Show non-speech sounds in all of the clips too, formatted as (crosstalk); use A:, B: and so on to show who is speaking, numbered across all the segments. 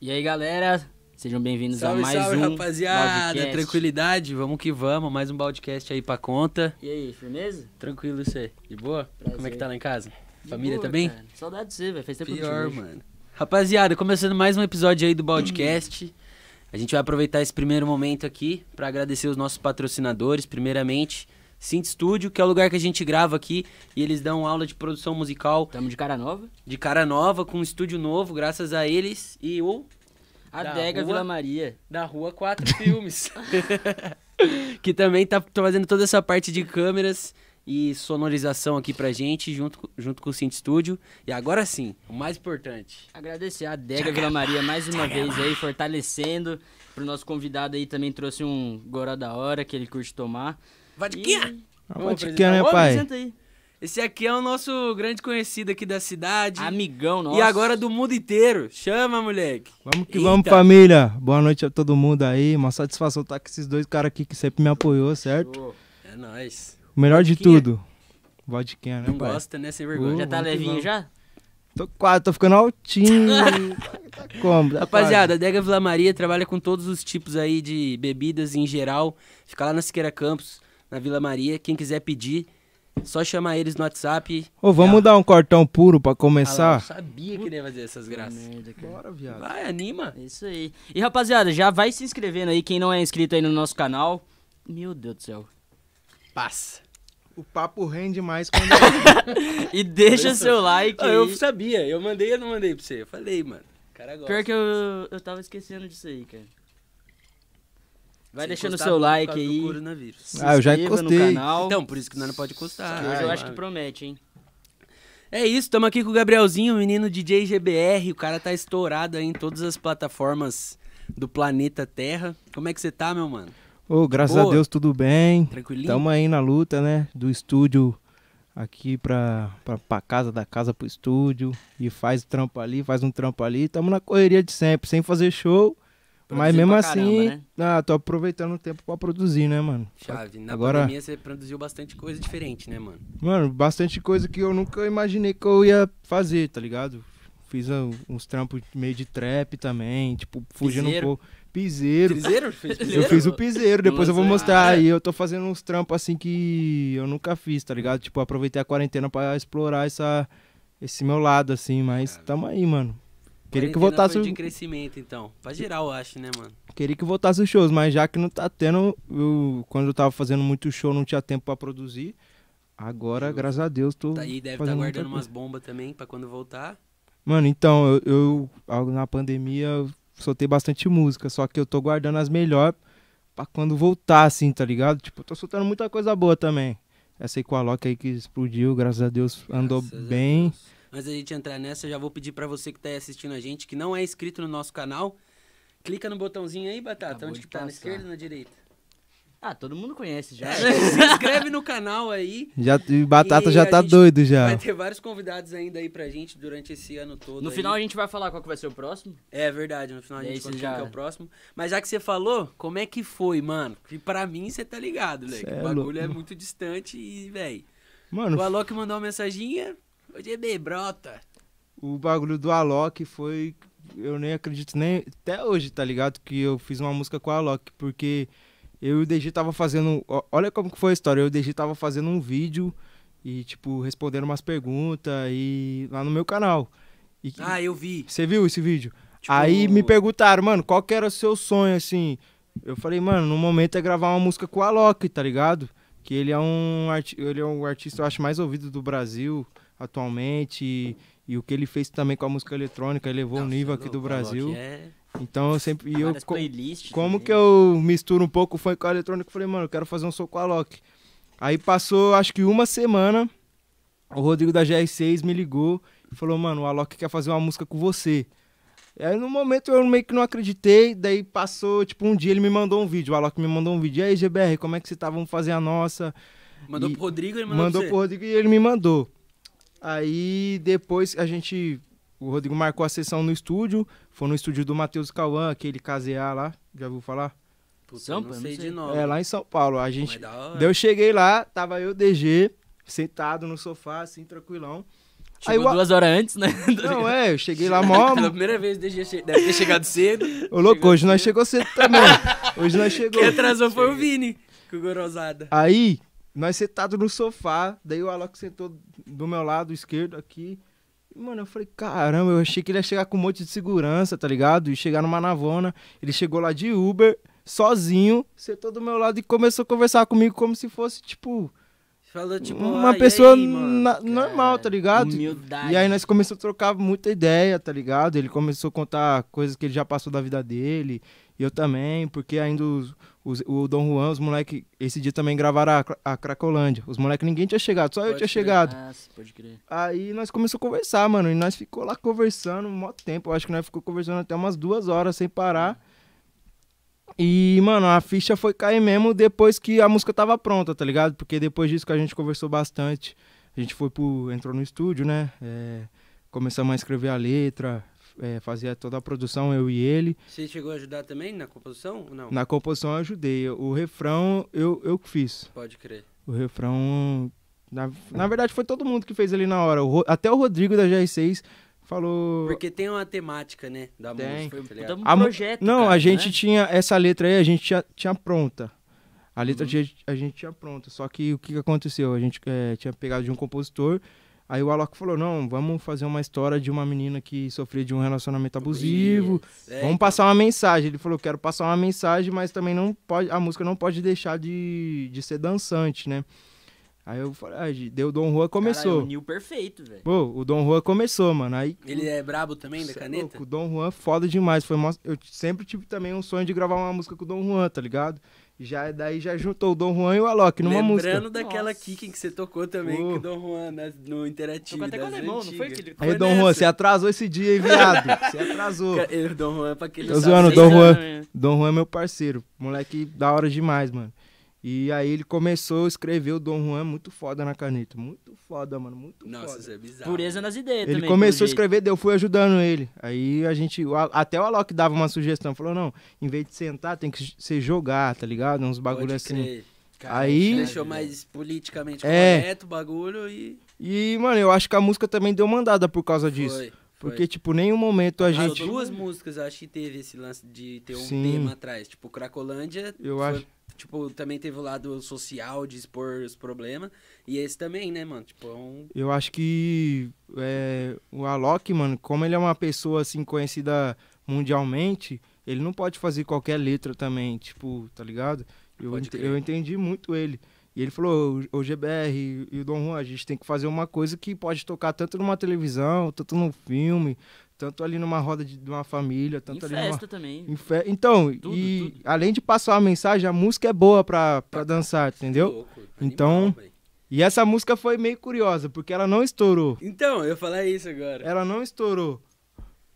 A: E aí, galera, sejam bem-vindos a
B: Salve,
A: mais
B: salve,
A: um
B: rapaziada.
A: podcast.
B: Tranquilidade, vamos que vamos. Mais um podcast aí pra conta.
A: E aí, firmeza?
B: Tranquilo e você? De boa?
A: Prazer.
B: Como é que tá lá em casa?
A: De
B: Família
A: boa,
B: também?
A: cara. Saudade de você, velho. Faz tempo que eu não
B: Pior,
A: te vejo.
B: mano. Rapaziada, começando mais um episódio aí do podcast. A gente vai aproveitar esse primeiro momento aqui pra agradecer os nossos patrocinadores, primeiramente. Synth Studio, que é o lugar que a gente grava aqui e eles dão aula de produção musical
A: Tamo de cara nova.
B: de cara nova, com um estúdio novo, graças a eles e o
A: Adega
B: rua.
A: Vila Maria.
B: da Rua Quatro (laughs) Filmes. que também tá tá fazendo toda essa parte de câmeras e sonorização aqui pra gente, junto, co- junto com o Synth Studio. E agora sim, o mais importante.
A: Agradecer a Adega Vila Maria mais uma vez aí, fortalecendo. Pro nosso convidado aí também trouxe um goró da hora que ele curte tomar.
B: Vadiquinha!
C: Ah,
B: Vamos
C: pode que,
B: apresentar
C: né,
B: o homem,
C: pai?
A: Senta aí.
B: Esse aqui é o nosso grande conhecido aqui da cidade.
A: Amigão nosso.
B: E agora do mundo inteiro. Chama, moleque.
C: Vamos que
B: Eita.
C: vamos, família. Boa noite a todo mundo aí. Uma satisfação estar com esses dois caras aqui que sempre me apoiou, certo?
A: Ô,
B: É nóis.
C: O melhor de
A: Vadiquinha.
C: tudo. Vodiquinha, né,
B: Não
C: pai?
B: gosta, né? Sem vergonha.
C: Ô,
A: Já tá
C: vamos que
A: levinho
C: vamos.
A: já?
C: Tô quase, tô
B: (laughs)
C: ficando altinho. tá como? Tá
B: Rapaziada, a Adega Vila Maria trabalha com todos os tipos aí de bebidas em geral. Fica lá na Siqueira Campos, na Vila Maria. Quem quiser pedir, só chamar eles no WhatsApp.
C: quase. Ô, vamos dar um cortão puro
B: Ah,
C: pra
B: lá, eu
C: começar?
B: sabia que ele ia fazer essas graças.
A: Merda, cara.
C: Bora, viado.
B: Vai, anima.
A: É Isso aí. E rapaziada, já vai se inscrevendo aí, quem não é inscrito aí no nosso canal. Meu Deus do céu.
B: Passa.
C: O papo rende mais quando... é-
A: (laughs)
B: (laughs)
A: E deixa seu like
B: Ah,
A: aí.
B: eu sabia, eu mandei ou não mandei pra você? Eu falei, mano. O Cara, gosta.
A: Pior que eu, eu tava esquecendo disso aí, cara. Vai
B: Sem
A: deixando
B: encostar
A: seu
B: por
A: like
B: causa do
A: aí.
B: coronavírus.
A: se
C: Ah, eu já
A: inscreva
C: encostei.
A: No canal,
B: Então, por isso que nós não pode
A: que
B: encostar.
A: hoje eu
B: Vai,
A: acho que
B: vai.
A: promete, hein?
B: É isso, estamos aqui com o Gabrielzinho, o menino DJ GBR. O cara tá estourado aí em todas as plataformas do planeta Terra. Como é que você tá, meu mano?
C: Ô, graças
B: Boa.
C: a Deus, tudo bem.
B: Tranquilinho?
C: Tamo aí na luta, né? Do estúdio aqui pra, pra, pra casa, da casa pro estúdio. E faz trampo ali, faz um trampo ali. Tamo na correria de sempre, sem fazer show. mas
A: Produzir
C: mesmo
A: pra
C: assim,
A: caramba, né?
C: ah, tô aproveitando o tempo pra produzir, né, mano?
B: Chave, na
C: Agora-
B: pandemia você produziu bastante coisa diferente, né, mano?
C: Mano, bastante coisa que eu nunca imaginei que eu ia fazer, tá ligado? Fiz ah, uns trampos meio de trap também, tipo, fugindo
A: Piseiro?
C: um pouco. Piseiro.
B: Piseiro? Fez
C: Eu fiz o piseiro, depois eu vou
A: Lançou-
C: mostrar.
A: Ah, é.
C: Aí eu tô fazendo uns trampos assim que eu nunca fiz, tá ligado? Tipo, aproveitei a quarentena pra explorar essa, esse meu lado, assim, mas tamo aí, mano. Queria que,
B: Quarentena
C: voltasse,
B: foi
C: o-
B: de crescimento, então. Pra geral, eu acho, né, mano?
C: queria que voltasse os shows, mas já que não tá tendo, eu, quando eu tava fazendo muito show, não tinha tempo pra produzir. Agora,
B: Justo.
C: graças a Deus, tô.
B: Tá aí, deve estar
C: fazendo muita
B: guardando umas
C: coisa.
B: bombas também pra quando voltar.
C: Mano, então, eu, eu- na pandemia eu soltei bastante música, só que eu tô guardando as melhores pra quando voltar, assim, tá ligado? Tipo, eu tô soltando muita coisa boa também. Essa aí com a Loki aí que explodiu, graças a Deus, andou
B: Graças a
C: bem.
B: Deus. Antes da gente entrar nessa, eu já vou pedir pra você que tá aí assistindo a gente, que não é inscrito no nosso canal, clica no botãozinho aí, Batata.
A: Acabou
B: onde
A: de
B: que tá? Na
A: passar.
B: esquerda ou na direita?
A: Ah, todo mundo conhece já.
B: (laughs)
A: Né?
B: Se inscreve no canal aí.
C: Já, e Batata
B: E
C: já
B: a
C: tá
B: gente
C: doido já.
B: Vai ter vários convidados ainda aí pra gente durante esse ano todo.
A: No
B: aí.
A: final a gente vai falar qual que vai ser o próximo.
B: É verdade, no final a
A: E aí
B: gente
A: você
B: conta
A: já-
B: já... que é o próximo. Mas já que você falou, como é que foi, mano? Que pra mim você tá ligado, né?
C: Cê
B: Que
C: é
B: o bagulho
C: louco.
B: é muito distante e, véi.
C: Mano,
B: O Alok mandou uma mensaginha. Hoje é bem brota.
C: o bagulho do Alok foi. Eu nem acredito nem. Até hoje, tá ligado? Que eu fiz uma música com a Alok, porque eu e o DG tava fazendo. ó, Olha como que foi a história. Eu e o DG tava fazendo um vídeo e, tipo, respondendo umas perguntas e lá no meu canal. E,
B: Ah, eu vi.
C: Você viu esse vídeo?
B: Tipo-
C: Aí me perguntaram, mano, qual que era o seu sonho, assim? Eu falei, mano, no momento é gravar uma música com o Alok, tá ligado? Que ele é um, arti ele é um artista, eu acho, mais ouvido do Brasil atualmente. E, e o que ele fez também com a música eletrônica, elevou o
B: Nossa, é
C: nível aqui do
B: louco, o Alok
C: Brasil.
B: É...
C: Então eu sempre. E eu,
A: Várias
C: co-
A: Ah, playlists.
C: como
A: também.
C: que eu misturo um pouco o funk com o eletrônico? Falei, mano, eu quero fazer um som com a Loki. Aí passou, acho que uma semana, o Rodrigo da GR6 me ligou e falou, mano, o Alok quer fazer uma música com você. Aí no momento eu meio que não acreditei, daí passou, tipo, um dia ele me mandou um vídeo, o Alok me mandou um vídeo. E aí, GBR, como é que você tá? Vamos fazer a nossa.
B: Mandou
C: E-
B: pro Rodrigo ele mandou,
C: Mandou
B: pra
C: pro Rodrigo e ele me mandou. Aí depois a gente. O Rodrigo marcou a sessão no estúdio. Foi no estúdio do Matheus Cauã, aquele KZA lá. Já ouviu falar?
B: você? Puta,
A: Sampa?
B: não
A: Não
B: sei
A: sei.
B: de novo.
C: É, lá em São Paulo. A
B: Mas
C: gente.
B: (laughs) da hora. (laughs)
C: Daí eu cheguei lá, tava eu, DG, sentado no sofá, assim, tranquilão.
A: Chegou
C: Aí o-
A: duas horas antes, né?
C: Não, é, eu cheguei lá mó.
B: Pela primeira vez, desde che- deve ter chegado cedo.
C: Ô, louco, hoje
B: assim.
C: nós chegou cedo
B: (laughs)
C: também. Hoje nós chegou.
B: Quem atrasou foi o Vini, com o Gorosada.
C: Aí, nós sentados no sofá, daí o Alok sentou do meu lado esquerdo aqui. E, Mano, eu falei, caramba, eu achei que ele ia chegar com um monte de segurança, tá ligado? E chegar numa navona. Ele chegou lá de Uber, sozinho, sentou do meu lado e começou a conversar comigo como se fosse, tipo,
B: Falou, tipo,
C: uma
B: "Ah, e
C: pessoa
B: aí, mano?"
C: na- normal, tá ligado?
A: Humildade.
C: E aí nós começamos a trocar muita ideia, tá ligado? Ele começou a contar coisas que ele já passou da vida dele, e eu também, porque ainda os- os- o Dom Juan, os moleque, esse dia também gravaram a, Cra- a Cracolândia. Os moleque ninguém tinha chegado, só eu
B: Pode crer.
C: tinha chegado.
A: Nossa, pode crer.
B: Tá
C: Aí nós começamos a conversar, mano, e nós ficou lá conversando um maior tempo. Eu acho que nós ficou conversando até umas duas horas sem parar. E, mano, a ficha foi cair mesmo depois que a música tava pronta, tá ligado? Porque depois disso que a gente conversou bastante. A gente foi pro. entrou no estúdio, né? É, começamos a escrever a letra, é, fazia toda a produção, eu e ele.
B: Você chegou a ajudar também na composição ou não?
C: Na composição eu ajudei. O refrão eu, eu que fiz.
B: Pode crer.
C: O refrão. Na, na verdade, foi todo mundo que fez ali na hora. O Ro- até o Rodrigo da GR6 falou.
B: Porque tem uma temática, né, da
C: Tem.
B: música, tá ligado?
A: Puta
C: A mu-
A: projeto,
C: Não,
A: cara,
C: a gente
A: né?
C: tinha. Essa letra aí, a gente tinha, tinha pronta. A letra tinha- a gente tinha pronta. Só que o que que aconteceu? A gente eh, tinha pegado de um compositor. Aí o Alok falou: não, vamos fazer uma história de uma menina que sofria de um relacionamento abusivo.
B: É,
C: Vamos
B: então,
C: passar uma mensagem. Ele falou, quero passar uma mensagem, mas também não pode. A música não pode deixar de, de ser dançante, né? Aí eu falei, ah, gente, deu Dom Juan
A: Caralho,
C: começou.
A: uniu perfeito, velho.
C: Pô, o Dom Juan começou, mano. Aí.
B: Ele é brabo também, da
C: cê é
B: caneta?
C: louco, o Dom Juan foda demais. Foi mó- Eu sempre tive também um sonho de gravar uma música com o Dom Juan, tá ligado? E Já, daí já juntou o Dom Juan e o Alok numa
B: Lembrando
C: música.
B: daquela
A: Nossa.
B: kicking que você tocou também
C: Pô.
B: com o Dom Juan né, no Interativo
A: Tocou até com o
B: das
A: alemão, não foi?
B: antigas.
A: Que ele-
C: Aí,
B: Foi
C: Dom Juan,
B: nessa.
C: você é atrasou esse dia, hein, viado? Você atrasou.
B: Ca- ele- (laughs) Dom Juan, é pra quem
C: Tô
B: não sabe,
C: zoando,
B: vocês
C: Dom
B: já-
C: Juan.
A: né?
C: Dom Juan é meu parceiro, moleque da hora demais, mano. E aí ele começou a escrever o Dom Juan muito foda na caneta. Muito foda, mano, muito
B: Nossa,
C: foda.
B: isso é bizarro.
A: Pureza nas ideias
C: Ele
A: também.
C: começou a
A: pelo jeito.
C: escrever, eu fui ajudando ele. Aí a gente, o Al- até o Alok dava uma sugestão, falou, não, em vez de sentar, tem que se jogar, tá ligado? Uns
B: Pode
C: bagulho assim.
B: crer. Cara, é
C: Aí-
B: Deixou mais politicamente
C: É.
B: correto o bagulho e...
C: E, mano, eu acho que a música também deu mandada por causa disso.
B: Foi, foi.
C: Porque, tipo, nenhum momento a
B: As
C: gente...
B: duas músicas, eu acho que teve esse lance de ter um
C: Sim.
B: tema atrás. Tipo, Cracolândia.
C: Eu
B: foi-
C: acho.
B: Tipo, também teve o lado social de expor os problemas. E esse também, né, mano? Tipo, é um.
C: Eu acho que é, o Alok, mano, como ele é uma pessoa assim conhecida mundialmente, ele não pode fazer qualquer letra também, tipo, tá ligado? Eu,
B: Pode
C: ente-
B: crer.
C: eu entendi muito ele. E ele falou, o o GBR e- e o Dom Juan, a gente tem que fazer uma coisa que pode tocar tanto numa televisão, tanto num filme, tanto ali numa roda de, de uma família, tanto
A: Em
C: ali numa...
A: festa também.
C: em fe- Então,
A: Tudo,
C: e
A: tudo.
C: além de passar a mensagem, a música é boa pra, pra dançar, entendeu?
B: Louco, animal,
C: Então-
B: velho.
C: E essa música foi meio curiosa, porque ela não estourou.
B: Então, eu ia falar isso agora.
C: Ela não estourou.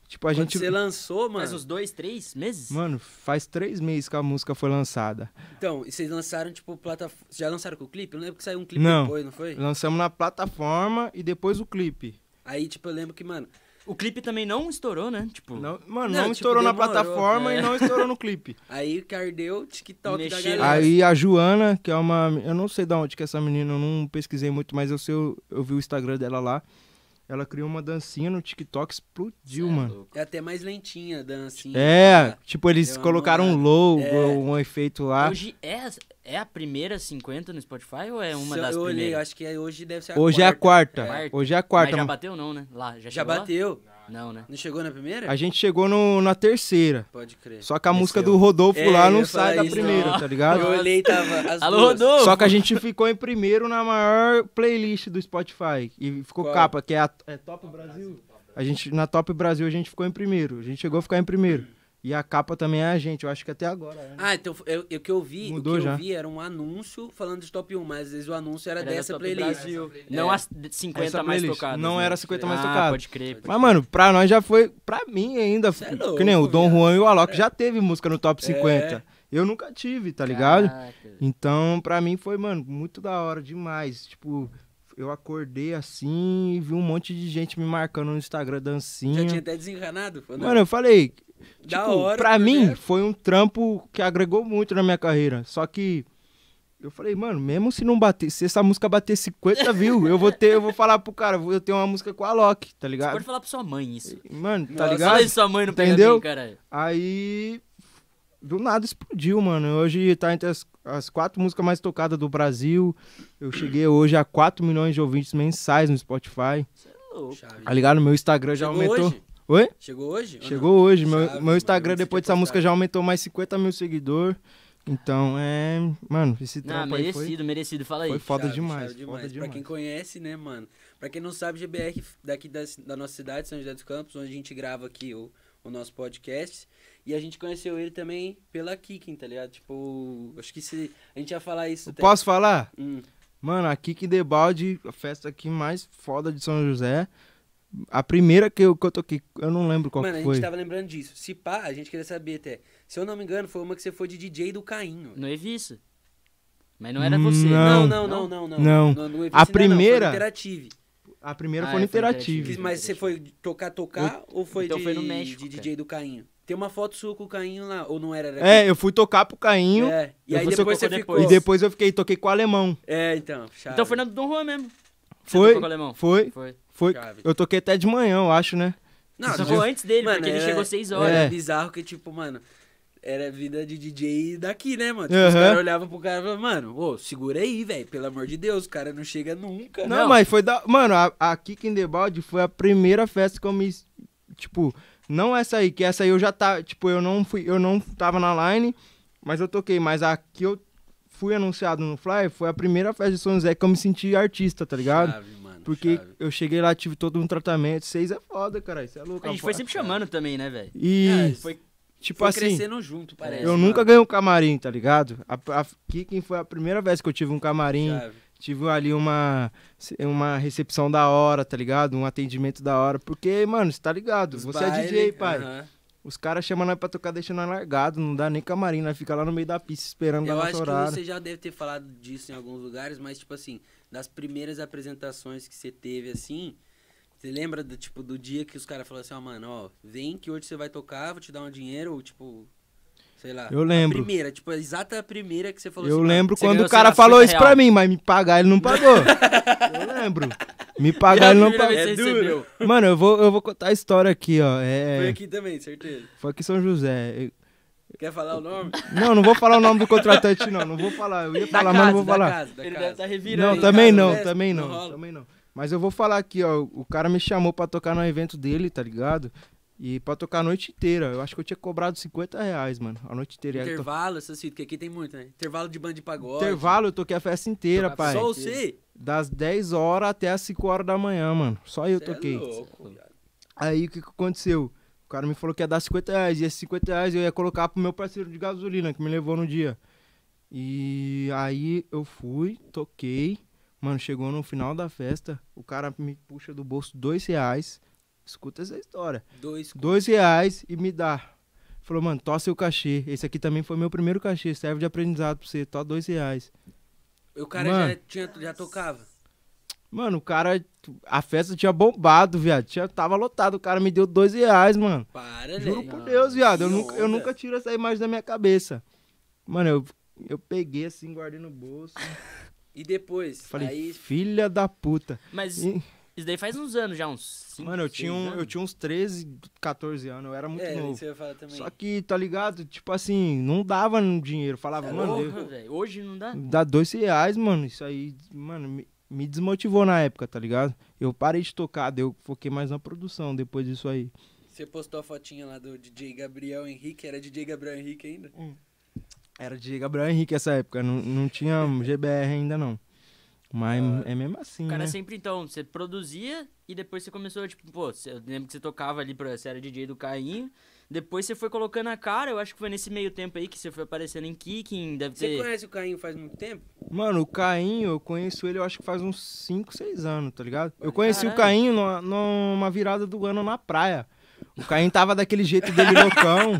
C: Tipo, a
B: Quando
C: É, gente.
B: Você lançou, mano.
A: Faz uns dois, três meses?
C: Mano, faz três meses que a música foi lançada.
B: Então, e vocês lançaram, tipo, plataforma. Já lançaram com o clipe? Eu lembro que saiu um clipe
C: Não.
B: depois, não foi?
C: Lançamos na plataforma e depois o clipe.
B: Aí, tipo, eu lembro que, mano.
A: O clipe também não estourou, né? Tipo,
C: Não-
B: Não,
C: mano, não,
B: tipo,
C: estourou na
B: demorou,
C: plataforma
A: é.
C: e não estourou no
B: (laughs)
C: clipe.
B: Aí que ardeu o TikTok da
A: Mexeram.
B: galera.
C: Aí a Joana, que é uma. Eu não sei de onde que é essa menina, eu não pesquisei muito, mas eu, sei, eu, eu vi o Instagram dela lá. Ela criou uma dancinha no TikTok, explodiu, mano.
B: É até mais lentinha a dancinha.
C: É,
B: tá?
C: tipo, eles
B: Deu uma
C: colocaram um
B: mudada.
C: logo,
B: É.
C: um efeito lá. Hoje,
A: Hoje é, as- é a primeira 50 no Spotify ou é uma
B: Se
A: das
B: eu olhei,
A: primeiras?
B: acho que é- hoje deve ser a
C: é a quarta.
A: Quarta.
C: Hoje é a quarta.
A: Mas já
C: mano.
A: bateu não, né? Lá, já
B: Já
A: chegou lá?
B: bateu?
A: Não, né?
B: Não chegou na primeira?
C: A gente chegou no- na terceira.
B: Pode crer.
C: Só que a
B: Esse
C: música
B: é
C: do
B: o-
C: Rodolfo
B: É,
C: lá
B: eu
C: não
B: ia
C: sai
B: falar
C: da
B: isso,
C: primeira,
A: não.
C: tá
B: Eu
C: ligado?
B: olhei, tava as
A: Alô,
B: duas.
A: Rodolfo!
C: Só que a gente ficou em primeiro na maior playlist do Spotify. E ficou
B: Qual?
C: capa, que é, a, é Top Brasil. A gente, na Top Brasil a gente ficou em primeiro. A gente chegou a ficar em primeiro. E a capa também é a gente, eu acho que até agora. né?
B: Ah, então eu, eu- o que eu vi,
C: Mudou
B: o que eu
C: já.
B: vi era um anúncio falando de top 1, mas às vezes o anúncio era,
A: Era da
B: dessa
A: Top
B: É playlist.
A: Brasil.
B: É.
A: Não as 50
C: Essa
A: mais
C: playlist.
A: tocadas.
C: Não
A: né?
C: era 50 mais Tá
A: ah,
C: tocadas.
A: Pode crer.
C: Mas, mano, pra nós já foi. Pra mim ainda.
B: Cê é
C: que nem o
B: louco,
C: Dom
B: viado. É.
C: Juan e o Alok já teve música no top 50. Eu nunca tive, tá ligado?
A: Caraca.
C: Então, pra mim foi, mano, muito da hora demais. Tipo, eu acordei assim e vi um monte de gente me marcando no Instagram dancinha.
B: Já tinha até desencanado? né? Ou não?
C: Mano, eu falei, tipo,
B: Da hora, tá
C: pra
B: projeto.
C: mim foi um trampo que agregou muito na minha carreira. Só que Eu falei, mano, mesmo se não bater, se essa música bater 50 views, eu vou ter, eu vou falar pro cara, eu tenho uma música com a Loki, tá
A: Você pode
C: ligado?
A: falar pra sua mãe isso.
C: Mano, tá
A: Fala,
C: ligado?
A: Fala isso sua mãe não pega
C: Entendeu?
A: bem, caralho.
C: Aí, do nada explodiu, mano. Hoje tá entre as, as quatro músicas mais tocadas do Brasil. Eu cheguei hoje a 4 milhões de ouvintes mensais no Spotify.
A: é Louco.
C: Tá ligado? Meu Instagram já
B: Chegou
C: aumentou.
B: hoje?
C: Oi?
B: Chegou hoje? ou não?
C: Chegou hoje.
B: Chave,
C: Meu, meu
B: mano,
C: Instagram,
B: onde você tá
C: depois
B: quer
C: dessa
B: postar?
C: música, já aumentou mais 50 mil seguidores. Então, é. Mano, esse
A: Não,
C: trampo aí foi.
A: merecido, merecido. Fala aí.
C: foi foda
B: Chave,
C: demais,
B: chave
C: foda
B: Pra
C: demais.
B: quem conhece, né, mano? Pra quem não sabe, GBR daqui da, ci- da nossa cidade, São José dos Campos, onde a gente grava aqui o, o nosso podcast. E a gente conheceu ele também pela Kikin, tá ligado? Tipo, acho que se. A gente ia falar isso.
C: Eu
B: até-
C: Posso falar?
B: Hum,
C: Mano, aqui que Debalde, a festa aqui mais foda de São José. A primeira que eu, que eu toquei, eu não lembro qual
B: Mano,
C: que
B: a
C: foi.
B: gente tava lembrando disso. Se pá, a gente queria saber até. Se eu não me engano, foi uma que você foi de DJ do Cainho.
A: Não é isso. Mas não era
C: Hum, Não.
A: você.
B: Não, não, não, não.
C: Não.
B: No- no
C: A
B: Evici-
C: primeira-
B: Não, foi no Interative.
C: A primeira
A: Ah,
C: foi no
A: é, foi no
C: Interativo.
A: Interativo.
B: Mas você foi tocar, tocar ou foi
A: Então
B: de,
A: foi no México,
B: de
A: cara.
B: DJ do Cainho? Tem uma foto sua com o Cainho lá, ou não era? era
C: É, eu fui tocar pro Cainho.
B: É, E
C: eu
B: aí
C: fui
B: depois
A: tocar
B: você ficou.
A: depois.
C: E depois eu fiquei, toquei com o alemão.
B: É, então. chave.
A: Então foi na do Dom Juan mesmo. Você
C: Foi,
A: tocou com o alemão?
C: foi,
A: Foi.
C: foi.
B: Chave.
C: Eu toquei até de manhã, eu acho, né?
B: Não,
A: Você
B: não,
A: tocou antes dele,
B: mano,
A: porque ele
B: era-
A: chegou 6 horas.
C: É.
B: Era bizarro que, tipo, mano, era vida de DJ daqui, né, mano? Tipo, Os
C: Aham.
B: caras olhavam pro cara e falavam, mano, ô, segura aí, velho, pelo amor de Deus, o cara não chega nunca.
C: Não, mas foi da. Mano, a, a Kick in the Balde foi a primeira festa que eu me. Tipo, não essa aí, que essa aí eu já tava. Tipo, eu não fui. Eu não tava na line, mas eu toquei. Mas a que eu fui anunciado no Fly foi a primeira festa de São José que eu me senti artista, tá ligado?
B: Chave, mano,
C: Porque
B: chave.
C: eu cheguei lá, tive todo um tratamento. Seis é foda, caralho. Você é louco.
A: A gente
C: rapaz.
A: foi sempre chamando também, né, velho?
C: E.
B: É,
A: Foi
C: tipo
B: foi
C: assim.
B: crescendo junto, parece.
C: Eu nunca ganhei um camarim, tá ligado? A, a Kikin foi a primeira vez que eu tive um camarim.
B: ganhei.
C: Tive ali uma, uma recepção da hora, tá ligado? Um atendimento da hora. Porque, mano, você tá ligado? você é DJ, pai. Os caras chamam nós pra tocar, deixando nós largado. Não dá nem camarim, nós fica lá no meio da pista esperando
B: Eu
C: dar
B: acho
C: nosso
B: que
C: horário.
B: você já deve ter falado disso em alguns lugares, mas tipo assim, das primeiras apresentações que você teve assim, você lembra do tipo do dia que os caras falaram assim, ó, mano, ó, vem que hoje você vai tocar, vou te dar um dinheiro, ou tipo, sei lá.
C: Eu lembro.
B: A primeira, tipo, a exata primeira que você falou
C: Eu
B: assim, mano,
C: lembro
A: você
C: quando
A: ganhou,
C: o cara
A: sei lá,
C: falou
A: 50
C: isso pra
A: real.
C: mim, mas me pagar ele não pagou. eu lembro. Me
A: E a
C: pagar Ah, ele não tá-
A: primeira
C: pagou.
A: vez que você
B: É duro.
A: recebeu.
C: Mano, eu vou, eu vou contar a história aqui, ó.
B: Foi
C: É,
B: aqui também, certeza.
C: foi aqui em São José. Eu-
B: Quer falar o nome?
C: Não, não vou falar o nome do contratante, não. Não vou falar. Eu
B: Da
C: ia falar, mas
B: casa,
C: não vou
B: da
C: falar.
B: casa, da
A: Ele
B: casa.
A: deve tá estar revirando.
C: Não,
A: hein?
B: aí,
C: também
B: cara,
C: não,
B: né?
C: também não,
B: Não rola.
C: também não. Mas eu vou falar aqui, ó. O cara me chamou pra tocar no evento dele, tá ligado? E pra tocar a noite inteira. Eu acho que eu tinha cobrado 50 reais, mano. A noite inteira. E aí eu to-
B: Intervalo, essas fitas, que aqui tem muito, né? Intervalo de banda de pagode.
C: Intervalo, eu toquei a festa inteira,
A: Tocar
C: pai.
B: Só você?
C: Das 10 horas até as 5 horas da manhã, mano. Só eu
B: Cê
C: toquei.
B: É louco, viado.
C: Aí o que, que aconteceu? O cara me falou que ia dar 50 reais. E esses 50 reais eu ia colocar pro meu parceiro de gasolina, que me levou no dia. E aí eu fui, toquei. Mano, chegou no final da festa, o cara me puxa do bolso dois reais. Escuta essa história.
B: Dois
C: Dois reais e me dá. Falou, mano, tó seu cachê. Esse aqui também foi meu primeiro cachê. Serve de aprendizado pra você, tó dois reais.
B: O cara
C: Mano.
B: já, tinha, já tocava.
C: Mano, o cara. A festa tinha bombado, viado. Tinha, tava lotado. O cara me deu dois reais, mano.
B: Para,
C: Juro
B: né?
C: por Deus, viado. Eu
B: que
C: nunca, eu
B: onda.
C: nunca tiro essa imagem da minha cabeça. Mano, eu, eu peguei assim, guardei no bolso.
B: E depois,
C: Falei,
B: aí
C: filha da puta.
A: Mas
C: E-
A: isso daí faz uns anos já, uns 5,
C: mano, eu tinha, um, eu tinha uns 13, 14 anos. Eu era muito
B: é,
C: novo.
B: Você ia falar também.
C: Só que, tá ligado? Tipo assim, não dava no dinheiro.
B: Tá
C: Falava, um mano, eu-
A: Tá Hoje não dá.
B: né?"
C: dá dois reais, mano. Isso aí, mano, me, me desmotivou na época, tá ligado? Eu parei de tocar, daí eu foquei mais na produção depois disso aí.
B: Você postou a fotinha lá do DJ Gabriel Henrique, era DJ Gabriel Henrique ainda?
C: Era de Gabriel Henrique essa época, não, não tinha GBR ainda não. Mas é mesmo assim,
A: O cara
C: né?
A: sempre, então, você produzia e depois você começou, tipo, pô, você- eu lembro que você tocava ali, pra, você era DJ do Caim, depois você foi colocando a cara, eu acho que foi nesse meio tempo aí que você foi aparecendo em Kicking, deve
B: Você
A: ter...
B: conhece o Caim faz muito tempo?
C: Mano, o Cainho, eu conheço ele, eu acho que faz uns 5, 6 anos, tá ligado? Eu
B: Olha,
C: conheci o
A: caralho.
C: Cainho numa, numa virada do ano na praia. O Cainho tava daquele jeito dele
B: (laughs)
C: loucão,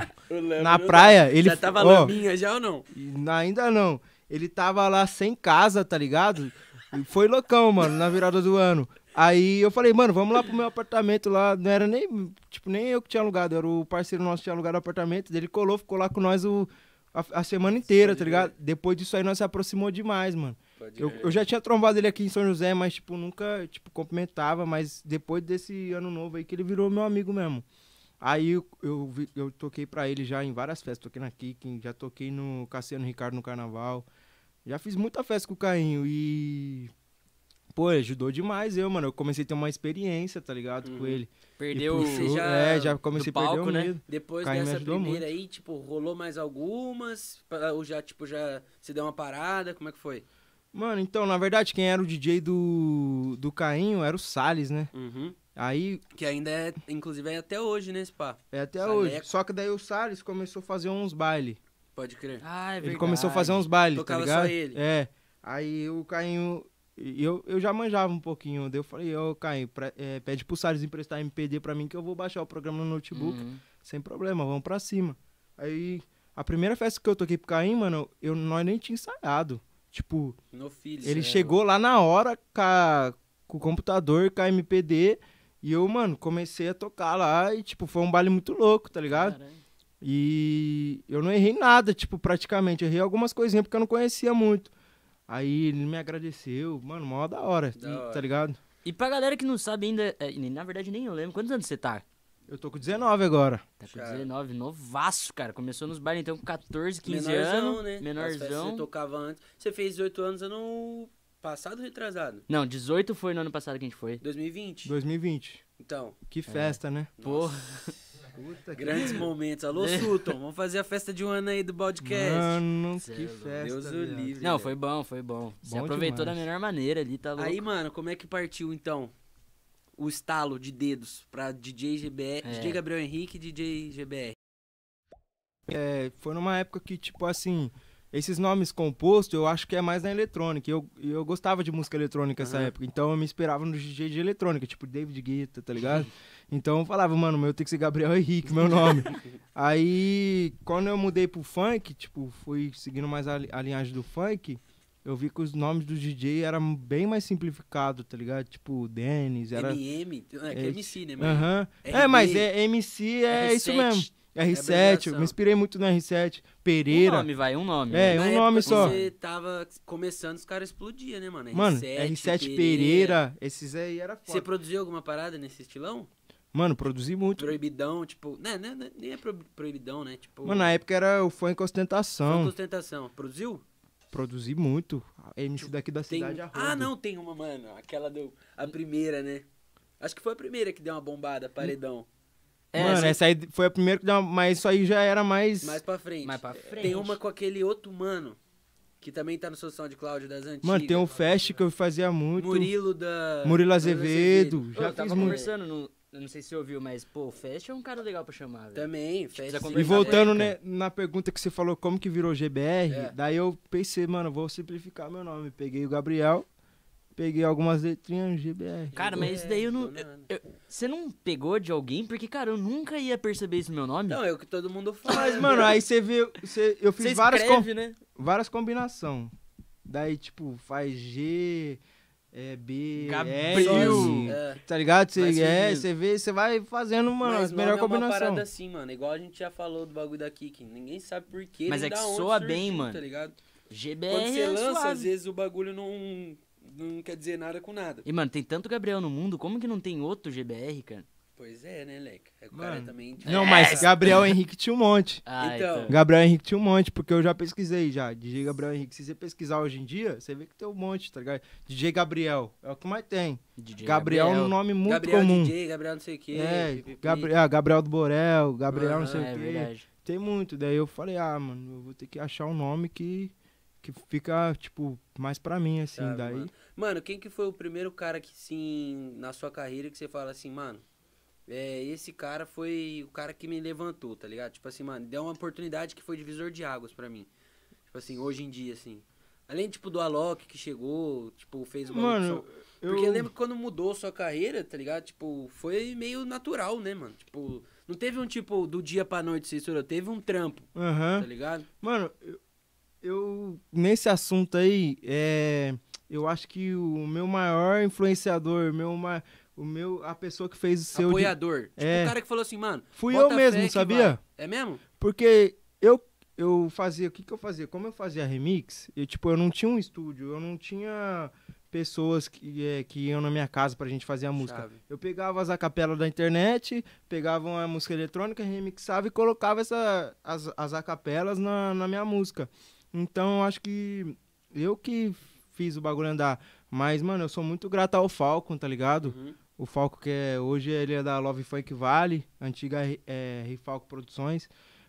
C: na praia. Ele,
B: Já tava
C: ó,
B: laminha já ou não?
C: e Ainda não. Ele tava lá sem casa, tá ligado? E Foi loucão, mano, na virada do ano. Aí eu falei, mano, vamos lá pro meu apartamento lá. Não era nem, tipo, nem eu que tinha alugado, era o parceiro nosso que tinha alugado o apartamento. Ele colou, ficou lá com nós o, a, a semana inteira, tá ligado? Depois disso aí nós se aproximou demais, mano. Eu, eu já tinha trombado ele aqui em São José, mas, tipo, nunca, tipo, cumprimentava. Mas depois desse ano novo aí que ele virou meu amigo mesmo. Aí eu, eu, vi- eu toquei pra ele já em várias festas. Toquei na Kicking, já toquei no Cassiano Ricardo no Carnaval. Já fiz muita festa com o Cainho e... Pô, ajudou demais eu, mano. Eu comecei a ter uma experiência, tá ligado, com ele.
A: Uhum. Perdeu
C: E
A: o.
C: puxou,
B: Você já-
C: É, já
A: do
C: comecei a perder
A: palco,
C: o
A: né?
C: medo.
B: Depois
C: Caio me
B: dessa
C: ajudou
B: primeira aí, tipo, rolou mais algumas? Pra- Ou já, tipo, já se deu uma parada? Como é que foi?
C: Mano, então, na verdade, quem era o DJ do, do Cainho era o Salles, né? Aí,
B: Que ainda é, inclusive, é até hoje, né, Spa?
C: é até
B: Saleco.
C: hoje. Só que daí o Salles começou a fazer uns bailes.
B: Pode crer.
A: Ah, é verdade.
C: Ele começou a fazer uns bailes,
B: Tocava
C: tá ligado?
B: só ele.
C: É. Aí o Cainho... e Eu, eu já manjava um pouquinho. Daí eu falei, ô Cainho, pre- é, pede pro Salles emprestar MPD pra mim que eu vou baixar o programa no
B: Hum.
C: notebook.
A: Uhum.
C: Sem problema, vamos pra cima. Aí, a primeira festa que eu toquei pro Caim, mano, eu, nós nem tinha ensaiado. Tipo,
B: No É, filho.
C: Ele chegou lá na hora ca- com o computador, com a MPD. E eu, mano, comecei a tocar lá e, tipo, foi um baile muito louco, tá ligado?
A: Caralho.
C: E eu não errei nada, tipo, praticamente. Errei algumas coisinhas porque eu não conhecia muito. Aí ele me agradeceu, mano, mó da hora,
B: Da hora.
C: tá ligado?
A: E pra galera que não sabe ainda, é, e na verdade nem eu lembro, quantos anos você tá?
C: Eu tô com 19 agora.
A: Tá com
B: Cara.
A: 19, novaço, cara. Começou nos bailes então com 14, 15
B: menorzão,
A: anos.
B: né? As festas que
A: Menorzão.
B: Você tocava antes. Você fez 18 anos ano passado ou retrasado?
A: Não, 18 foi no ano passado que a gente foi.
B: 2020?
C: 2020.
B: Então,
C: Que festa, né?
A: Porra.
C: Puta
B: grandes momentos.
C: (laughs)
B: Alô, Sutton, vamos fazer a festa de um ano aí do podcast.
C: É. Mano,
A: Cê é
C: que
A: louco.
C: festa.
B: Deus o
C: viado.
B: livre.
A: Não,
B: velho.
A: foi bom, foi bom. Você
C: Bom
A: aproveitou da
C: demais.
A: melhor maneira ali, tá louco.
B: Aí, mano, como é que partiu então o estalo de dedos pra DJ GBR,
A: É.
B: DJ Gabriel Henrique e DJ GBR?
C: É, foi numa época que, tipo assim, esses nomes compostos eu acho que é mais na eletrônica. E Eu, e eu gostava de música eletrônica nessa
B: Aham.
C: época, então eu me inspirava no DJ de eletrônica, tipo David Guetta, tá ligado? Então eu falava, mano, meu tem que ser Gabriel Henrique, meu nome. Aí, quando eu mudei pro funk, tipo, fui seguindo mais a, li- a linhagem do funk, eu vi que os nomes do DJ eram bem mais simplificados, tá ligado? Tipo, Dennis, era...
B: MM? É, que é
C: É,
B: MC, né, mano?
C: Aham.
B: RB,
C: É, mas é, MC é isso
B: R7.
C: mesmo. R7, eu
B: abreviação.
C: me inspirei muito no R7.
A: Um
C: Pereira.
A: nome, vai, um nome.
C: É,
A: né?
B: Na
C: um
B: época
C: nome
B: que
C: só.
B: você tava começando, os caras explodiam, né, mano?
C: Mano, R7 Pereira, esses aí era
B: Você
C: foda.
B: produziu alguma parada nesse estilão?
C: Mano, produzi muito.
B: Proibidão, tipo... Né, né, né, nem é pro- proibidão, né? Tipo...
C: Mano, na época era o funk
B: Funk
C: ostentação.
B: ostentação. Produziu?
C: Produzi muito. A MC daqui da
B: Tem...
C: cidade é a rodo.
B: Ah, não, tem uma, mano. Aquela do... A primeira, né? Acho que foi a primeira que deu uma bombada, paredão.
A: É,
C: Mano,
A: assim-
C: essa aí foi a primeira que deu uma... Mas isso aí já era mais...
B: Mais pra frente. É,
A: Mais pra
B: Tem
A: frente.
B: uma com aquele outro mano, que também tá no seu de Cláudio das Antigas.
C: Mano, tem o Fest que eu fazia muito.
B: Murilo da...
C: Murilo Azevedo.
A: Ô,
C: Já
A: eu
C: fiz
A: tava
C: muito.
A: conversando, no, eu não sei se você ouviu, mas, pô, o Fest é um cara legal pra chamar, velho.
B: Também, Fest.
A: precisa
C: E
A: conversar
C: voltando
A: né,
C: né, na pergunta que você falou, como que virou GBR,
B: É.
C: daí eu pensei, mano, vou simplificar meu nome. Peguei o Gabriel, peguei algumas letrinhas GBR.
A: Cara, mas isso daí eu não. eu- eu- Você não pegou de alguém? Porque, cara, eu nunca ia perceber isso no meu nome.
B: Não, é o que todo mundo faz.
C: Mas, mano, aí você vê. Você, eu fiz
A: Você
C: várias, com-
A: escreve, né?
C: várias combinações. Daí, tipo, faz G, é, B,
A: Gabriel.
C: L,
B: É.
C: Tá ligado?
B: Vai
C: Você, é,
B: surgindo.
C: você vê, você vai fazendo, mano,
B: Mas
C: as
B: nome
C: melhores
B: é uma
C: combinações.
B: parada assim, mano. Igual a gente já falou do bagulho da Kicking. Ninguém sabe por quê.
A: Mas
B: nem
A: é que
B: da onde
A: soa
B: surgiu,
A: bem, mano.
B: Tá ligado?
A: GBR
B: Quando você
A: é
B: lança,
A: suave.
B: às vezes o bagulho não, não quer dizer nada com nada.
A: E, mano, tem tanto Gabriel no mundo, como que não tem outro GBR, cara?
B: Pois é, né, Leca? É que o
C: Mano.
B: cara também...
C: Não,
B: É.
C: mas Gabriel Henrique tinha um monte.
A: Ah,
B: Então.
C: Gabriel Henrique tinha um monte, porque eu já pesquisei já. DJ Gabriel Henrique. Se você pesquisar hoje em dia, você vê que tem um monte, tá ligado? DJ Gabriel, é o que mais tem.
A: DJ
C: Gabriel é um nome muito
B: Gabriel
C: comum.
B: DJ, Gabriel não sei o quê.
C: é,
B: pipipi.
C: Gabriel, ah, Gabriel do Borel, Gabriel não
B: Aham,
C: sei
A: é
C: o quê.
A: verdade.
C: Tem muito. Daí eu falei, ah, mano, eu vou ter que achar um nome que, que fica, tipo, mais pra mim, assim.
B: Sabe,
C: daí.
B: Ah, Mano. Mano, quem que foi o primeiro cara que sim na sua carreira que você fala assim, mano, é, esse cara foi o cara que me levantou, tá ligado? Tipo assim, mano, deu uma oportunidade que foi divisor de águas pra mim. Tipo assim, hoje em dia, assim. Além, tipo, do Alok que chegou, tipo, fez o bagulho
C: Mano,
B: que só-
C: eu-
B: Porque eu lembro que quando mudou sua carreira, tá ligado? Tipo, foi meio natural, né, mano? Tipo, não teve um tipo do dia pra noite, se estourou, teve um trampo,
C: Aham.
B: tá ligado?
C: Mano, eu, eu- Nesse assunto aí, é, eu acho que o meu maior influenciador, meu, ma- o meu. A pessoa que fez o seu. de-
B: Apoiador. Tipo,
C: É.
B: o cara que falou assim, mano.
C: Fui
B: bota
C: eu mesmo,
B: fé que
C: sabia?
B: vai. É mesmo?
C: Porque eu, eu fazia, o que que eu fazia? Como eu fazia remix, eu, tipo, eu não tinha um estúdio, eu não tinha pessoas que, é, que iam na minha casa pra gente fazer a música.
B: Chave.
C: Eu pegava as acapelas da internet, pegava uma música eletrônica, remixava e colocava essa, as, as acapelas na, na minha música. Então, eu acho que eu que fiz o bagulho andar. Mas, mano, eu sou muito grato ao Falcon, tá ligado?
B: Uhum.
C: O Falco que é, hoje ele é da Love Funk Valley, antiga é, Rifalco Produções,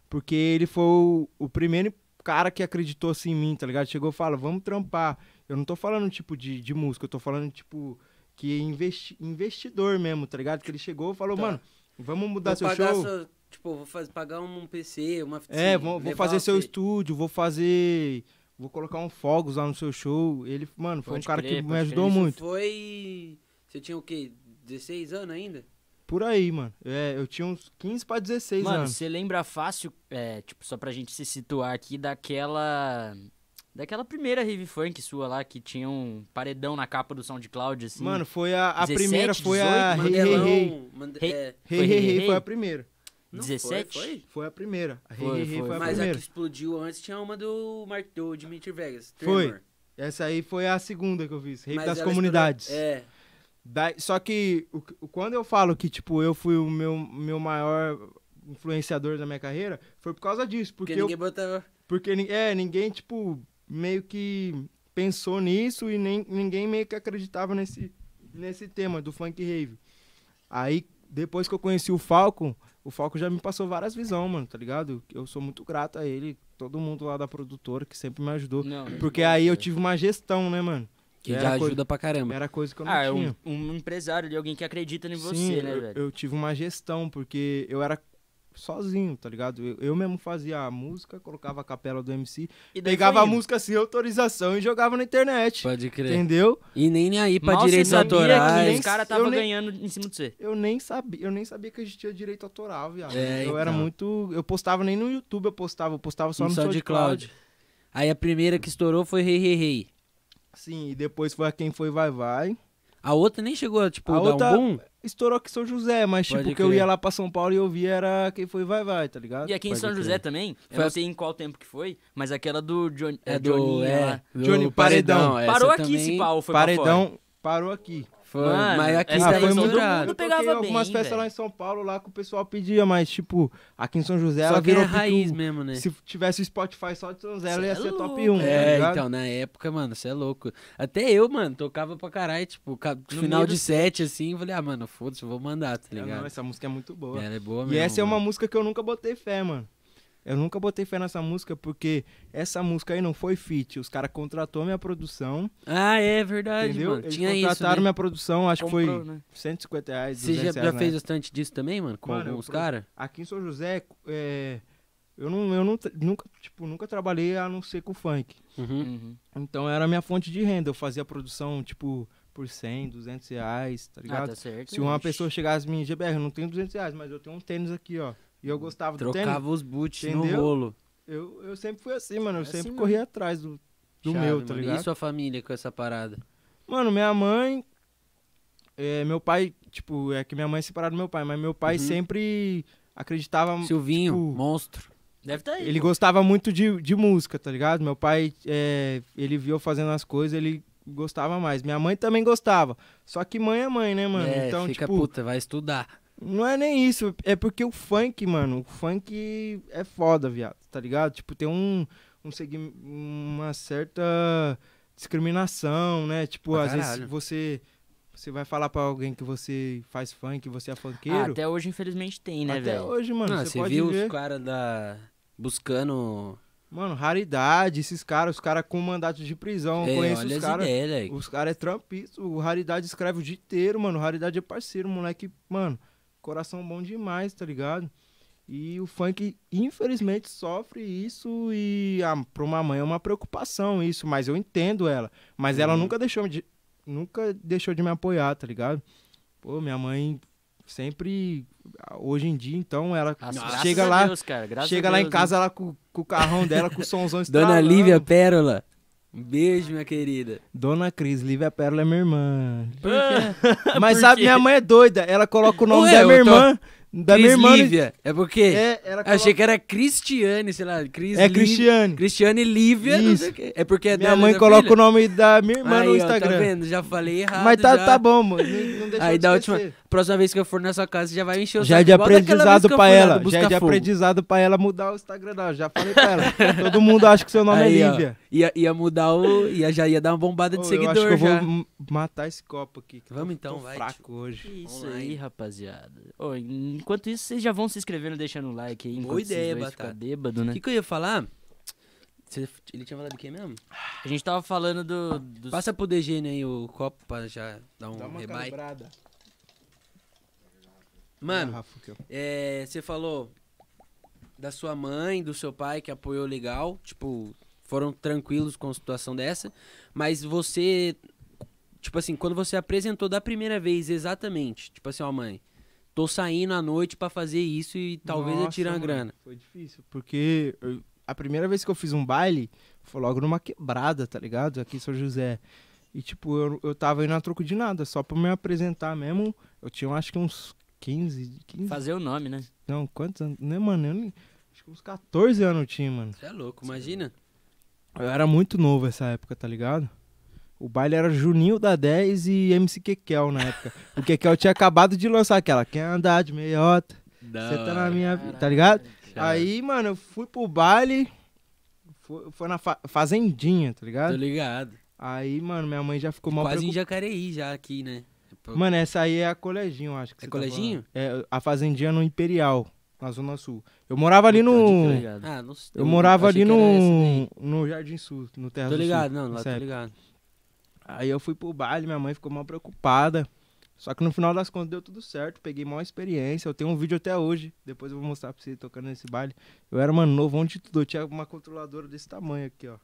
C: porque ele foi o, o primeiro cara que acreditou assim, em mim, tá ligado? Chegou e falou, vamos trampar. Eu não tô falando tipo de, de música, eu tô falando tipo que investi- investidor mesmo, tá ligado? Que ele chegou e falou,
B: Tá.
C: mano, vamos
B: Vou
C: mudar seu
B: pagar
C: show.
B: sua- tipo, vou faz- pagar um PC, uma sim,
C: É, vou, vou
B: levar
C: fazer
B: o
C: seu
B: quê?
C: estúdio, vou fazer. Vou colocar um fogos lá no seu show. Ele, mano, foi
A: Pode
C: um cara
A: crer,
C: que me
A: pode
C: ajudou
A: crer.
B: Isso é
C: muito.
B: Foi. Você tinha o quê? 16 anos ainda?
C: Por aí, mano. É, eu tinha uns 15 pra 16
A: Mano,
C: anos.
A: você lembra fácil, é, tipo, só pra gente se situar aqui, daquela. Daquela primeira rave funk sua lá que tinha um paredão na capa do SoundCloud, assim.
C: Mano, foi a, a
A: 17,
C: primeira, foi a Ah, Rei Rei
B: Mandelão.
C: Rei.
B: Mande-
A: Rei-
B: é,
A: Foi
C: Rei Rei
A: Rei
C: Rei
A: Rei?
C: foi a primeira.
B: não,
A: 17?
B: Foi,
C: Foi a primeira. A Rei
A: Foi,
C: Rei Rei
A: foi.
C: foi
B: foi?
C: a
B: Mas a que
C: primeira.
B: explodiu antes tinha uma do Mark do Dimitri Vegas.
C: Foi.
B: Tremor.
C: Essa aí foi a segunda que eu fiz, Rei
B: Mas
C: das
B: ela
C: Comunidades.
B: estourou- É.
C: Daí- só que o- o- quando eu falo que, tipo, eu fui o meu, meu maior influenciador da minha carreira, foi por causa disso.
B: Porque
C: Porque, eu-
B: ninguém botava.
C: porque ni- é, ninguém, tipo, meio que pensou nisso e nem, ninguém meio que acreditava nesse, nesse tema do funk rave. Aí, depois que eu conheci o Falcon, o Falcon já me passou várias visões, mano, tá ligado? Eu sou muito grato a ele, todo mundo lá da produtora que sempre me ajudou.
A: Não,
C: Porque
A: não,
C: aí eu
A: cara.
C: tive uma gestão, né, mano?
B: Que
C: Era
B: já ajuda
C: coisa-
B: pra caramba.
C: Era coisa que eu não
A: Ah, é
C: tinha.
A: um, um empresário de alguém que acredita em você,
C: Sim,
A: né,
C: eu,
A: velho?
C: eu tive uma gestão, porque eu era sozinho, tá ligado? Eu, eu mesmo fazia a música, colocava a capela do MC,
A: E daí
C: pegava
A: foi
C: a
A: indo.
C: música sem autorização e jogava na internet.
B: Pode crer.
C: Entendeu?
B: E nem aí pra
A: Mal você
B: direitos
A: sabia que
B: autorais.
A: os caras estavam
C: Eu nem-
A: ganhando em cima de você.
C: Eu nem sabia, eu nem sabia que existia direito autoral, viado.
B: É,
C: eu era
B: então.
C: muito, eu postava nem no YouTube, eu postava, eu postava só
B: Só
C: no
B: de Cloud.
C: SoundCloud.
B: Aí a primeira que estourou foi Rei Rei Rei.
C: Sim, e depois foi a quem foi vai vai.
B: A outra nem chegou a, tipo,
C: A
B: dar
C: outra-
B: um boom.
C: Estourou aqui em São José, mas
B: Pode
C: tipo que eu
B: crer.
C: ia lá pra São Paulo e eu via era quem foi vai vai, tá ligado?
A: E aqui em
B: Pode
A: São
B: crer.
A: José também, eu
B: Foi
A: não
B: a-
A: sei em qual tempo que foi, mas aquela do Johnny.
B: É do.
A: Johnny
B: É,
A: lá.
B: do
C: Johnny Paredão. é,
B: Essa
A: Parou aqui
B: também
A: esse pau, foi pra fora.
C: Paredão parou aqui. Ah,
B: Foi,
A: Mano,
B: mas aqui
A: essa
B: tá
A: daí todo
B: estourado.
A: mundo
C: Eu toquei
A: pegava
C: algumas
A: bem,
C: festas
A: velho.
C: lá em São Paulo, lá que o pessoal pedia, mas, tipo, aqui em São José
B: Só
C: ela
B: que
C: virou
B: é raiz
C: pitu.
B: mesmo, né?
C: Se tivesse o Spotify só de São José, ela
A: Cê
C: ia
A: é
C: ser top
A: louco,
C: 1, tá
B: É,
C: ligado?
B: então, na época, mano, você é louco. Até eu, mano, tocava pra caralho, tipo, ca-
A: No
B: final
A: meio
B: de
A: do-
B: sete, assim, falei, ah, mano, foda-se, eu vou mandar, tá
C: Ah, não,
B: ligado?
C: essa música é muito boa.
B: Ela é boa mesmo.
C: e essa é uma
B: mano.
C: música que eu nunca botei fé, mano. Eu nunca botei fé nessa música, porque essa música aí não foi feat. Os caras contratou minha produção,
B: Ah, é verdade,
C: entendeu?
B: mano.
C: Eles
B: Tinha isso,
C: contrataram
B: né?
C: minha produção, acho que
A: Comprou,
C: foi
A: né?
C: 150 reais,
B: Você
C: 200
B: já,
C: reais
B: já
C: na
B: fez bastante disso também, mano, com
C: né? Mano, eu
B: alguns
C: pro-
B: caras?
C: Aqui em São José, é, eu, não, eu não, tra- nunca, tipo, nunca trabalhei a não ser com funk.
B: Uhum.
A: Uhum.
C: Então era a minha fonte de renda. Eu fazia produção, tipo, por 100, 200 reais,
A: Ah,
C: tá ligado?
A: tá certo.
C: Se uma
A: Ixi.
C: pessoa chegasse e me GBR, eu não tenho 200 reais, mas eu tenho um tênis aqui, ó. E eu gostava do tênis.
B: Trocava os boots no
C: Entendeu?
B: rolo.
C: Eu, eu sempre fui assim, mano. Eu
A: É assim
C: sempre
A: mesmo.
C: corria atrás do, do
B: Chave,
C: meu, tá
B: mano.
C: ligado?
B: E sua família com essa parada?
C: Mano, minha mãe. é, meu pai, tipo, é que minha mãe é separada do meu pai, mas meu pai
B: Uhum.
C: sempre acreditava.
B: Silvinho,
C: tipo,
B: monstro.
A: Deve tá aí.
C: Ele gostava muito de, de música, tá ligado? Meu pai, é, ele viu eu fazendo as coisas, ele gostava mais. Minha mãe também gostava. Só que mãe é mãe, né, mano?
B: é,
C: então,
B: fica
C: tipo,
B: puta, vai estudar.
C: não é nem isso. É porque o funk, mano, o funk é foda, viado, tá ligado? Tipo, tem um, um segui- uma certa discriminação, né? Tipo,
B: Pra
C: às
B: caralho.
C: vezes você, você vai falar pra alguém que você faz funk, você é
A: Ah,
C: funkeiro.
A: até hoje, infelizmente, tem, né,
C: Até
A: velho?
C: hoje, mano,
B: Ah,
C: você
B: você
C: pode
B: viu
C: ver.
B: os caras da... Buscando...
C: Mano, raridade, esses caras, os caras com mandato de prisão, eu
B: É,
C: conheço
B: olha
C: os
B: as
C: caras.
B: ideias, velho.
C: Os caras é trampista, o Raridade escreve o dia inteiro, mano. O Raridade é parceiro, moleque, mano, coração bom demais, tá ligado? E o funk, infelizmente, sofre isso e ah, pra uma mãe é uma preocupação isso, mas eu entendo ela. Mas ela
B: Uhum.
C: nunca deixou de, nunca deixou de me apoiar, tá ligado? Pô, minha mãe sempre, hoje em dia, então, ela
A: Nossa,
C: chega
A: Ah, graças a
C: lá,
A: Deus, cara, graças
C: chega
A: a
C: lá em
A: Deus,
C: casa, ela com, com o carrão dela, com o somzão
B: (laughs) Dona
C: estralando.
B: Lívia Pérola. Um beijo, minha querida.
C: Dona Cris, Lívia Pérola é minha irmã.
A: né?
C: Mas
A: Por
C: (laughs) sabe,
A: quê?
B: (laughs)
C: minha mãe é doida. Ela coloca o nome
B: Ué,
C: da
B: eu
C: minha
B: tô-
C: irmã Da
B: Cris
C: minha irmã. né?
B: Lívia. É porque.
C: É, ela coloca-
B: Achei que era Cristiane, sei lá. Cris
C: É
B: Lí-
C: Cristiane.
B: Cristiane Lívia. não sei o quê. É porque é
C: Minha
B: dela,
C: mãe
B: da
C: coloca
B: filha.
C: o nome da minha irmã
B: Aí,
C: no
B: ó, Tá
C: Instagram.
B: vendo? Já falei errado.
C: Mas tá,
B: já.
C: tá bom, mano. Não,
B: (laughs)
C: não deixa eu
B: Aí da
C: esquecer.
B: última, próxima vez que eu for na sua casa, você já vai encher o
C: Já é
B: saco,
C: de
B: igual daquela vez
C: aprendizado
B: que eu
C: pra
B: fui lá do
C: ela. Já é de
B: Busca Fogo.
C: aprendizado pra ela mudar o Instagram dela. Já falei
B: (laughs)
C: pra ela. Todo mundo acha que seu nome
B: Aí,
C: é
B: ó,
C: Lívia.
B: ia, ia mudar o. Ia, já ia dar uma bombada de
C: Ô, eu
B: seguidor
C: acho que eu vou
B: já.
C: m- matar esse copo aqui. que
B: Vamos
C: eu
B: então,
C: tô
B: vai,
C: fraco hoje.
A: Isso
B: Online.
A: aí, rapaziada. Ô, enquanto isso, vocês já vão se inscrevendo, deixando o like aí.
B: Boa
A: enquanto
B: ideia,
A: vocês dois
B: Batata.
A: ficam bêbado,
B: O
A: né?
B: que, que eu ia falar? Você- ele tinha falado de quem mesmo?
A: A gente tava falando do. dos-
B: Passa pro DGN aí o copo pra já dar um
C: Dá uma
B: rebai.
C: calibrada.
B: Mano,
C: Garrafa aqui, ó.
B: é, você falou da sua mãe, do seu pai que apoiou legal, tipo, foram tranquilos com a situação dessa, mas você tipo assim, quando você apresentou da primeira vez exatamente, tipo assim, ó, mãe, tô saindo à noite pra fazer isso e talvez eu
C: Nossa,
B: tire uma
C: mano,
B: grana.
C: Foi difícil, porque eu- a primeira vez que eu fiz um baile foi logo numa quebrada, tá ligado? Aqui em São José. E, tipo, eu, eu tava indo a troco de nada, só pra me apresentar mesmo. Eu tinha, acho que uns 15, 15
A: Fazer o nome, né?
C: não, quantos anos? Né, mano? Eu nem- acho que uns 14 anos eu tinha, mano.
B: Você é louco, imagina.
C: Eu era muito novo essa época, tá ligado? O baile era Juninho da 10 e MC Kekel na época. o Kekel tinha acabado de lançar aquela. Quer andar de meiota? Você tá na minha vida, tá ligado? Aí, mano, eu fui pro baile. Foi, foi na fa- fazendinha, tá
B: Tô
C: ligado?
B: ligado.
C: Aí, mano, minha mãe já ficou mal
B: Quase em
C: preocupada.
B: Jacareí já aqui, né? Pô,
C: Mano, essa aí é a Coleginho, eu acho que
B: É
C: você tá
B: Coleginho?
C: falando. É, a fazendinha no Imperial, na Zona Sul. Eu morava ali
A: Tô
C: no...
A: ligado.
B: Ah, não sei.
C: Eu morava
B: achei
C: ali
B: que era essa daí.
C: no, no Jardim Sul, no Terra
B: Tô
C: do Sul,
B: ligado, não, lá
C: nessa
B: tô
C: época.
B: ligado.
C: Aí eu fui pro baile, minha mãe ficou mal preocupada. Só que no final das contas deu tudo certo, peguei maior experiência. Eu tenho um vídeo até hoje, depois eu vou mostrar pra você tocando nesse baile. Eu era, mano, novo onde tudo. Eu tinha uma controladora desse tamanho aqui, ó.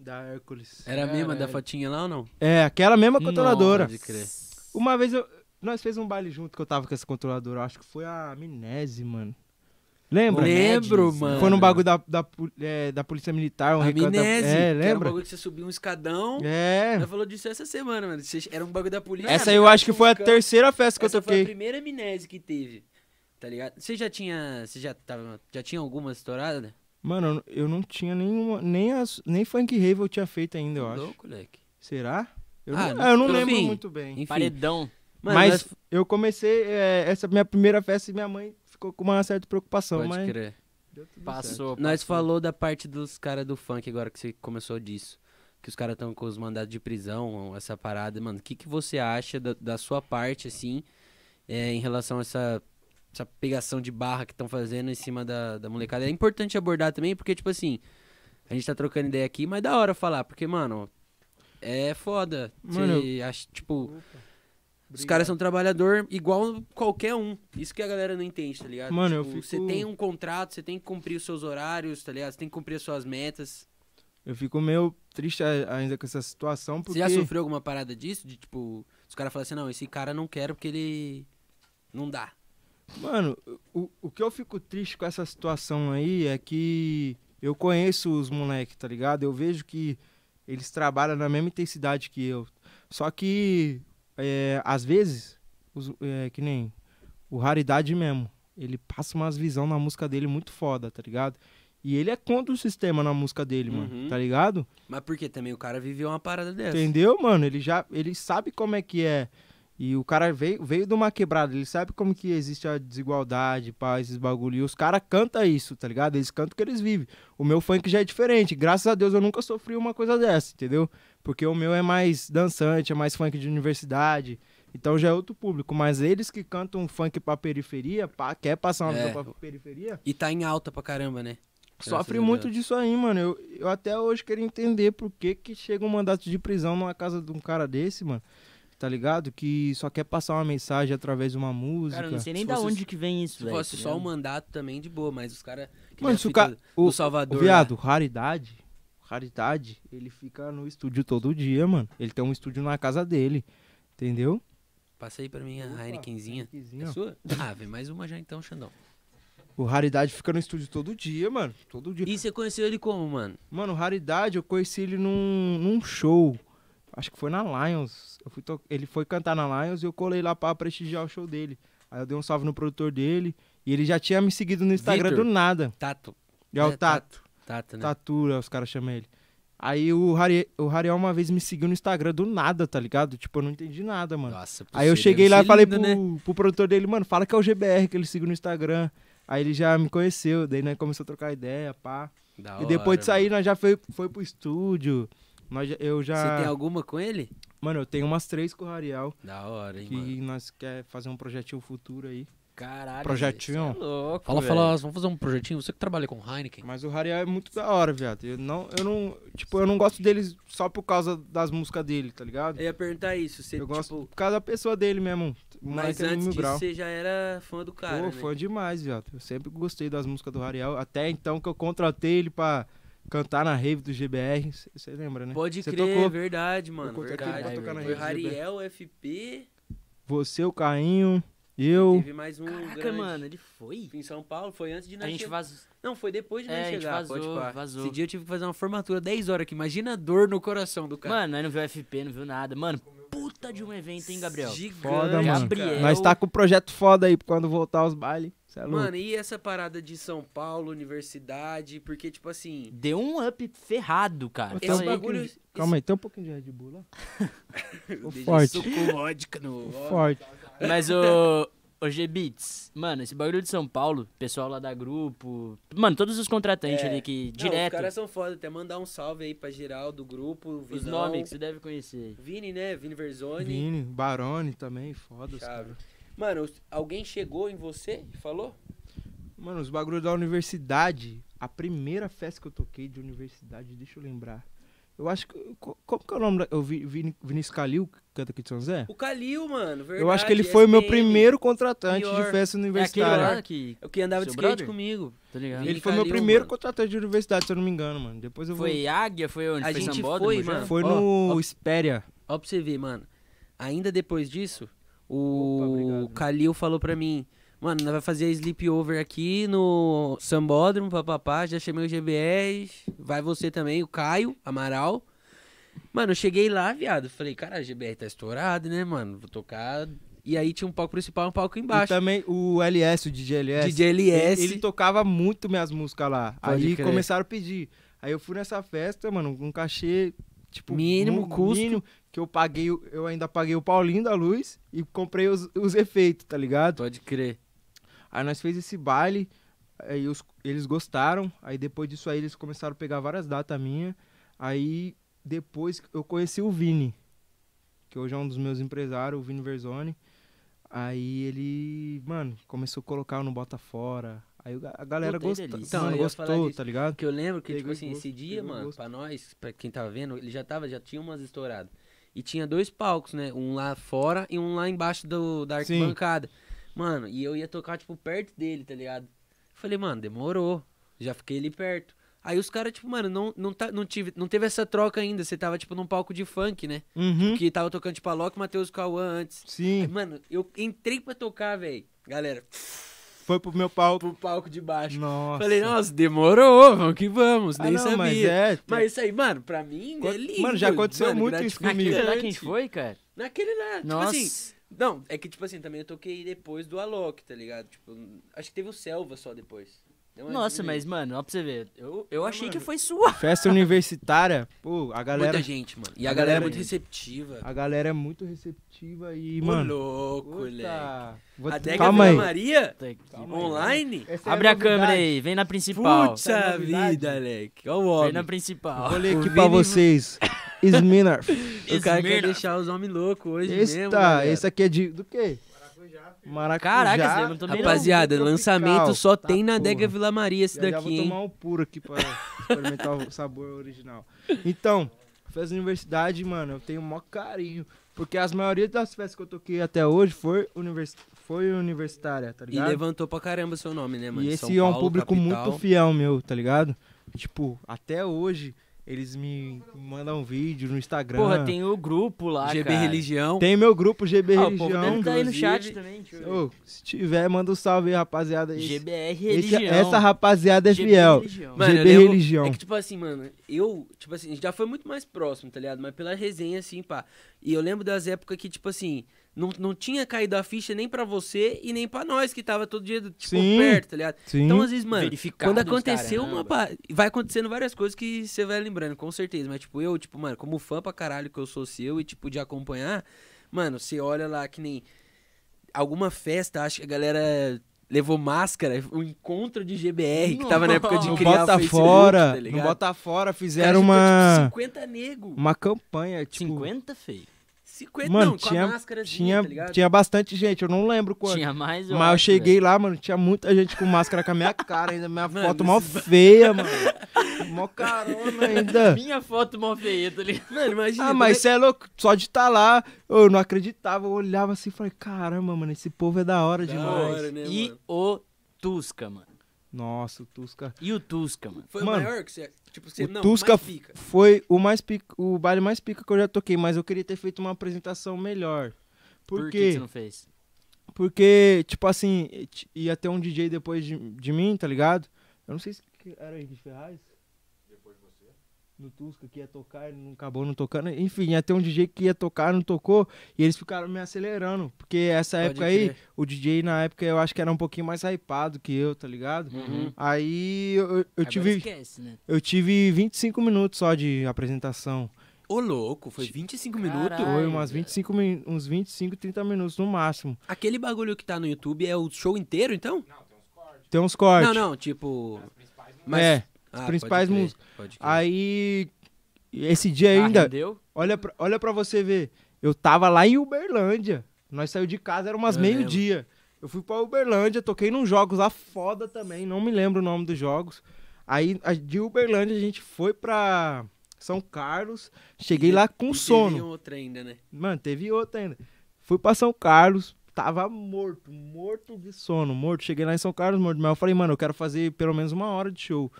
C: Da Hércules.
B: Era a mesma da
A: Caralho.
B: fotinha lá ou não?
C: É, aquela mesma controladora.
B: Pode crer.
C: Uma vez eu. Nós fez um baile junto que eu tava com essa controladora. eu Acho que foi a Amnese, mano. Lembra?
B: Lembro,
A: Médios, né?
B: mano.
C: Foi num bagulho da, da, pol- é, da Polícia Militar, um recanto da-
B: Amnese.
C: É,
B: Que era um
C: lembra?
B: bagulho que você subiu um escadão.
C: É.
B: Ela falou disso essa semana, mano. Você- Era um bagulho da polícia.
C: Essa eu acho que foi a
B: terceira
C: terceira festa que eu
B: Essa foi a
C: toquei.
B: primeira amnese que teve. Tá ligado? Você já tinha. Você já tava. Já tinha alguma estourada?
C: Mano, eu não tinha nenhuma. Nem, as, nem funk rave eu tinha feito ainda, eu acho.
B: é Louco, moleque.
C: Será? Eu
B: Ah,
C: não, ah, eu não
B: pelo
C: lembro
B: fim.
C: muito bem.
B: Enfim.
A: Um Paredão.
B: Mano,
C: mas
B: nós-
C: eu comecei é, essa minha primeira festa e minha mãe ficou com uma certa preocupação,
B: Pode
C: mas.
B: crer.
C: deu tudo certo.
A: Passou.
B: Nós
A: passou.
B: falou da parte dos caras do funk agora que você começou disso. Que os caras estão com os mandados de prisão, essa parada. Mano, o que, que você acha da, da sua parte, assim, é, em relação a essa, essa pegação de barra que estão fazendo em cima da, da molecada? É importante abordar também, porque, tipo assim, a gente tá trocando ideia aqui, mas da hora falar, porque, mano, é foda.
C: Mano,
B: Você acha, tipo. Os caras são trabalhador igual qualquer um. Isso que a galera não entende, tá ligado?
C: Mano, eu
B: Tipo,
C: fico-
B: Você tem um contrato, você tem que cumprir os seus horários, tá ligado? Você tem que cumprir as suas metas.
C: Eu fico meio triste a- ainda com essa situação, porque.
B: Você já sofreu alguma parada disso? De tipo, os caras falam assim, não, esse cara não quero porque ele. Não dá.
C: Mano, o, o que eu fico triste com essa situação aí é que eu conheço os moleques, tá ligado? Eu vejo que eles trabalham na mesma intensidade que eu. Só que, é, às vezes, os- é, que nem o Raridade mesmo, ele passa umas visão na música dele muito foda, tá ligado? E ele é contra o sistema na música dele,
B: Uhum.
C: mano, tá ligado?
B: Mas por que também o cara viveu uma parada dessa?
C: Entendeu, mano? Ele já ele sabe como é que é. E o cara veio, veio de uma quebrada, ele sabe como que existe a desigualdade, pá, esses bagulho. E os caras cantam isso, tá ligado? Eles cantam o que eles vivem. O meu funk já é diferente. Graças a Deus eu nunca sofri uma coisa dessa, entendeu? Porque o meu é mais dançante, é mais funk de universidade. Então já é outro público. Mas eles que cantam funk pra periferia, pá, quer passar uma
B: É.
C: visão pra periferia,
B: E tá em alta pra caramba, né? Graças
A: é
C: Sofre
B: a Deus.
C: muito disso aí, mano. Eu, eu até hoje queria entender por que, que chega um mandato de prisão numa casa de um cara desse, mano. Tá ligado? Que só quer passar uma mensagem através de uma música.
A: Cara, eu não sei nem
B: Se
A: da
B: fosse-
A: onde que vem isso,
B: Se
A: velho.
B: fosse
A: tá
B: só o
A: ligado?
B: mandato também, de boa, mas os caras.
C: Mano, se o cara. O,
B: O Salvador. né?
C: o viado,
A: né?
C: raridade. Raridade, ele fica no estúdio todo dia, mano. Ele tem um estúdio na casa dele. Entendeu?
B: lá. Passa aí pra mim
A: Ah,
B: a Heinekenzinha. É
C: Heinekenzinha, ó.
B: sua? Ah, vem mais uma já então, Xandão.
C: O Raridade fica no estúdio todo dia, mano. Todo dia.
B: E você conheceu ele como, mano?
C: Mano, raridade, eu conheci ele num, num show. Acho que foi na Lions. Eu fui to- Ele foi cantar na Lions e eu colei lá pra prestigiar o show dele. Aí eu dei um salve no produtor dele. E ele já tinha me seguido no Instagram
B: Vitor.
C: do nada.
B: Tato.
C: E é o
B: É,
C: Tato.
B: Tato, né?
C: Tatura, tá os caras chamam ele. Aí o, Hari, o Hariel uma vez me seguiu no Instagram do nada, tá ligado? Tipo, eu não entendi nada, mano.
B: Nossa, por
C: Aí eu
B: Ah, ser
C: cheguei lá e
B: MC
C: falei
B: lindo, né?
C: pro, pro produtor dele, mano, fala que é o GBR que ele siga no Instagram. Aí ele já me conheceu, daí nós começamos a trocar ideia, pá.
B: Da
C: e depois
B: hora,
C: de sair, nós já foi, foi pro estúdio. Nós, já- eu já.
B: mano. Você tem alguma com ele?
C: Mano, eu tenho umas três com o Hariel.
B: Da hora, hein, mano.
C: Que nós quer fazer um projetinho futuro aí.
A: Caralho.
C: Projetinho. né,
A: isso é louco,
D: Fala,
A: velho.
D: fala, vamos fazer um projetinho. Você que trabalha com Heineken.
C: Mas o Hariel é muito da hora, viado. Eu não, eu não. Tipo, eu não gosto deles só por causa das músicas dele, tá ligado?
B: Eu ia perguntar isso. É, Você,
C: Eu gosto
B: tipo,
C: por causa da pessoa dele mesmo. O
B: mas
C: moleque é
B: antes
C: mil
B: disso,
C: grau.
B: você já era fã do cara,
C: Pô,
B: né?
C: fã demais, viado. Eu sempre gostei das músicas do Ariel. Até então que eu contratei ele pra cantar na rave do GBR. Você lembra, né?
B: Pode
C: Cê
B: crer,
C: tocou.
B: verdade, mano,
C: contratei
D: ele pra
B: verdade.
D: tocar na
B: Foi
D: rede
C: do
B: Rariel, FP,
C: Você, o Cainho, eu.
B: teve mais um
A: Caraca,
B: grande
A: mano, ele foi.
B: em São Paulo, foi antes de
A: A
B: nós
A: gente
B: che-
A: vaz...
B: Não, foi depois de
A: É,
B: nós
A: a gente
B: chegar,
A: vazou,
B: pode pá.
A: vazou.
B: Esse dia eu tive que fazer uma formatura 10 horas aqui, imagina a dor no coração do cara.
A: Mano, nós não viu FP, não viu nada. Mano, puta de um evento,
B: Então,
A: hein, Gabriel?
B: Gigante,
C: Foda, mano.
A: Gabriel.
C: Nós tá com um projeto foda aí pra quando voltar aos bailes. Cê é louco.
B: Mano, e essa parada de São Paulo, universidade, porque tipo assim,
A: Deu um up ferrado, cara.
C: Esse
A: Fala
B: esse
A: aí.
B: bagulho...
C: Então, Calma aí, tem um pouquinho de Red Bull lá.
B: (laughs) esse...
C: o forte.
B: Suco vodka no...
C: Forte.
A: Mas
B: (laughs)
A: o. Ô, G-Beats, mano, esse bagulho de São Paulo, pessoal lá da grupo. Mano, todos os contratantes
B: É.
A: ali que.
B: Não,
A: direto.
B: os caras são foda, até mandar um salve aí pra geral do grupo, o
A: os
B: Vinão.
A: nomes que você deve conhecer. É
B: Vini, né? Vini Verzoni.
C: Vini, Barone também, foda. os
B: Chave.
C: caras.
B: Mano, os- alguém chegou em você e falou?
C: Mano, os bagulhos da universidade. A primeira festa que eu toquei de universidade, deixa eu lembrar. Eu acho que. co- Como que é o nome da. Eu vi Vini- Vinícius Calil, que canta aqui de São José?
B: O Calil, mano. Verdade,
C: eu acho que ele foi o meu
B: SPM.
C: primeiro contratante
B: Pior.
C: de festa
A: É aquele lá
C: universitária.
A: que.
B: É O que andava
A: Seu
B: de skate
A: brother?
B: comigo.
A: Tá ligado?
B: Vini
C: ele foi meu
B: Calil,
C: primeiro
B: mano.
C: contratante de universidade, se eu não me engano, mano. Depois eu vou.
A: Foi Águia, foi onde?
B: A
A: foi
B: gente
A: Sambódromo
B: foi,
A: já?
B: mano.
C: Foi
B: Ó,
C: no
B: ó.
C: Espéria.
B: Ó pra você ver, mano. Ainda depois disso,
C: Opa,
B: o
C: obrigado.
B: Calil falou pra mim... Mano, nós vai fazer sleepover aqui no Sambódromo, papapá. Já chamei o GBR. Vai você também, o Caio Amaral. Mano, eu cheguei lá, viado. Falei, cara, o GBR tá estourado, né, mano? Vou tocar. E aí tinha um palco principal e um palco
C: E
B: embaixo.
C: também o LS, o DJ LS.
B: DJ LS.
C: Ele, ele tocava muito minhas músicas lá.
B: Pode
C: aí
B: crer.
C: começaram a pedir. Aí eu fui nessa festa, mano, com um cachê, tipo,
B: Mínimo,
C: mu-
B: custo.
C: que eu paguei, o- eu ainda paguei o Paulinho da Luz e comprei os, os efeitos, tá ligado?
B: Pode crer.
C: Aí nós fez esse baile, aí os- eles gostaram. Aí depois disso aí eles começaram a pegar várias datas minha. Aí depois eu conheci o Vini, que hoje é um dos meus empresários, o Vini Verzoni. Aí ele, mano, começou a colocar eu no Bota Fora. Aí o ga- a galera
A: Puta,
C: gostou,
A: aí delícia.
C: mano,
B: Então, eu ia falar
C: gostou
B: disso.
C: tá ligado?
B: Porque eu lembro que, tipo
C: Pegou
B: assim,
C: gosto,
B: esse dia,
C: pegou
B: mano,
C: gosto.
B: pra nós, pra quem tava vendo, ele já tava, já tinha umas estouradas. E tinha dois palcos, né? Um lá fora e um lá embaixo do, da
C: Sim.
B: arquibancada. Mano, e eu ia tocar, tipo, perto dele, tá ligado? Falei, mano, demorou. Já fiquei ali perto. Aí os caras, tipo, mano, não, não, tá, não, tive, não teve essa troca ainda. Você tava, tipo, num palco de funk, né?
C: Uhum.
B: Que tava tocando, tipo, a Loki e Matheus Cauã antes. Aí,
C: Sim,
B: Mano, eu entrei pra tocar, velho. Galera,
C: foi pro meu palco.
B: pro palco de baixo.
C: Nossa.
B: Falei, nossa, demorou, vamos que vamos,
C: Ah,
B: nem
C: não,
B: sabia.
C: mas
B: Mas,
C: é, tem-
B: isso aí, mano, pra mim
C: Quando-
B: é lindo.
C: Mano, já aconteceu
B: mano, tipo,
C: muito isso
B: gratificante.
A: Aquele
C: comigo.
A: lá que a gente foi, cara?
B: Naquele lá, tipo
A: Nossa.
B: assim... Não, é que tipo assim, também eu toquei depois do Alok, tá ligado? Tipo, acho que teve o Selva só depois. é Deu uma
A: Nossa,
B: diminuída.
A: mas, mano, ó pra você ver. Eu, eu
C: Ah,
A: achei que
C: mano.
A: foi sua.
C: Festa universitária, pô, a galera,
B: Muita gente, mano. E
C: a
B: a,
C: galera
B: galera é muito
C: é-
B: receptiva.
C: a galera é muito receptiva e,
B: Ô,
C: mano,
B: louco,
C: Puta.
B: moleque.
C: Vou
B: A
C: te-
B: Dega
C: Calma aí.
B: Vila Maria,
A: Puta que-
B: online?
C: Essa é
A: Abre a
C: novidade.
A: câmera aí, vem na principal.
B: Putz,
C: Essa é a
B: a
C: novidade.
B: vida, moleque. Olha o
A: Vem
B: homem.
A: na principal.
C: Vou ler
B: O
C: aqui
B: Vini
C: pra
B: vai-
A: (laughs)
C: vocês. Sminar.
B: O cara quer
A: Esmerna.
B: deixar os homens loucos hoje mesmo,
C: Eita,
B: galera.
C: esse aqui é de. Do quê? Maracujá.
A: Caraca, esse eu não tô nem
B: Rapaziada,
C: Tropical.
B: lançamento só
C: Tá,
B: tem na
C: porra.
B: Dega Vila Maria esse
C: Já, já
B: daqui,
C: vou
B: hein?
C: tomar um puro aqui (laughs) pra experimentar o sabor original. Então, festa de universidade, mano, eu tenho o maior carinho. Porque as maioria das festas que eu toquei até hoje foi, univers... foi universitária, tá
B: E
C: ligado?
B: levantou pra caramba seu nome, né, mano?
C: E
B: São
C: esse é um
B: Paulo,
C: público
B: capital.
C: muito fiel meu, tá ligado? Tipo, até hoje eles me mandam um vídeo no Instagram.
A: Porra, tem o grupo lá,
B: GB
A: cara.
B: Religião.
C: Tem meu grupo GB
A: Ah, o povo deve
B: tá
C: Religião.
A: estar aí no chat
B: inclusive.
A: também. deixa eu ver.
C: Ô, se tiver, manda um salve aí, rapaziada. Esse-
A: GBR
C: esse-
A: Religião.
C: essa rapaziada é
A: GB
C: fiel.
A: Religião.
B: Mano, eu
C: GB
B: lembro-
C: Religião.
B: É que, tipo assim, mano, eu, tipo assim, já foi muito mais próximo, tá ligado? Mas pela resenha, assim, pá. E eu lembro das épocas que, tipo assim, não, não tinha caído a ficha nem pra você e nem pra nós, que tava todo dia, tipo,
C: Sim.
B: perto, tá ligado?
C: Sim.
B: Então, às vezes, mano,
A: Verificados,
B: quando aconteceu uma...
A: caramba.
B: pa- Vai acontecendo várias coisas que você vai lembrando, com certeza. Mas, tipo, eu, tipo, mano, como fã pra caralho que eu sou seu e, tipo, de acompanhar, mano, você olha lá que nem alguma festa, acho que a galera... Levou máscara, um encontro de GBR que tava na época de
A: Não.
C: no
B: criar
C: Bota
B: Facebook,
C: Fora,
B: tá
C: no
B: ligado?
C: Bota Fora
B: Cara,
C: fizeram
B: juntou,
C: uma,
B: Tipo, 50 nego.
C: uma campanha, tipo...
A: 50, feio.
B: 50
C: Mano,
B: não,
C: tinha,
B: com a máscara,
C: tinha,
B: tá ligado?
C: tinha bastante gente, eu não lembro quanto.
A: Tinha mais, né?
C: Mas eu
A: acho,
C: cheguei lá, mano, tinha muita gente com máscara com a minha cara ainda, minha
B: Mano,
C: foto mó
B: esse-
C: feia, mano. Mó carona
A: velho.
C: ainda.
A: Minha foto mó feia, tá ligado? (laughs)
B: Mano, imagina.
C: Ah,
B: como
C: mas
B: é-
C: você é louco, só de estar lá, eu não acreditava, eu olhava assim e falei, caramba, mano, esse povo é da hora
B: Da
C: demais.
B: hora, né,
A: e
B: mano?
A: o Tusca, mano.
C: Nossa, o Tusca.
A: E o Tusca, mano.
B: Foi
C: Mano,
B: o maior que você. Tipo, você
C: o
B: não,
C: Tusca
B: mais pica.
C: foi o mais pica, o baile mais pica que eu já toquei, mas eu queria ter feito uma apresentação melhor. Por,
A: Por que
C: quê?
A: você não fez?
C: Porque, tipo assim, t- ia ter um DJ depois de, de mim, tá ligado? Eu não sei se que era Henrique Ferraz. Depois de você. No Tusca que ia tocar, ele não acabou não tocando. Enfim, ia ter um DJ que ia tocar, não tocou. E eles ficaram me acelerando. Porque essa
B: Pode
C: época aí,
B: crer.
C: o DJ na época eu acho que era um pouquinho mais hypado que eu, tá ligado?
B: Uhum.
C: Aí eu, eu- eu
A: Agora
C: tive,
A: esquece, né?
C: eu tive 25 minutos só de apresentação.
B: Ô, louco, foi 25
A: Caralho.
B: minutos.
C: Foi umas 25, min- uns 25, 30 minutos no máximo.
B: Aquele bagulho que tá no YouTube é o show inteiro, então?
C: Tem uns cortes.
B: Não, não, tipo. Mas...
C: É.
B: Ah,
C: as
B: pode
C: principais
B: crer,
C: músicas.
B: Pode crer.
C: Aí, esse dia
A: Ah,
C: ainda,
A: rendeu?
C: olha pra, olha pra você ver, eu tava lá em Uberlândia. Nós saímos de casa, era umas
B: Eu
C: meio-dia. Eu fui pra Uberlândia, toquei nos jogos lá foda também, não me lembro o nome dos jogos. Aí, a- de Uberlândia, a gente foi pra São Carlos, cheguei lá
B: E
C: com
B: teve
C: sono.
B: outra ainda, né?
C: Mano, teve outra ainda. Fui pra São Carlos, tava morto, morto de sono, morto. Cheguei lá em São Carlos, morto. Mas eu falei, mano, eu quero fazer pelo menos uma hora de show.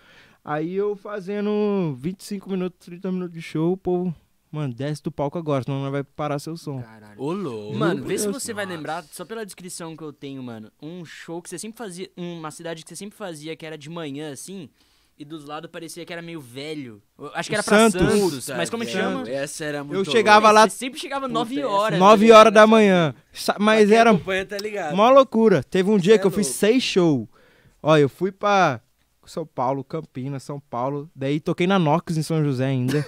C: Aí eu fazendo 25 minutos, 30 minutos de show, o povo, mano, desce do palco agora, senão não vai parar seu som.
A: Caralho.
B: Ô, louco.
A: Mano, vê se
B: Nossa.
A: você vai lembrar, só pela descrição que eu tenho, mano, um show que você sempre fazia, uma cidade que você sempre fazia que era de manhã, assim, e dos lados parecia que era meio velho. Eu Acho que era pra
C: Santos.
A: Santos,
B: Puta,
A: mas como é que
B: velho,
A: chama?
B: tá Essa era muito
C: Eu chegava lá
A: Você sempre chegava
B: Puta,
A: 9
B: essa-
A: horas. tá
C: 9
A: ligado?
C: horas da manhã. Sa- Mas
B: Quem
C: era é
B: acompanha tá ligado.
C: uma loucura. Teve um
A: é
C: dia que eu fiz
B: louco.
C: seis shows. Ó, eu fui pra São Paulo, Campinas, São Paulo. Daí toquei na Nox em São
A: (laughs)
C: José ainda.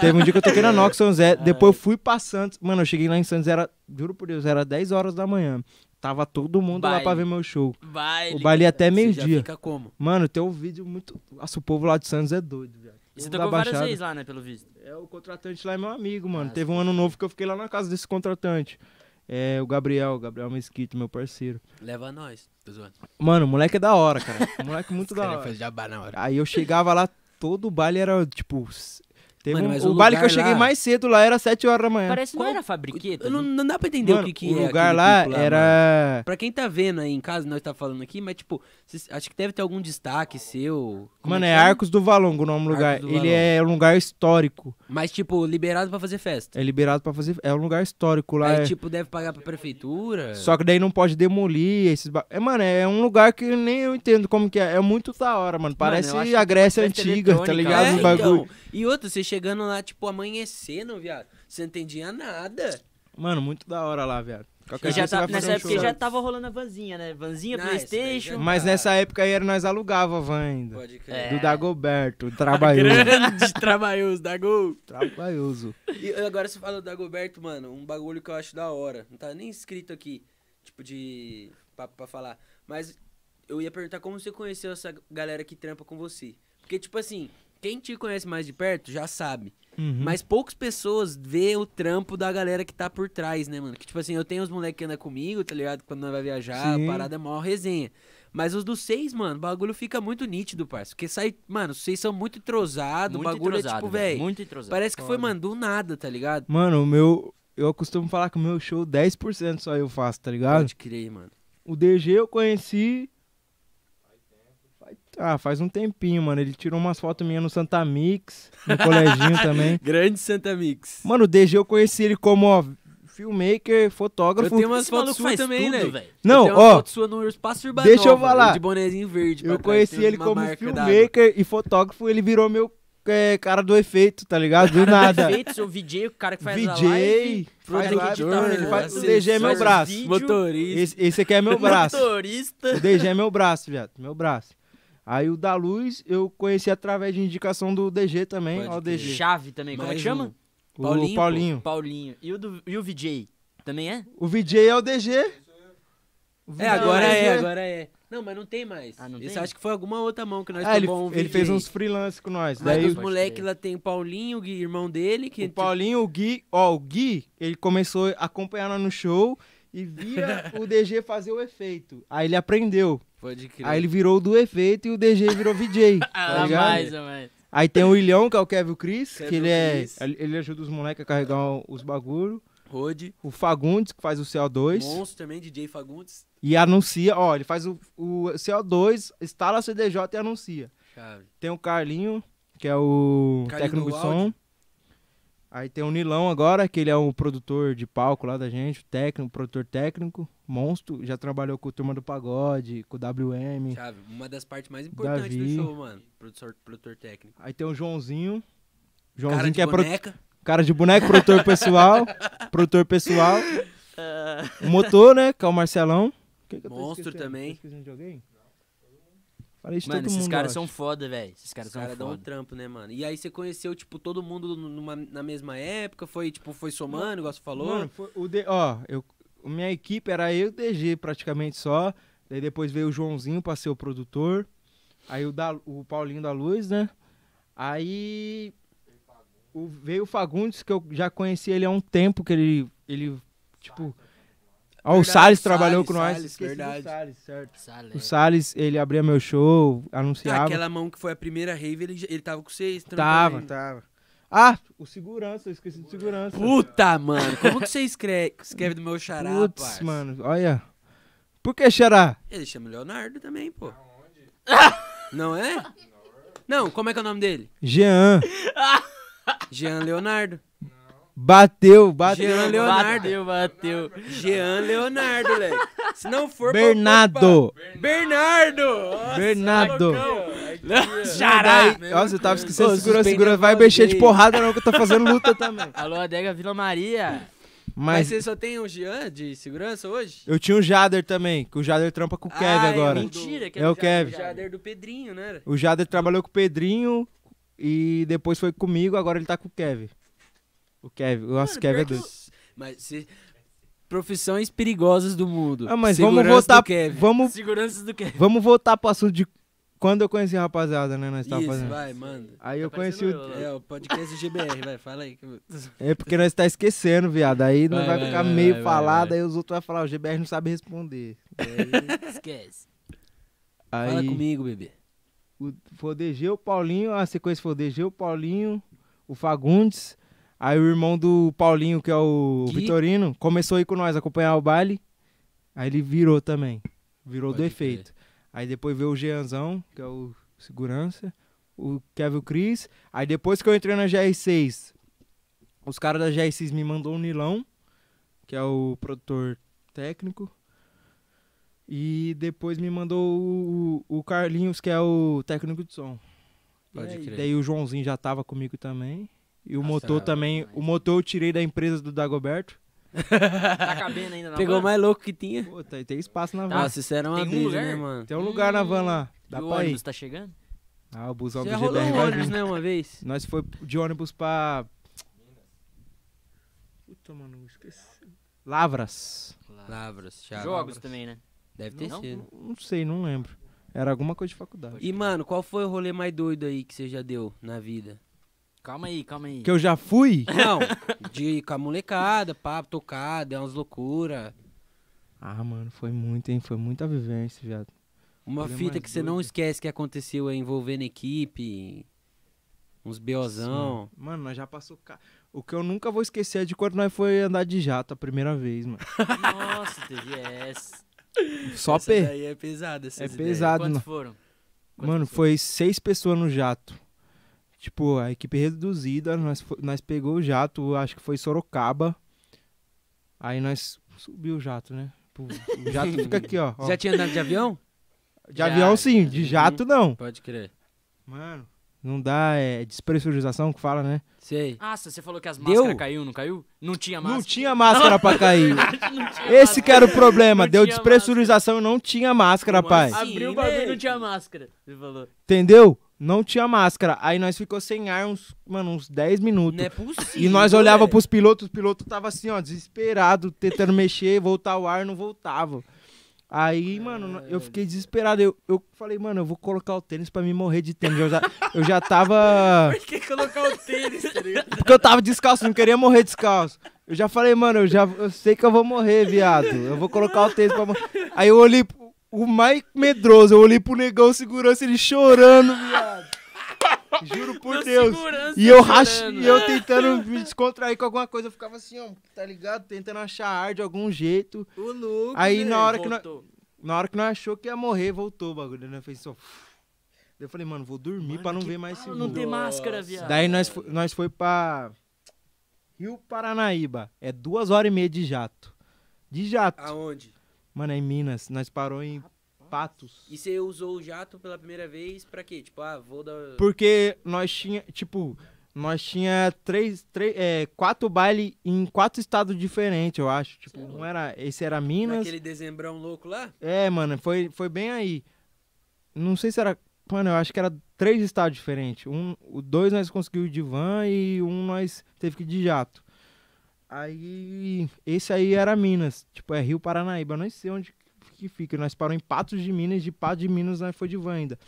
C: Teve um dia que eu toquei na Nox em São José. Depois eu fui pra Santos. Mano, eu cheguei lá em Santos, era, juro por Deus, era 10 horas da manhã. Tava todo mundo lá pra
A: Baile. É
C: ver meu show.
A: Baile.
C: O baile ia
B: Você
C: até
B: já
C: meio-dia.
B: Fica como?
C: Mano, tem um vídeo muito. Nossa, o povo lá de Santos é doido, velho.
A: E Você
C: O povo da
A: tocou várias
C: Baixada-
A: vezes lá, né, pelo visto.
C: É, o contratante lá é meu amigo, mano.
A: Ah,
C: Teve um ano novo que eu fiquei lá na casa desse contratante. É, o Gabriel, o Gabriel Mesquita, meu parceiro.
B: Leva nós. Tô zoando.
C: Mano, o moleque é da hora, cara. O moleque é muito da
D: Cara,
C: hora.
D: faz jabá na hora.
C: Aí eu chegava lá, todo o baile era, tipo... s- Teve
B: Mano,
C: um-
B: mas
C: o
B: o
C: baile que eu
B: lugar
C: cheguei
B: lá-
C: mais cedo lá era 7 horas da manhã.
A: Parece que não
B: Qual-
A: era fabriqueta.
B: Eu não,
A: né?
B: não dá pra entender
C: Mano,
B: o que, que
C: o
B: é
C: lugar
B: aquele
C: lá
B: pico mano.
C: era...
B: Pra quem tá vendo aí em casa, nós tá falando aqui, mas tipo, cês- acho que deve ter algum destaque seu. Como
C: Mano,
B: que
C: é
B: chama?
C: Arcos do Valongo o nome do lugar.
B: Arcos do
C: Ele é um lugar histórico.
B: Mas tipo, liberado pra fazer festa.
C: É liberado pra fazer... É um lugar histórico lá.
B: Aí
C: é-
B: tipo, deve pagar pra prefeitura.
C: Só que daí não pode demolir esses... Ba... É, mano, é um lugar que nem eu entendo como que é. É muito da hora, mano. Parece
A: eu acho
C: a
A: que
C: Grécia
A: festa
C: Antiga,
A: eletrônica,
C: tá ligado?
B: é,
C: Os
B: então.
C: bagulho.
B: E outro, você chegando lá, tipo, amanhecendo, viado. Você não entendia nada.
C: Mano, muito da hora lá, velho. Qualquer
A: E já
C: dia você
A: tá,
C: vai fazer
A: nessa
C: um
A: época
C: show.
A: já tava rolando a vanzinha, né? Vanzinha,
B: Não, esse daí
A: Playstation.
B: já-
C: Mas
B: Ah.
C: nessa época aí era- nós alugava a van ainda.
B: Pode crer.
A: É.
C: Do Dagoberto,
A: tá
C: trabalhoso.
B: Grande trabalhoso, Dago.
C: trabalhoso.
B: E agora você falou do Dagoberto, mano, um bagulho que eu acho da hora. Não tá nem escrito aqui, tipo, de. pra, pra falar. Mas eu ia perguntar como você conheceu essa galera que trampa com você. Porque, tipo assim, quem te conhece mais de perto já sabe. Mas poucas pessoas vê o trampo da galera que tá por trás, né, mano? Que, tipo assim, eu tenho os moleques que andam comigo, tá ligado? Quando nós vai viajar,
C: Sim.
B: a parada é maior resenha. Mas os dos seis, mano, o bagulho fica muito nítido, parça. Porque sai, mano, vocês são muito entrosados, o
A: Muito
B: bagulho é
A: entrosado,
B: tipo, velho.
A: Muito entrosado.
B: Parece que foi, mano, do nada, tá ligado?
C: Mano, o meu. Eu costumo falar que o meu show 10% só eu faço, tá ligado?
B: Pode crer, mano.
C: O DG eu conheci. faz- Ah, faz um tempinho, mano. Ele tirou umas fotos minhas no Santa Mix,
B: (laughs)
C: no coleginho também.
B: Grande Santa Mix.
C: Mano, o DG eu conheci ele como, ó, filmmaker, fotógrafo.
B: Eu tenho umas
A: Esse maluco
B: fotos suas
A: faz
B: também,
A: tudo,
B: né?
A: velho.
C: Não,
B: Tem uma
C: ó,
B: foto sua no Espaço Urbano.
C: deixa eu falar.
B: De bonezinho verde. pra
C: eu
B: trás,
C: conheci
B: tem
C: ele
B: uma
C: como
B: marca d'água.
C: filmmaker e fotógrafo. Ele virou meu é, cara do efeito, tá ligado?
B: (laughs)
C: Do nada.
A: Efeitos, o VJ, o cara que faz a
C: VJ,
A: live.
C: faz
B: tá
A: cara que
C: live,
A: edita o
C: ele faz-
A: negócio,
C: o DG é meu
A: faz
B: um
C: braço.
A: vídeo,
B: Motorista.
C: Esse, esse aqui
A: (laughs)
C: é meu braço. O
A: Motorista.
C: DG é meu braço, viado. Meu braço. Aí o da Luz eu conheci através de indicação do DG também.
B: Pode
C: Ó, o DG.
A: Chave também, como é
B: Mais
A: que chama?
B: um.
C: O
B: Paulinho,
C: Paulinho.
B: pô.
A: Paulinho. E o, do, e o VJ? Também é?
C: O VJ é o DG.
B: É, agora
C: Não,
B: é,
C: mas é-
B: agora é. Não, mas não tem mais.
A: Ah, não
B: Esse
A: tem?
B: acho que foi alguma outra mão que nós
C: Ah, ele,
B: tomou um
C: ele
B: vídeo
C: fez
B: aí.
C: uns freelance com nós.
B: Mas
C: Daí
B: os
A: Pode
B: moleque
A: crer.
B: lá tem o Paulinho, o Gui, irmão dele, que
C: O Paulinho, o Gui, ó, o Gui, ele começou a acompanhar nós no show e via o DG fazer o efeito. Aí ele aprendeu.
B: Pode crer.
C: Aí ele virou do efeito e o DG
B: (laughs)
C: virou VJ. tá
A: Ah,
C: ligado?
A: mais, ah, mais.
C: Aí tem o Ilhão, que é o Kevin Chris,
B: Kevin
C: que ele é.
B: Chris.
C: ele- Ele ajuda os moleques a carregar o- os bagulho.
B: Rode,
C: O Fagundes, que faz o CO2.
B: Monstro também, DJ Fagundes.
C: E anuncia, ó, ele faz o, o CO2, instala a CDJ e anuncia.
B: Chave.
C: Tem o Carlinho, que é o
B: Carlinho
C: técnico
B: do
C: de som.
B: áudio.
C: Aí tem o Nilão agora, que ele é o produtor de palco lá da gente, o técnico, produtor técnico, monstro, já trabalhou com o Turma do Pagode, com o WM.
B: Chave, uma das partes mais importantes do
C: Davi.
B: show, mano. Produtor, produtor técnico.
C: Aí tem o Joãozinho. Joãozinho
B: Cara de
C: que é pro-
B: boneca.
C: cara de boneco, produtor pessoal, produtor pessoal. O motor, né, que é o Marcelão. Quem que eu tô
B: Monstro
C: esquecendo? Tô
B: também.
C: esquecendo de alguém? Falei de
A: Mano,
C: todo
A: esses
C: mundo,
A: caras
C: eu
A: são
C: acho.
A: foda, velho. Esses caras
B: Os
A: são
B: caras dão um
A: foda.
B: trampo, né, mano? E aí você conheceu, tipo, todo mundo n- numa, na mesma época? Foi, tipo, foi somando, igual você falou?
C: Mano, foi o D- ó, eu, a minha equipe era eu e o DG praticamente só. Daí depois veio o Joãozinho pra ser o produtor. Aí o, da, o Paulinho da Luz, né? Aí o- veio o Fagundes, que eu já conheci ele há um tempo, que ele, ele tipo... Ó, o
B: Verdade,
C: Salles
B: o
C: trabalhou
B: Salles,
C: com nós.
B: Salles,
C: Esqueci do
B: verdade.
C: Salles, certo.
A: Salé.
C: O Salles, ele abria meu show,
B: Ah,
C: anunciava.
B: aquela mão que foi a primeira rave, ele, já- ele tava com vocês. trampando
C: Tava,
B: aí.
C: tava. Ah, o segurança, eu esqueci do segurança.
B: Puta, mano. Como que você escreve, escreve do meu xará,
C: Putz,
B: parça?
C: mano, olha. Por que xará?
B: Ele chama Leonardo também, pô. (laughs) Não é? Não, como é que é o nome dele?
C: Jean.
B: Jean Leonardo.
C: Bateu, bateu.
B: Jean Leonardo.
A: Bateu, bateu.
B: Jean Leonardo, moleque. Se não for... pra-
C: Bernardo.
B: Bernardo! Nossa,
C: Bernardo.
B: Xará!
C: Daí- Nossa, eu tava esquecendo.
B: Ô, é
C: Segura,
B: suspendeu
C: segura.
B: o
C: Vai
B: nome
C: mexer de
B: dele.
C: porrada não, que (laughs) eu tô fazendo luta também.
A: Alô, Adega Vila Maria.
B: (laughs) Mas
C: Mas
B: você só tem um Jean de segurança hoje?
C: eu tinha o Jader também, que o Jader trampa com o Kevin
B: Ah, é
C: agora.
B: mentira.
A: que
C: É o
A: já-
B: O
C: Kevin.
A: já deu-
B: Jader do Pedrinho, né?
C: O Jader trabalhou com o Pedrinho e depois foi comigo, agora ele tá com o Kevin. O Kevin, nossa, o Kevin é
B: pior que
C: doido.
B: eu- Mas se... Profissões perigosas do mundo.
C: Ah, mas
B: Segurança
C: vamos voltar,
B: do Kevin.
C: vamos,
A: Seguranças do Kevin.
C: vamos voltar pro assunto de quando eu conheci a rapaziada, né, nós tava
B: Isso,
C: fazendo.
B: vai, manda.
C: Aí eu
A: Tá
C: conheci
A: parecendo
C: o...
A: eu,
B: É, o podcast GBR, vai, fala aí.
C: É porque nós tá esquecendo, viado. Aí nós
B: Vai,
C: vai,
B: vai,
C: ficar
B: vai,
C: meio
B: vai, vai,
C: falado,
B: vai.
C: aí os outros vão falar, o GBR não sabe responder.
A: Esquece.
C: Aí
B: Fala comigo, bebê.
C: o, foi o DG, o Paulinho, a sequência foi o DG, o Paulinho, o Fagundes. Aí o irmão do Paulinho, que é o
B: Gui.
C: Vitorino, começou aí com nós, acompanhar o baile. Aí ele virou também. Virou do
B: Pode
C: efeito. Aí depois veio o Jeanzão, que é o segurança. O Kevin Cris. Aí depois que eu entrei na GR6, os caras da GR6 me mandou o Nilão, que é o produtor técnico. E depois me mandou o, o Carlinhos, que é o técnico de som.
B: Pode
C: E aí,
B: crer.
C: Daí o Joãozinho já tava comigo também. E o
B: Nossa,
C: motor
B: tá
C: também.
A: bom,
C: O motor eu tirei da empresa do Dagoberto.
A: Tá cabendo ainda na
B: Pegou o
A: van?
B: mais louco que tinha.
C: Pô, um tem, tem espaço na van.
B: Nossa, isso era uma
A: Tem um
B: brisa,
A: lugar?
B: né, mano?
C: Tem um lugar na van lá.
B: Hum,
C: Dá
A: E o
C: pra ir.
A: ônibus tá chegando?
C: Ah, o busão
B: Já
C: do
B: rolou
C: GBR
B: um
C: vai
B: ônibus,
C: vir.
B: né, uma vez?
C: Nós foi de ônibus pra... Puta, mano, esqueci. Lavras.
B: Lavras, Chaves.
A: Jogos também, né?
B: Deve ter
A: Não?
B: sido.
C: Não sei, não lembro. Era alguma coisa de faculdade.
B: É. E, mano, qual foi o rolê mais doido aí que você já deu na vida?
A: Calma aí, calma aí.
C: Que eu já fui...
B: Não, de ir com a molecada, papo, tocada, é umas loucuras.
C: Ah, mano, foi muito, hein? Foi muita vivência, viado.
B: Uma
C: Rolê
B: fita
C: mais
B: que você não
C: doido.
B: esquece que aconteceu aí envolvendo equipe, uns BOzão.
C: Mano, nós já passou. ca- O que eu nunca vou esquecer é de quando nós foi andar de jato a primeira vez, mano.
A: Nossa, teve essa.
C: Só
B: Essa
C: per...
B: daí é pesada, essas
C: É
B: ideias.
C: pesado,
A: Quantos
C: mano.
A: foram? Quantas
C: Mano,
A: pessoas?
C: foi seis pessoas no jato. Tipo, a equipe reduzida, nós, fo- nós pegou o jato, acho que foi Sorocaba. Aí nós subiu o jato, né? Pô, O jato fica
A: (laughs)
C: aqui, ó. ó.
B: Já tinha andado de avião?
C: De avião
A: já,
C: sim,
A: já.
C: de jato não.
B: Pode crer.
C: Mano, Não dá, é despressurização que fala, né?
B: Sei.
A: Nossa, você falou que as
B: Deu?
A: máscaras caiu, não caiu? Não tinha
C: Não
A: máscara.
C: tinha máscara pra
A: (laughs)
C: cair.
A: Não tinha
C: Esse que era o problema.
A: Não
C: Deu
A: tinha
C: despressurização, não tinha máscara,
B: Como
C: pai.
B: assim?
A: Abriu o
B: Sim,
A: bagulho e
B: velho.
A: não tinha máscara. Ele falou.
C: Entendeu? Não tinha máscara. Aí nós ficou sem ar uns, mano, uns 10 minutos.
B: Não é possível.
C: E nós olhava
B: velho.
C: pros pilotos, os pilotos tava assim, ó, desesperado, tentando mexer, voltar o ar, não voltava. Aí, mano, eu fiquei desesperado. Eu, eu falei, mano, eu vou colocar o tênis pra me morrer de tênis. Eu já, eu já tava.
A: Quer colocar o tênis, tá ligado?
C: Porque eu tava descalço, não queria morrer descalço. Eu já falei, mano, eu já eu sei que eu vou morrer, viado. Eu vou colocar o tênis pra morrer. Aí eu olhei, pro- o mais medroso, eu olhei pro negão segurança, ele chorando, viado.
A: (laughs)
C: Juro por
A: Meu
C: Deus.
A: segurança
C: E eu
A: chorando.
C: racho, e eu tentando me descontrair com alguma coisa, eu ficava assim, ó, tá ligado? Tentando achar ar de algum jeito.
A: O Tá louco,
C: Aí,
A: velho,
C: na hora que nós-
A: voltou.
C: Na hora que nós achou que ia morrer, voltou o bagulho, né? Fez só. Eu falei, mano, vou dormir pra não ver mais esse
A: Ah, não
C: mundo.
A: tem máscara, viado.
C: Daí nós, fo- nós foi pra Rio Paranaíba. É duas horas e meia de jato. De jato.
B: Aonde?
C: Mano, é em Minas. Nós parou em Patos.
B: E você usou o jato pela primeira vez pra quê? Tipo, ah, vou dar.
C: Porque nós tinha, tipo, nós tinha três, três, é, quatro bailes em quatro estados diferentes, eu acho. Tipo, não era, esse era Minas.
B: Naquele dezembrão louco lá?
C: É, mano, foi, foi bem aí. Não sei se era, mano, eu acho que era três estados diferentes. Um, o dois nós conseguimos de van e um nós teve que ir de jato. Aí, esse aí era Minas, tipo, é Rio Paranaíba, eu não sei onde que fica. Nós paramos em Patos de Minas, de Patos de Minas nós foi de van ainda.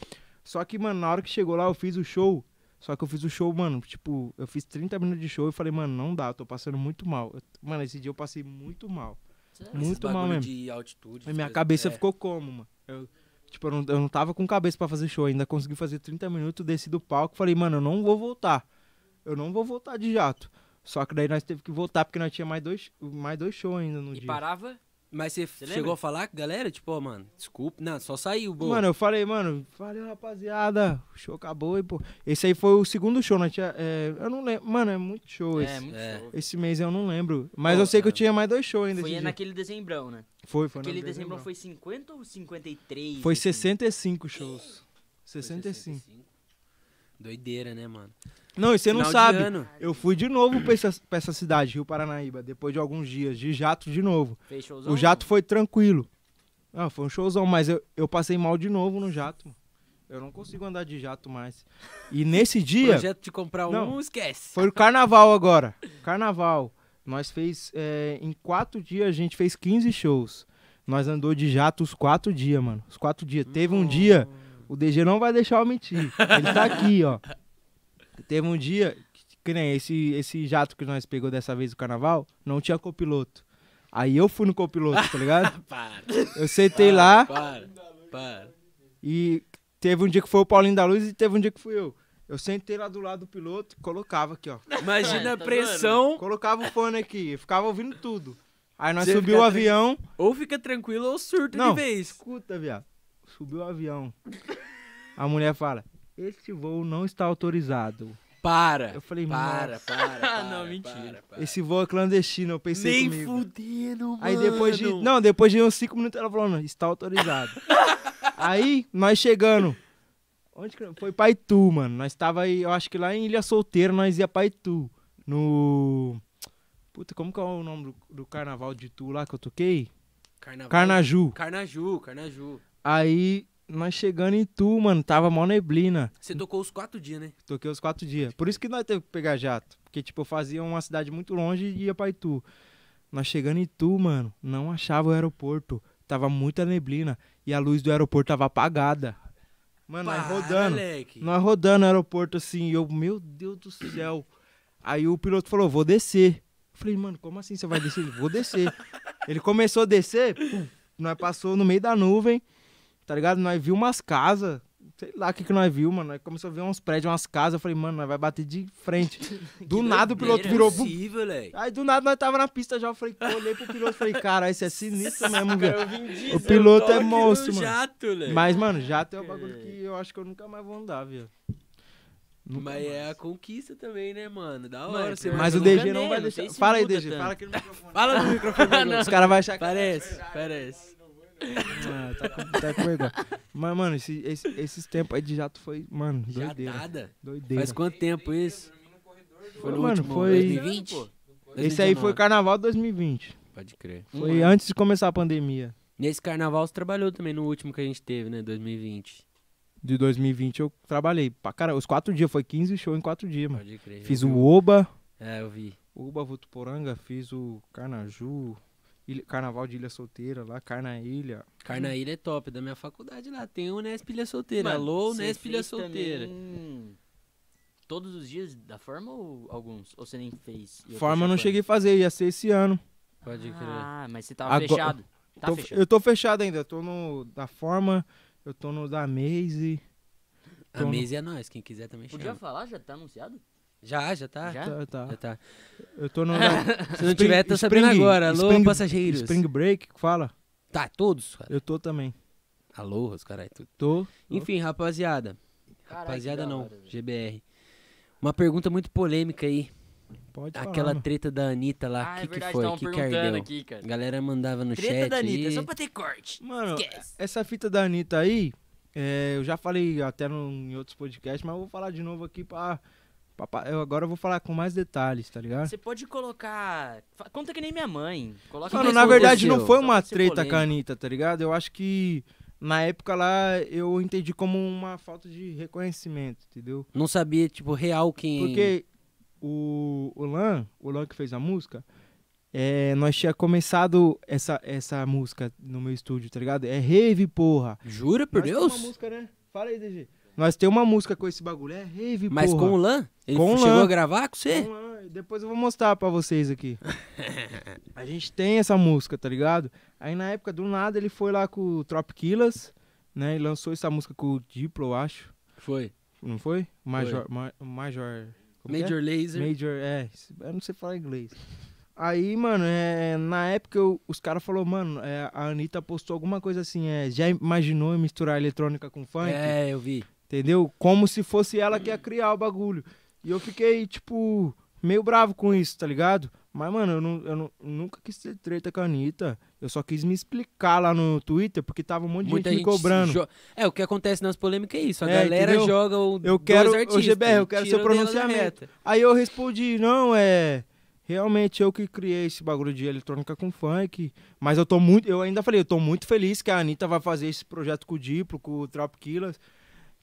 C: Só que, mano, na hora que chegou lá eu fiz o show, só que eu fiz o show, mano, tipo, eu fiz 30 minutos de show e falei, mano, não dá, eu tô passando muito mal. Eu- mano, esse dia eu passei muito mal.
A: Sério?
B: Esses
C: Muito mal
B: bagulho
C: mesmo.
B: De altitude.
C: Mas
B: essas
C: minha
B: coisas.
C: cabeça
B: É.
C: ficou como, mano? Eu, tipo, eu não, eu não tava com cabeça pra fazer show ainda. Consegui fazer 30 minutos, desci do palco, falei, mano, eu não vou voltar. Eu não vou voltar de jato. Só que daí nós teve que voltar porque nós tinha mais dois, mais dois shows ainda no
A: E
C: Um dia.
A: parava?
B: É. Mas você
A: lembra?
B: chegou a falar com a galera? Tipo, ó, mano, desculpa. Não, só saiu, boa.
C: Mano, eu falei, mano, valeu, rapaziada. O show acabou e, pô. Esse aí foi o segundo show, nós tinha. é, eu não lembro. Mano, é muito show esse.
A: É, muito
B: É.
A: show.
C: Esse mês eu não lembro. Mas
B: Pô,
C: eu sei
B: é.
C: que eu tinha mais dois shows ainda. esse
A: Foi
C: dia.
A: naquele dezembrão, né?
C: Foi, foi.
A: Aquele
C: naquele
A: dezembrão foi 50 ou 53?
C: Foi
A: assim?
C: 65 shows.
B: né? Foi
C: 65.
B: Doideira, né, mano?
C: Não, e você não
B: Final de
C: sabe.
B: ano.
C: Eu fui de novo pra essa, pra essa cidade, Rio Paranaíba, depois de alguns dias, de jato de novo.
A: Fez showzão?
C: O jato foi tranquilo. Ah, foi um showzão, mas eu, eu passei mal de novo no jato. mano. Eu não consigo andar de jato mais. E nesse dia,
B: Projeto de comprar
C: Não.
B: um, esquece.
C: foi o carnaval agora. Carnaval. Nós fez, é, em quatro dias, a gente fez 15 shows. Nós andou de jato os quatro dias, mano. Os quatro dias. Teve um dia, o DG não vai deixar eu mentir. Ele tá aqui, ó. Teve um dia, que- que nem esse, esse jato que nós pegou dessa vez do carnaval, não tinha copiloto. Aí eu fui no copiloto, tá ligado?
B: Para.
C: Eu sentei lá
B: Para. Para.
C: e teve um dia que foi o Paulinho da Luz e teve um dia que fui eu. Eu sentei lá do lado do piloto e colocava aqui, ó.
B: Imagina
A: É,
B: a
A: tá
B: pressão.
C: Colocava o fone aqui, ficava ouvindo tudo. Aí nós
B: Você
C: subiu
B: fica
C: o avião.
B: Ou fica tranquilo ou surto
C: Não.
B: de vez.
C: Escuta, viado. Subiu o avião. A mulher fala: Este voo não está autorizado.
B: Para.
C: Eu falei,
B: para, para,
C: nossa.
B: para. (laughs)
A: Ah, não,
B: para,
A: mentira.
B: para, para.
C: Esse voo é clandestino, eu pensei
B: Nem
C: comigo.
B: fudendo, mano.
C: Aí depois de. Não, depois de uns 5 minutos ela falou, não,
B: (laughs)
C: está autorizado. aí, nós chegando. Onde que foi pra Itu, mano? Nós tava aí, eu acho que lá em Ilha Solteira nós ia pra Itu. No. Puta, como que é o nome do, do carnaval de Itu lá que eu toquei?
B: Carnaval.
C: Carnaju.
B: Carnaju, Carnaju.
C: Aí, nós chegando em Itu, mano, tava mó neblina.
B: Você tocou os quatro dias, né?
C: Toquei os quatro dias. Por isso que nós teve que pegar jato. Porque, tipo, eu fazia uma cidade muito longe e ia pra Itu. Nós chegando em Itu, mano, não achava o aeroporto. Tava muita neblina. E a luz do aeroporto tava apagada. Mano, nós
B: Para,
C: rodando. é
B: Moleque.
C: Nós rodando no aeroporto assim. E eu, meu Deus do céu. Aí o piloto falou, vou descer. Eu falei, mano, como assim você vai descer? Ele, vou descer. Ele começou a descer, pum, nós passou no meio da nuvem, tá ligado? Nós viu umas casas, sei lá o que, que nós viu, mano. Nós começou a ver uns prédios, umas casas. Eu falei, mano, nós vai bater de frente. Do nada o piloto
B: Não é
C: virou. bum.
B: possível, moleque.
C: Aí do nada nós tava na pista já. Eu falei, eu olhei pro piloto e falei, cara, isso é sinistro mesmo, velho. O piloto é
B: Toque no
C: monstro, mano.
B: jato, moleque.
C: Mas, mano, jato é o bagulho que eu acho que eu nunca mais vou andar, viu?
B: Mas é a conquista também, né, mano? Da hora.
A: é
B: você
A: pior
B: vai
C: Mas
A: eu
C: o
B: nunca-
A: nunca
C: DG não
A: andei,
C: vai
A: não sei
C: deixar.
A: se
C: Fala aí,
A: muda
C: DG.
A: tanto.
C: Fala que ele não vai
B: Fala no microfone.
C: Os caras vão achar que.
B: Parece, parece.
C: Ah, tá com, tá com vergonha. Mas, mano, esse- esse- esses tempos aí de jato foi, mano,
B: Já
C: doideira.
B: nada?
C: doideira.
B: Faz quanto tempo isso? Foi no
C: Mano,
B: último,
C: foi-
B: 2020?
C: Esse aí
B: 2019.
C: foi carnaval 2020.
B: Pode crer.
C: Foi antes de começar a pandemia.
B: Nesse carnaval você trabalhou também no último que a gente teve, né? 2020.
C: De 2020 eu trabalhei. Pra cara, os quatro dias, foi 15 shows em quatro dias, mano.
B: Pode crer.
C: Hum. Fiz
B: eu
C: o
B: vi.
C: Oba,
B: É, eu vi.
C: Uba Votuporanga, fiz o Carnaju, Ilha- Carnaval de Ilha Solteira lá, Carna Ilha.
B: Carnaíra é top, da minha faculdade lá. Tem o Nesp Ilha Solteira.
A: Mano,
B: Alô,
A: você
B: Nesp Ilha
A: fez
B: Solteira.
A: também né? Todos os dias da forma ou alguns? Ou você nem fez? E eu tô
C: Forma eu não
A: chapando?
C: cheguei a fazer, ia ser esse ano.
B: Pode crer.
A: Ah, mas você tava
C: Agora-
A: fechado. Tá
C: Tô-
A: fechado.
C: eu tô fechado ainda, eu tô no da Forma, eu tô no da Maze.
B: A mesa é nós, quem quiser também
A: Podia
B: chama.
A: falar? Já tá anunciado?
B: Já, já tá?
A: Já?
C: Tá, tá.
B: Já tá. (laughs)
C: Eu tô no da,
B: Se não
C: Spring-
B: tiver, tá sabendo
C: Spring-
B: agora. Alô,
C: Spring-
B: passageiros.
C: Spring Break, fala.
B: Tá, todos, cara.
C: Eu tô também.
B: Alô, os caras, tudo.
C: Tô.
B: Enfim, rapaziada.
A: Caralho, que
B: rapaziada
A: da
B: não,
A: hora, velho.
B: GBR. Uma pergunta muito polêmica aí.
C: Pode falar,
B: Aquela
C: mano.
B: treta da Anitta lá. O
A: Ah, é
B: que,
A: verdade,
B: que foi?
A: tavam
B: O que que
A: perguntando
B: ardeu?
A: aqui, cara.
B: A galera mandava no
A: Treta
B: chat.
A: da Anitta,
B: aí.
A: só pra ter corte.
C: Mano,
A: Esquece.
C: essa fita da Anitta aí, é, eu já falei até no- em outros podcasts, mas eu vou falar de novo aqui pra. pra- pra- eu agora vou falar com mais detalhes, tá ligado?
A: Você pode colocar. fa- Conta que nem minha mãe. Coloca
C: Mano,
B: que
C: na
B: aconteceu?
C: verdade não foi
A: Só
C: uma
A: pra ser
C: treta
A: polêmico.
C: com a Anitta, tá ligado? Eu acho que na época lá eu entendi como uma falta de reconhecimento, entendeu?
B: Não sabia, tipo, real quem.
C: Porque o, o Lan, o Lan que fez a música, é, nós tinha começado essa, essa música no meu estúdio, tá ligado? É rave, porra.
B: Jura, por
C: Nós tem
B: Deus?
C: uma música, né? Fala aí, DG. Nós temos uma música com esse bagulho, é rave,
B: Mas
C: porra.
B: com o Lan? Ele
C: Com o
B: chegou
C: Lan.
B: a gravar com você?
C: Com Lan, e Então, ah, Depois eu vou mostrar pra
B: (laughs)
C: vocês aqui. A gente tem essa música, tá ligado? Aí na época, do nada, ele foi lá com o Tropiquilas, né? E lançou essa música com o Diplo, eu acho.
B: Foi.
C: Não foi? Major... Ma- Major... como que é?
B: Major Laser.
C: Major, é. Eu não sei falar inglês. Aí, mano, é, na época eu- os caras falaram, mano, é, a Anitta postou alguma coisa assim, é, já imaginou em misturar eletrônica com funk?
B: É, eu vi.
C: Um Entendeu? Como se fosse ela que ia criar o bagulho. E eu fiquei, tipo, meio bravo com isso, tá ligado? Mas, mano, eu, não- eu não- nunca quis ter treta com a Anitta. Eu só quis me explicar lá no Twitter, porque tava um monte de
B: Muita
C: gente,
B: gente
C: me cobrando.
B: jo- É, o que acontece nas polêmicas é isso. A
C: É,
B: galera
C: entendeu?
B: joga o
C: Eu quero-
B: dois
C: ô,
B: artistas.
C: GBR, eu quero
B: tira
C: seu
B: o dedo da
C: pronunciamento.
B: reta.
C: Aí eu respondi, não, é. Realmente eu que criei esse bagulho de eletrônica com funk. Mas eu tô muito. Eu ainda falei, eu tô muito feliz que a Anitta vai fazer esse projeto com o Diplo, com o Trap Killers,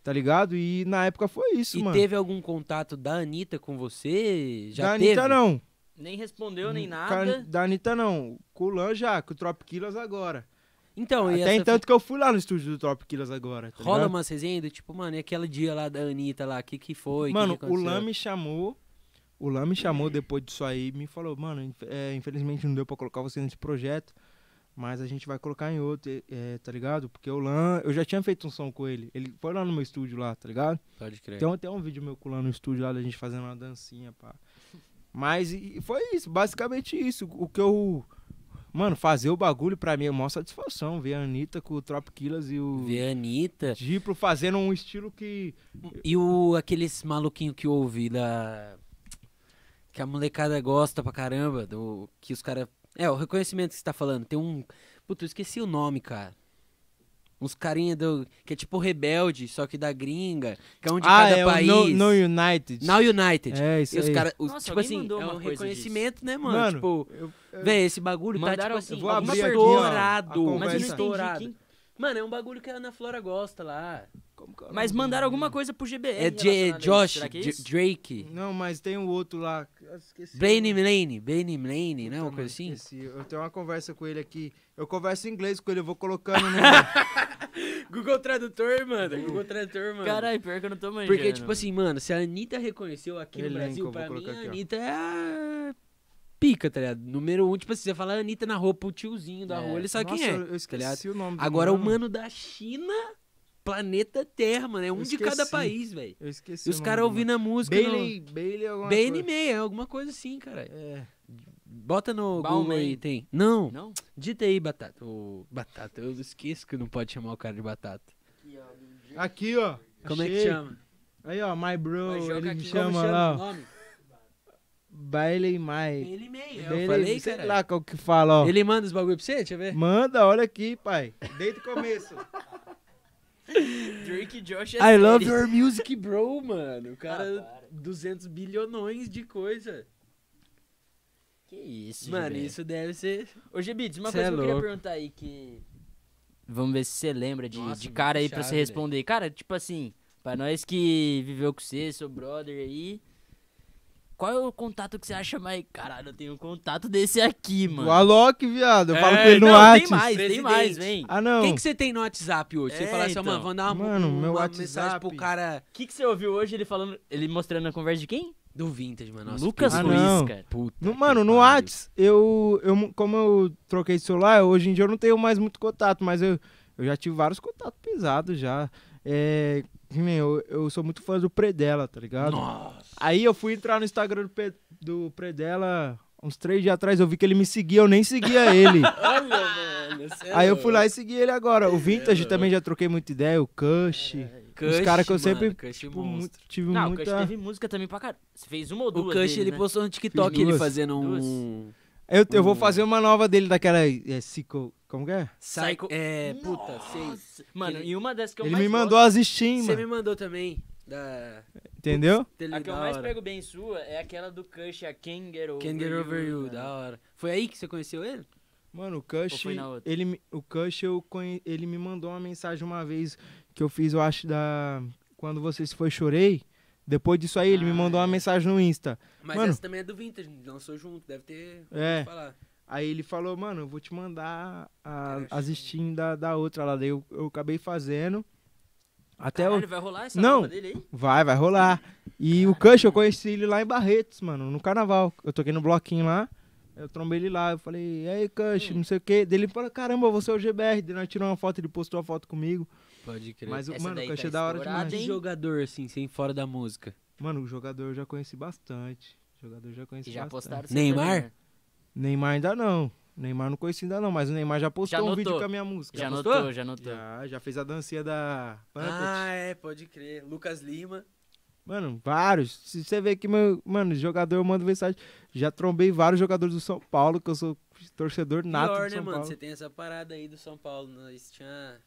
C: tá ligado? E na época foi isso,
B: E
C: mano.
B: teve algum contato da Anitta com você? Já
C: da
B: teve?
C: Anitta não.
A: Nem respondeu, nem
C: Com a-
A: nada.
C: Da Anitta não. Com o Lan já, com o Trap Killers agora.
B: Então, e
C: Até
B: essa
C: tanto que eu fui lá no estúdio do Trap Killers agora. tá
B: Rola
C: ligado?
B: umas resenhas do tipo, mano, e aquele dia lá da Anitta lá, o que que foi?
C: Mano,
B: que que
C: o
B: aconteceu?
C: Lan me chamou. O Lan me chamou depois disso aí e me falou, mano, inf- é, infelizmente não deu pra colocar você nesse projeto, mas a gente vai colocar em outro, e- é, tá ligado? Porque o Lan, eu já tinha feito um som com ele. Ele foi lá no meu estúdio lá, tá ligado?
B: Pode crer.
C: Tem até um vídeo meu com o Lan no estúdio lá da gente fazendo uma dancinha, pá.
B: (laughs)
C: Mas e- e foi isso, basicamente isso. O que eu. Mano, fazer o bagulho pra mim é maior satisfação. Ver a Anitta com o Trop Killers e o.
B: Ver a Anitta
C: Diplo fazendo um estilo que.
B: e o, aqueles maluquinho que ouve da... Que a molecada gosta pra caramba, do que os caras... É, o reconhecimento que você tá falando, tem um... Puta, eu esqueci o nome, cara. Uns carinha do... Que é tipo rebelde, só que da gringa, que é um de cada
C: ah, o
B: país.
C: No, No United.
B: Now United.
C: É, isso
B: E os
C: aí.
B: caras, os-
A: Nossa,
B: tipo
A: alguém
B: assim,
A: mandou
B: é um
A: uma coisa
B: reconhecimento, né, mano?
C: Mano,
B: tipo,
C: eu- eu-
B: vê, esse bagulho tá, tipo
A: Mandaram
B: assim,
A: alguém-
C: vou abrir aqui, ó, a
B: estourado, mas
C: conversa.
B: estourado.
A: Quem-
B: Mano, é um bagulho que a Ana Flora gosta lá.
C: é
A: Mas mandaram alguma coisa pro GBR.
B: É J-
A: relacionada a isso.
B: Josh,
A: Será que é
B: J-
A: isso?
B: Drake,
C: Não, mas tem um outro lá. eu Esqueci.
B: Blaine Lane, Blaine Lane, né, uma
C: Mano,
B: coisa
C: (laughs)
B: assim.
C: esqueci. Eu tenho uma conversa com ele aqui. Eu converso em inglês com ele, eu vou colocando
B: (laughs)
C: no.
B: Google Tradutor, mano, Google Tradutor, mano.
A: Caralho, pior que eu não tô manjando.
B: Hum. Porque, tipo assim, mano, se a Anitta reconheceu aqui no
C: Elenco,
B: Brasil,
C: eu vou
B: pra mim,
C: colocar
B: a
C: aqui, ó.
B: Anitta é a pica, tá ligado? Número um, tipo assim, você fala a Anitta na roupa, o tiozinho da
A: É.
B: rua, ele sabe
C: Nossa,
B: quem é.
C: Eu esqueci o nome do
B: Agora o mano da China, planeta Terra, mano. É um
C: Eu
B: de cada
C: esqueci.
B: país, velho.
C: Eu esqueci.
B: E os caras ouvindo a música.
C: Bailey, Bailey é alguma
B: Bem e
C: coisa.
B: meia, alguma coisa assim, cara.
C: É.
B: Bota no
A: Balmain.
B: Google aí, tem. Não,
A: Não?
B: dita aí, Batata. Ô, batata, eu esqueço que não pode chamar o cara de Batata.
C: Aqui, ó.
B: Como é que
C: Achei.
B: chama?
C: Aí, ó, My Bro,
A: Mas joga
C: ele me
A: aqui.
C: chama
B: Como
C: lá.
B: o
C: ó.
B: nome?
C: Bailey Mike.
B: Ele meio,
C: Bailey-
B: eu falei,
C: sei
B: cara.
C: lá qual que fala, ó.
D: Ele manda os bagulho pra você? Deixa eu
B: é.
D: ver.
C: Manda, olha aqui, pai. Desde o começo.
A: Drake e Josh é
D: I love
A: sério.
D: your music, bro, mano. O
B: Ah,
D: cara, 200 bilhões de coisa.
A: Que isso,
D: Mano,
A: Gilberto.
D: isso deve ser...
A: Ô, Gebits, uma
D: Cê
A: coisa
D: é
A: que eu queria
D: louco.
A: perguntar aí que. Vamos ver se você lembra de,
D: Nossa,
A: de cara aí pra
D: chave,
A: você responder. Cara, tipo assim, pra nós que viveu com você, seu brother aí. Qual é o contato que você acha mais. Caralho, eu tenho um contato desse aqui, mano.
C: O Alok, viado. Eu falo
D: É,
C: com ele no
A: não,
C: WhatsApp.
A: tem mais, tem
D: Presidente.
A: mais, vem.
C: Ah, não.
B: Quem que você tem no WhatsApp hoje?
A: É,
B: você fala assim, ó,
A: então.
B: mano, vamos dar uma,
C: Mano,
B: uma
C: meu
B: mensagem
C: WhatsApp.
B: pro cara
A: O que, que você ouviu hoje ele falando. Ele mostrando a conversa de quem?
B: do Vintage, mano. Nossa,
A: Lucas
B: que
C: Ah,
A: Luiz,
C: não.
A: cara.
B: Puta
C: No-
B: que
C: mano, no
B: pariu.
C: Whats, eu, eu, como eu troquei de celular, hoje em dia eu não tenho mais muito contato, mas eu, eu já tive vários contatos pesados já. É, que nem eu, eu sou muito fã do Predela, tá ligado?
B: Nossa.
C: Aí eu fui entrar no Instagram do, Pe- do Predela uns três dias atrás, eu vi que ele me seguia, eu nem
A: (laughs)
C: seguia ele. Aí
B: é
C: eu fui lá e segui ele agora. O Vintage também já troquei muita ideia, o Cush. Os caras que eu
B: Cush, mano,
C: sempre
B: Cush
C: tipo,
B: monstro.
C: muito- tive
A: É, Não, o Cush
C: muita...
A: teve música também pra caralho. Você fez uma ou
B: O
A: duas?
B: Cush,
A: dele,
B: ele
A: né?
B: postou no TikTok
C: Fiz
B: ele
C: duas.
B: fazendo um...
C: Eu, eu
A: Hum.
C: vou fazer uma nova dele, daquela... É, Cico... Como que é?
A: Psycho-
B: Psycho... É, puta, sei.
A: Nossa, Mano,
B: Ele-
A: e uma das que eu
C: Ele
A: mais
C: me
A: gosto-
C: mandou as Steam,
B: Você me
C: mano.
B: mandou também, da...
C: Entendeu?
B: dele
A: A que eu
B: da
A: mais
B: hora.
A: pego é bem sua é aquela do Cush, a né? Can Get Over
B: Can't Get Over You,
A: mano.
B: da hora. Foi aí que você conheceu ele?
C: Mano, o Cush,
A: foi na outra?
C: ele, me- o Cush eu conhe- ele me mandou uma mensagem uma vez que eu fiz, eu acho, da. Quando você se foi, chorei. Depois disso aí, ele me
B: Ah,
C: mandou uma
B: é.
C: mensagem no Insta.
B: Mas
C: Mano.
B: essa também é do Vintage, lançou junto, deve ter... ouvido
C: É.
B: falar.
C: Aí ele falou, mano, eu vou te mandar a,
B: Cara,
C: as
B: show.
C: Steam da, da outra lá. Daí eu, eu acabei fazendo. Até
A: Caralho,
C: o.
A: vai rolar essa
C: Não.
A: nova dele aí?
C: Vai, vai rolar. E o Cush, eu conheci ele lá em Barretos, mano, no carnaval. Eu toquei no bloquinho lá. Eu trombei ele lá, eu falei, e aí, Cush,
A: Hum.
C: não sei o quê. Daí ele falou, caramba, você é o GBR. Daí nós tiramos uma foto, ele postou a foto comigo.
B: Pode crer.
C: Mas, o
A: Essa
C: mano,
A: daí
C: o Cush
A: tá
C: é da hora
A: estourada,
C: demais.
A: hein?
B: de jogador, assim, sem fora da música.
C: Mano, o jogador eu já conheci bastante. Jogador eu já conheci
A: E já
C: bastante.
A: postaram
B: Neymar?
A: também, né?
C: Neymar ainda não. Neymar não conheci ainda não, mas o Neymar já postou
A: Já
C: um
A: anotou.
C: vídeo com a minha música.
A: Já
B: postou?
A: anotou, já anotou.
C: Já, já fez a dancinha da Puppet.
B: Então. Ah, é, pode crer. Lucas Lima.
C: Mano, vários. Se você vê que, meu, mano, jogador eu mando mensagem. Já trombei vários jogadores do São Paulo, que eu sou torcedor nato
B: Pior, né,
C: do São
B: mano?
C: Paulo.
B: Você tem essa parada aí do São Paulo. Nós tinha...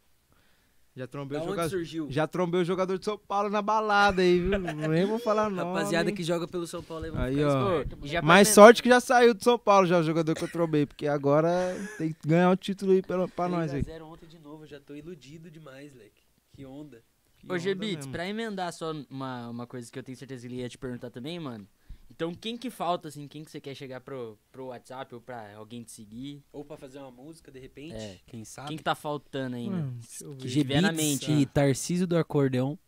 C: Já trombei
B: Da tá
C: o
B: onde
C: jogador.
B: surgiu?
C: Já trombei o jogador de São Paulo na balada aí, viu? Nem vou falar é nome.
B: (laughs) Rapaziada que tá joga pelo São Paulo aí. vamos
C: Aí,
B: ficar
C: ó.
B: esperto.
A: Pô, e já pra
C: Mais
A: emendar-
C: sorte que já saiu do São Paulo já o jogador que eu trombei, porque agora tem que ganhar o título aí pela- pra nós aí.
B: 3x0 ontem de novo, eu já tô iludido demais, leque. Que onda.
A: Ô, Gebits, pra emendar só uma, uma coisa que eu tenho certeza que ele ia te perguntar também, mano. Então, quem que falta, assim, quem que você quer chegar pro, pro WhatsApp ou pra alguém te seguir?
B: Ou pra fazer uma música, de repente.
A: É.
B: Quem sabe?
A: Quem que tá faltando
B: né?
A: ainda?
C: Mano, deixa eu ver.
A: Que tiver na mente.
B: e Tarcísio do Acordeão.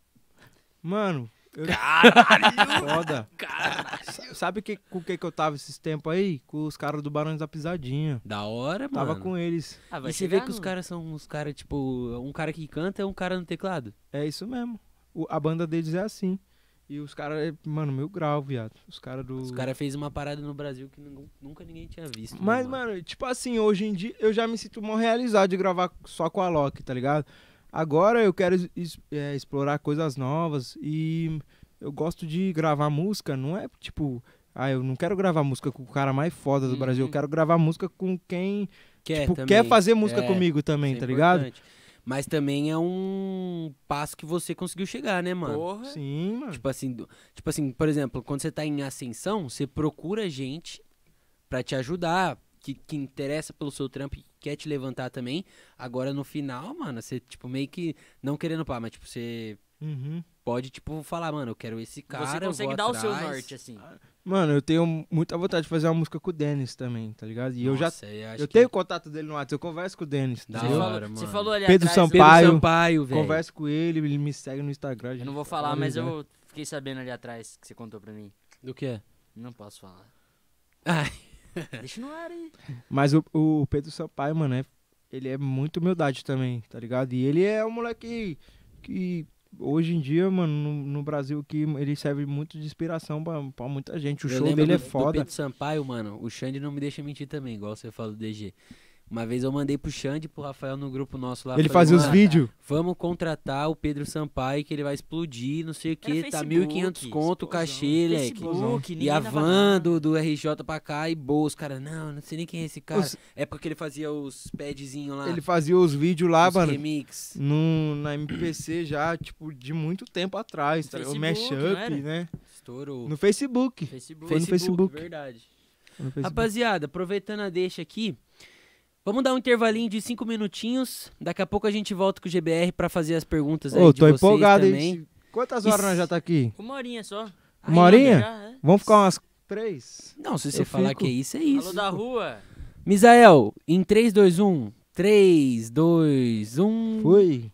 C: Mano, (laughs) foda. Sa- Sabe que, com o que, que eu tava esses tempos aí? Com os caras do Barões da Pisadinha.
B: Da hora, mano.
C: Tava com eles.
A: Ah, vai
B: E você vê
A: chegar
B: que os
A: no-
B: caras são uns caras, tipo, um cara que canta é um cara no teclado.
C: É isso mesmo. O- a banda deles é assim. E os caras, é, mano, mil grau, viado. Os caras do.
B: Os caras fez uma parada no Brasil que ningu- nunca ninguém tinha visto. né,
C: Mas, mano, tipo assim, hoje em dia eu já me sinto mal realizado de gravar só com a Loki, tá ligado? Agora eu quero es- es- é, explorar coisas novas e eu gosto de gravar música, não é tipo, ah, eu não quero gravar música com o cara mais foda do Brasil, eu quero gravar música com quem
B: Uhum. quer,
C: tipo,
B: também.
C: quer fazer música
B: É,
C: comigo também,
B: isso é
C: tá ligado?
B: importante. Mas também é um passo que você conseguiu chegar, né, mano?
A: Porra.
C: Sim,
A: Hum.
C: mano.
B: Tipo assim, do- tipo assim, por exemplo, quando você tá em ascensão, você procura gente pra te ajudar, que, que interessa pelo seu trampo e quer te levantar também. Agora no final, mano, você tipo meio que não querendo pá, mas tipo você
C: Uhum.
B: pode tipo falar, mano, eu quero esse cara,
A: você
B: eu
A: consegue
B: vou
A: dar o seu
B: atrás. Ah,
A: norte, assim.
C: Mano, eu tenho muita vontade de fazer uma música com o Dennis também, tá ligado? E eu já
B: Nossa, eu acho
C: eu
B: que-
C: tenho contato dele no WhatsApp, eu converso com o Dennis,
B: Da
A: Você
C: entendeu?
A: falou,
B: hora,
A: você
B: mano.
A: falou ali
C: Pedro
A: atrás...
C: Sampaio.
A: eu-
B: Pedro
C: Paio.
B: Sampaio, velho.
C: Converso com ele, ele me segue no Instagram.
A: Eu não vou falar, mas
C: né?
A: eu fiquei sabendo ali atrás que você contou pra mim.
B: Do que?
A: Não posso falar.
B: Ai,
A: (laughs) Deixa no ar aí.
C: Mas o, o Pedro Sampaio, mano, é- ele é muito humildade também, tá ligado? E ele é um moleque que hoje em dia, mano, no, no Brasil, que ele serve muito de inspiração pra, pra muita gente. O
B: eu
C: show
B: lembro
C: dele é
B: do- do
C: foda.
B: Pedro Sampaio, mano. O Xande não me deixa mentir também, igual você fala do DG. Uma vez eu mandei pro Xande, e pro Rafael no grupo nosso lá.
C: Ele
B: falei,
C: fazia os
B: "Mano,
C: vídeos.
B: Vamos contratar o Pedro Sampaio, que ele vai explodir, não sei o quê. Tá
A: Facebook,
B: 1.500 conto o cachê, leque.
A: Facebook,
B: E
A: ninguém tá
B: a
A: dava
B: van
A: nada.
B: do, do RJ pra cá e boa. Os caras, não, não sei nem quem é esse cara.
C: Os-
B: É porque ele fazia os padzinhos lá.
C: Ele fazia os vídeos lá,
B: Ah. os
C: mano.
B: remix.
C: No, na MPC já, tipo, de muito tempo atrás,
A: No
C: tá? ligado? o
A: Facebook, não era?
C: mashup, né?
B: Estourou.
C: No Facebook.
A: Facebook.
C: Foi no Facebook.
D: Verdade.
C: No Facebook.
B: Rapaziada, aproveitando a deixa aqui, vamos dar um intervalinho de cinco minutinhos. Daqui a pouco a gente volta com o GBR pra fazer as perguntas aí
C: Ô,
B: de
C: tô
B: vocês
C: empolgado,
B: também.
C: hein? Quantas horas
B: Isso.
C: nós já tá aqui?
A: Uma horinha só.
C: Uma horinha?
A: Já, é.
C: Vamos ficar umas três?
B: Não, se você
C: Eu
B: falar
C: fico.
B: que é isso, é
A: Alô
B: isso.
A: da rua.
B: Misael, em 3, 2, 1. 3, 2, 1.
C: Fui.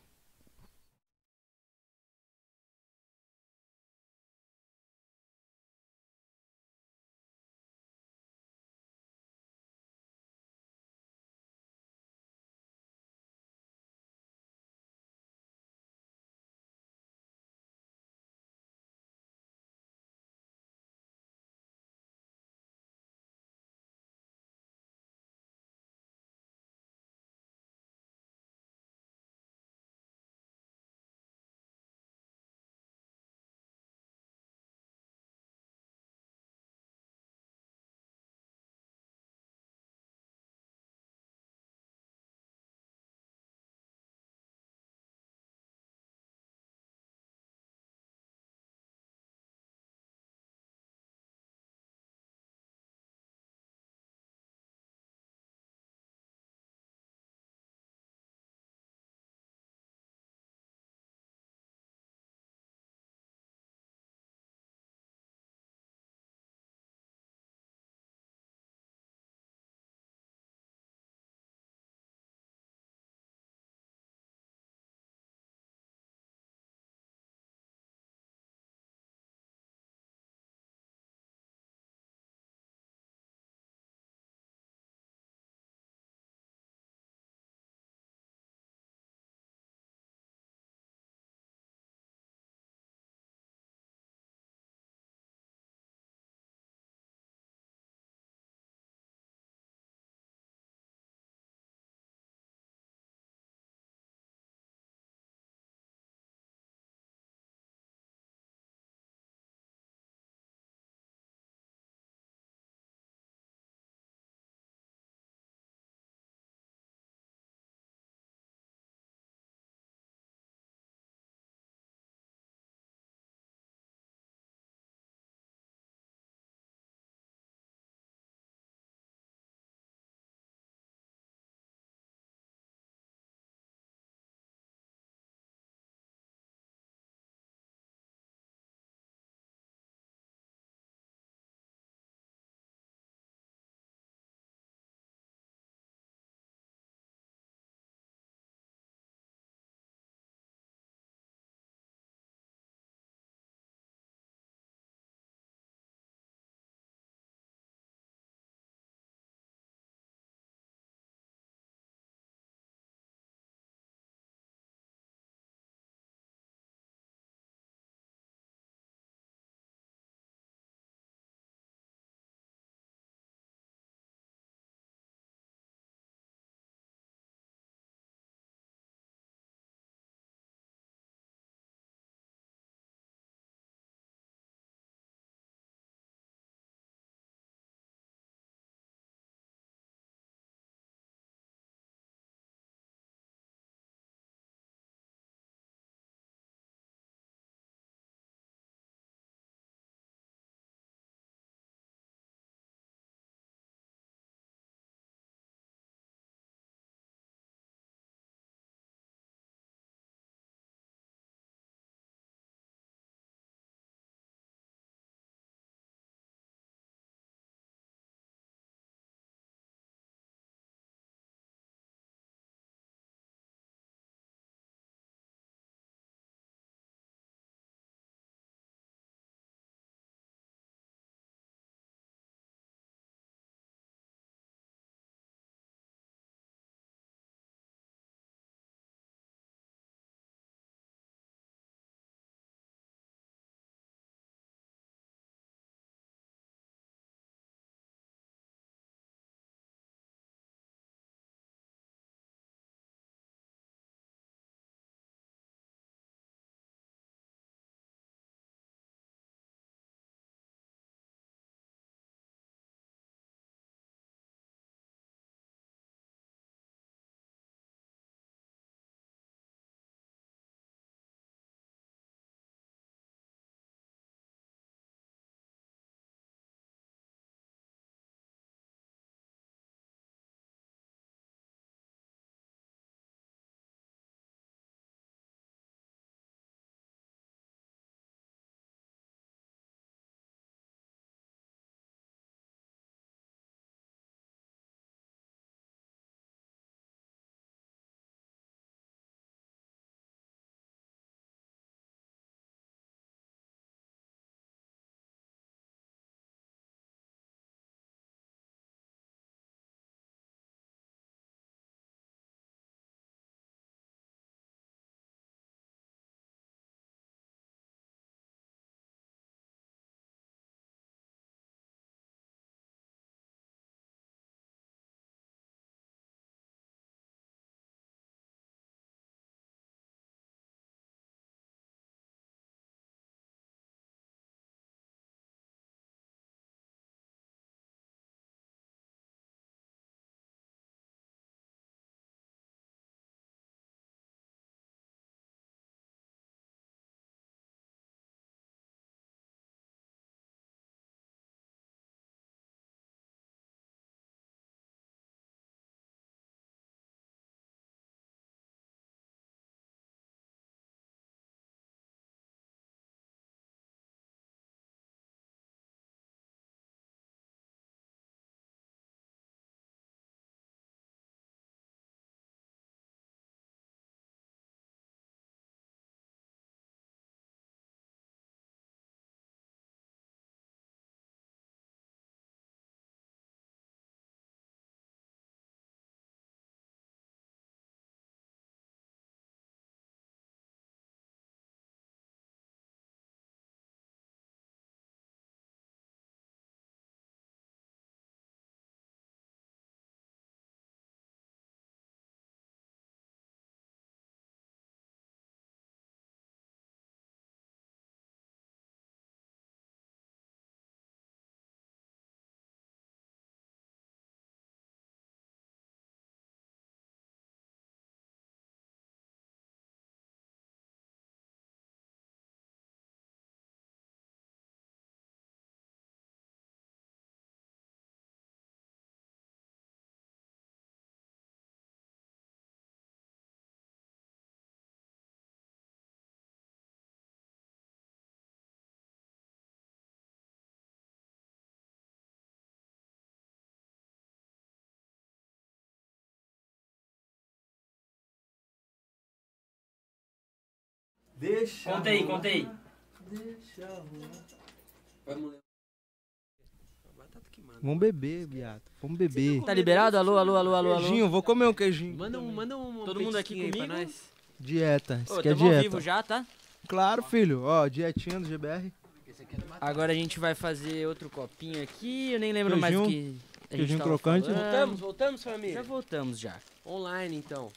E: Deixa.
A: Conta aí, conta aí.
E: Deixa rolar.
C: Vamos beber, viado. Vamos beber.
A: Tá liberado? Alô, alô, alô, alô, alô.
C: Queijinho, vou comer um queijinho.
D: Manda um, manda um.
A: Todo mundo aqui
D: petisquinho aí pra
A: comigo?
D: nós.
C: Dieta. Isso
A: Ô,
C: aqui é
A: tamo ao vivo
C: dieta.
A: já, tá?
C: Claro, filho. Ó, dietinha do GBR.
A: Agora a gente vai fazer outro copinho aqui. Eu nem lembro mais o que a gente
C: queijinho
A: tava
C: crocante.
A: falando.
B: Voltamos, voltamos,
A: Já
B: família.
A: voltamos já.
B: Tá Online, então.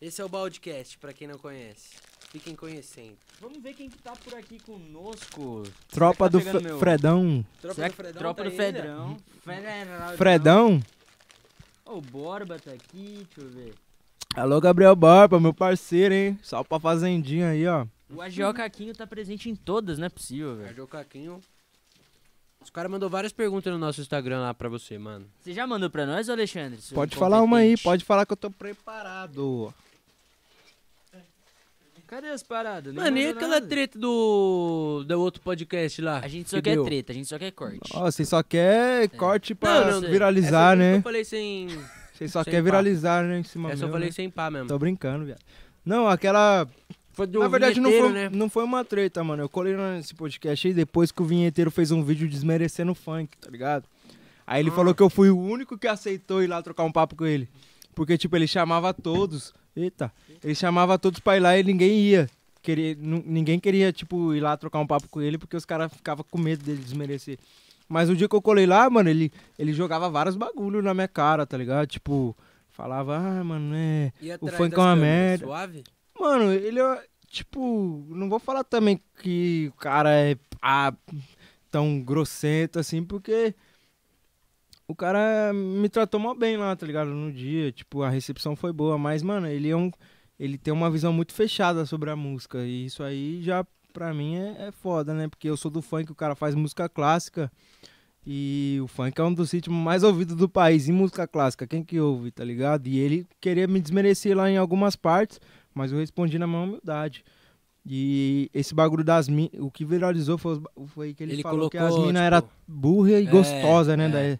B: Esse é o Baldcast, pra quem não conhece. Fiquem conhecendo.
A: Vamos ver quem que tá por aqui conosco.
C: Tropa
A: Tá
C: do
A: pegando
C: Fe-
A: meu-
C: Fredão.
D: Tropa
A: Será
D: do
A: que-
D: Fredão.
A: Tropa
D: tá
A: do
D: aí ainda?
A: Fredrão. Fredrão.
C: Fredão?
A: Ô, O Borba tá aqui, deixa eu ver.
C: Alô, Gabriel Barba, meu parceiro, hein? Salve pra fazendinha aí, ó.
A: O Agioca Caquinho tá presente em todas, não é possível, velho.
B: Cardou Caquinho. Os caras mandou várias perguntas no nosso Instagram lá pra você, mano.
A: Você já mandou pra nós, ô Alexandre? seu
C: Pode falar uma aí,
A: incompetente?
C: pode falar que eu tô preparado.
A: Cadê as paradas? Nem
B: Mano, e
A: mandou
B: aquela
A: nada.
B: treta do, do outro podcast lá?
A: A gente
B: que
A: só quer
B: deu?
A: treta, a gente só quer corte.
C: Ó, vocês só quer corte pra
B: Não, não, não.
C: viralizar,
B: Essa eu
C: né?
B: falei sem.
C: Vocês só
B: sem
C: quer
B: pá.
C: viralizar, né? Em cima
B: Essa eu
C: meu,
B: falei
C: né?
B: sem pá mesmo.
C: Tô brincando, viado. Não, aquela.
B: Foi do
C: Na verdade, não
B: vinheteiro,
C: foi, um-
B: né?
C: não foi uma treta, mano. Eu colei nesse podcast aí depois que o vinheteiro fez um vídeo desmerecendo o funk, tá ligado? Aí
B: Ah.
C: ele falou que eu fui o único que aceitou ir lá trocar um papo com ele. Porque, tipo, ele chamava todos. Eita. Ele chamava todos pra ir lá e ninguém ia. Queria, nu- ninguém queria, tipo, ir lá trocar um papo com ele porque os caras ficavam com medo dele desmerecer. Mas o dia que eu colei lá, mano, ele, ele jogava vários bagulho na minha cara, tá ligado? Tipo, falava, ah, mano, é.
B: E
C: O
B: atrás
C: funk
B: das
C: é uma
B: câmeras,
C: merda.
B: Suave?
C: Mano, ele é. Tipo, não vou falar também que o cara é ah, tão grossento assim, porque o cara me tratou mó bem lá, tá ligado? No dia, tipo, a recepção foi boa, mas, mano, ele é um. Ele tem uma visão muito fechada sobre a música. E isso aí já, pra mim, é, é foda, né? Porque eu sou do funk, o cara faz música clássica. E o funk é um dos ritmos mais ouvidos do país. E música clássica, quem que ouve, tá ligado? E ele queria me desmerecer lá em algumas partes, mas eu respondi na maior humildade. E esse bagulho das minas, o que viralizou foi, os ba- foi que ele,
B: Ele
C: falou que as
B: colocou,
C: minas
B: tipo,
C: eram burra e
B: É,
C: gostosa, né?
B: é.
C: Da,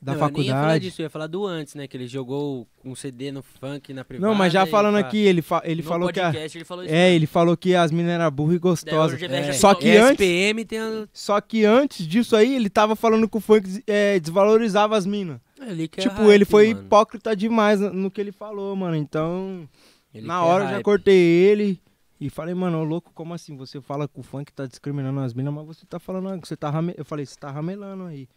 C: da
B: Não, eu nem ia falar
C: faculdade.
B: disso, eu ia falar do antes, né? Que ele jogou um CD no funk na privada.
C: Não, mas já
B: e
C: falando
B: pá.
C: aqui, ele, fa- ele
A: No
C: falou que a-
A: podcast, ele falou isso.
C: É, ele falou que as minas eram burras
A: Daí
C: e
A: o
C: gostosas.
A: GBR
B: É.
A: já
C: Só
A: falou,
C: que
B: E a
C: antes-
B: SPM tem a...
C: Só que antes disso aí, ele tava falando que o funk des- é, desvalorizava as minas.
B: Ele que é
C: Tipo,
B: hype,
C: ele foi
B: mano.
C: hipócrita demais no- no que ele falou, mano. Então,
B: Ele
C: na
B: que é
C: hora eu já
B: hype.
C: cortei ele e falei, mano, ô louco, como assim? Você fala que o funk tá discriminando as minas, mas você tá falando, ah, que você tá rame... Eu falei, você tá ramelando aí.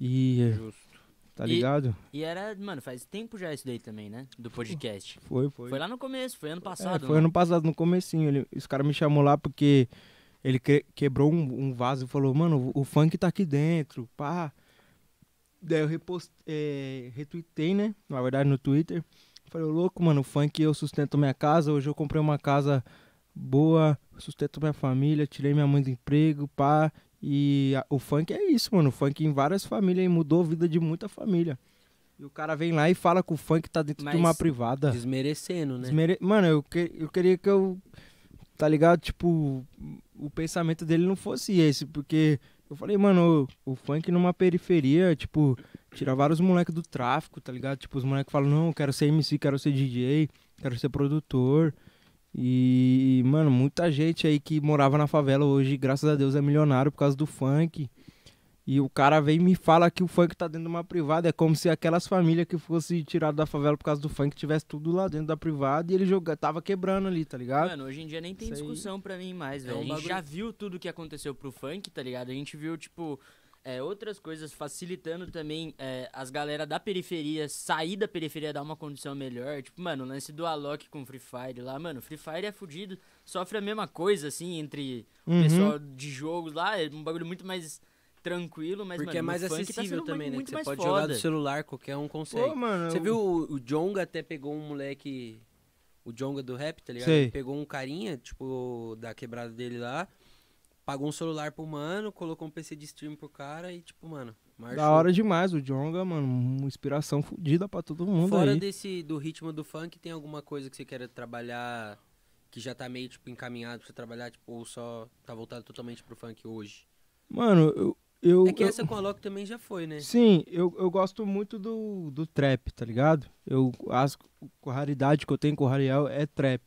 C: E. é, Tá
A: E-
C: ligado?
A: E era, mano, faz tempo já isso daí também, né? Do podcast.
C: Foi, foi.
A: Foi lá no começo, foi ano
C: É,
A: passado.
C: foi
A: né?
C: ano passado, no comecinho. Ele, os caras me chamou lá porque ele que- quebrou um, um vaso e falou, mano, o, o funk tá aqui dentro, pá. Daí eu repost, é, retuitei, né? Na verdade, no Twitter. Falei, "Ô, louco, mano, o funk eu sustento minha casa. Hoje eu comprei uma casa boa, sustento minha família, tirei minha mãe do emprego, pá. E a- o funk é isso, mano. O funk em várias famílias e mudou a vida de muita família. E o cara vem lá e fala que o funk tá dentro de
A: Mas-
C: uma privada.
B: Desmerecendo, né?
C: Desmere- Mano, eu, que- eu queria que eu. Tá ligado? Tipo, o pensamento dele não fosse esse, porque eu falei, mano, o, o funk numa periferia, tipo, tira vários moleques do tráfico, tá ligado? Tipo, os moleques falam, não, eu quero ser MC, quero ser DJ, quero ser produtor. E, mano, muita gente aí que morava na favela hoje, graças a Deus, é milionário por causa do funk. E o cara vem e me fala que o funk tá dentro de uma privada. É como se aquelas famílias que fosse tirado da favela por causa do funk tivesse tudo lá dentro da privada e ele joga, tava quebrando ali, tá ligado?
A: Mano, hoje em dia nem tem
C: Isso aí-
A: discussão pra mim mais,
B: É
A: velho.
B: um
A: a gente
B: bagulho-
A: já viu tudo que aconteceu pro funk, tá ligado? A gente viu, tipo, é, outras coisas facilitando também é, as galera da periferia sair da periferia, dar uma condição melhor. Tipo, mano, o lance do Alok com Free Fire lá, mano, Free Fire é fudido, sofre a mesma coisa, assim, entre o
C: Uhum.
A: pessoal de jogos lá, é um bagulho muito mais tranquilo, mas,
B: Porque
A: mano,
B: é
A: no
B: mais
A: funk tá
B: acessível
A: sendo um
B: também,
A: bagulho
B: né?
A: Muito
B: que você
A: mais
B: pode
A: foda.
B: jogar do celular, qualquer um consegue.
C: mano.
B: Você
C: eu-
B: viu o, o Jonga até pegou um moleque. O Jonga do rap, tá ligado?
C: Sei.
B: Ele pegou um carinha, tipo, da quebrada dele lá. Pagou um celular pro mano, colocou um PC de stream pro cara e, tipo, mano. marchou.
C: Da hora demais, o Jonga, mano, uma inspiração fodida pra todo mundo
B: Fora
C: aí.
B: desse do ritmo do funk, tem alguma coisa que você queira trabalhar que já tá meio, tipo, encaminhado pra você trabalhar, tipo, ou só tá voltado totalmente pro funk hoje?
C: Mano, eu. eu
B: é que
C: eu-
B: essa com a Loki também já foi, né?
C: Sim, eu, eu gosto muito do, do trap, tá ligado? Eu acho que a raridade que eu tenho com o Rariel é trap.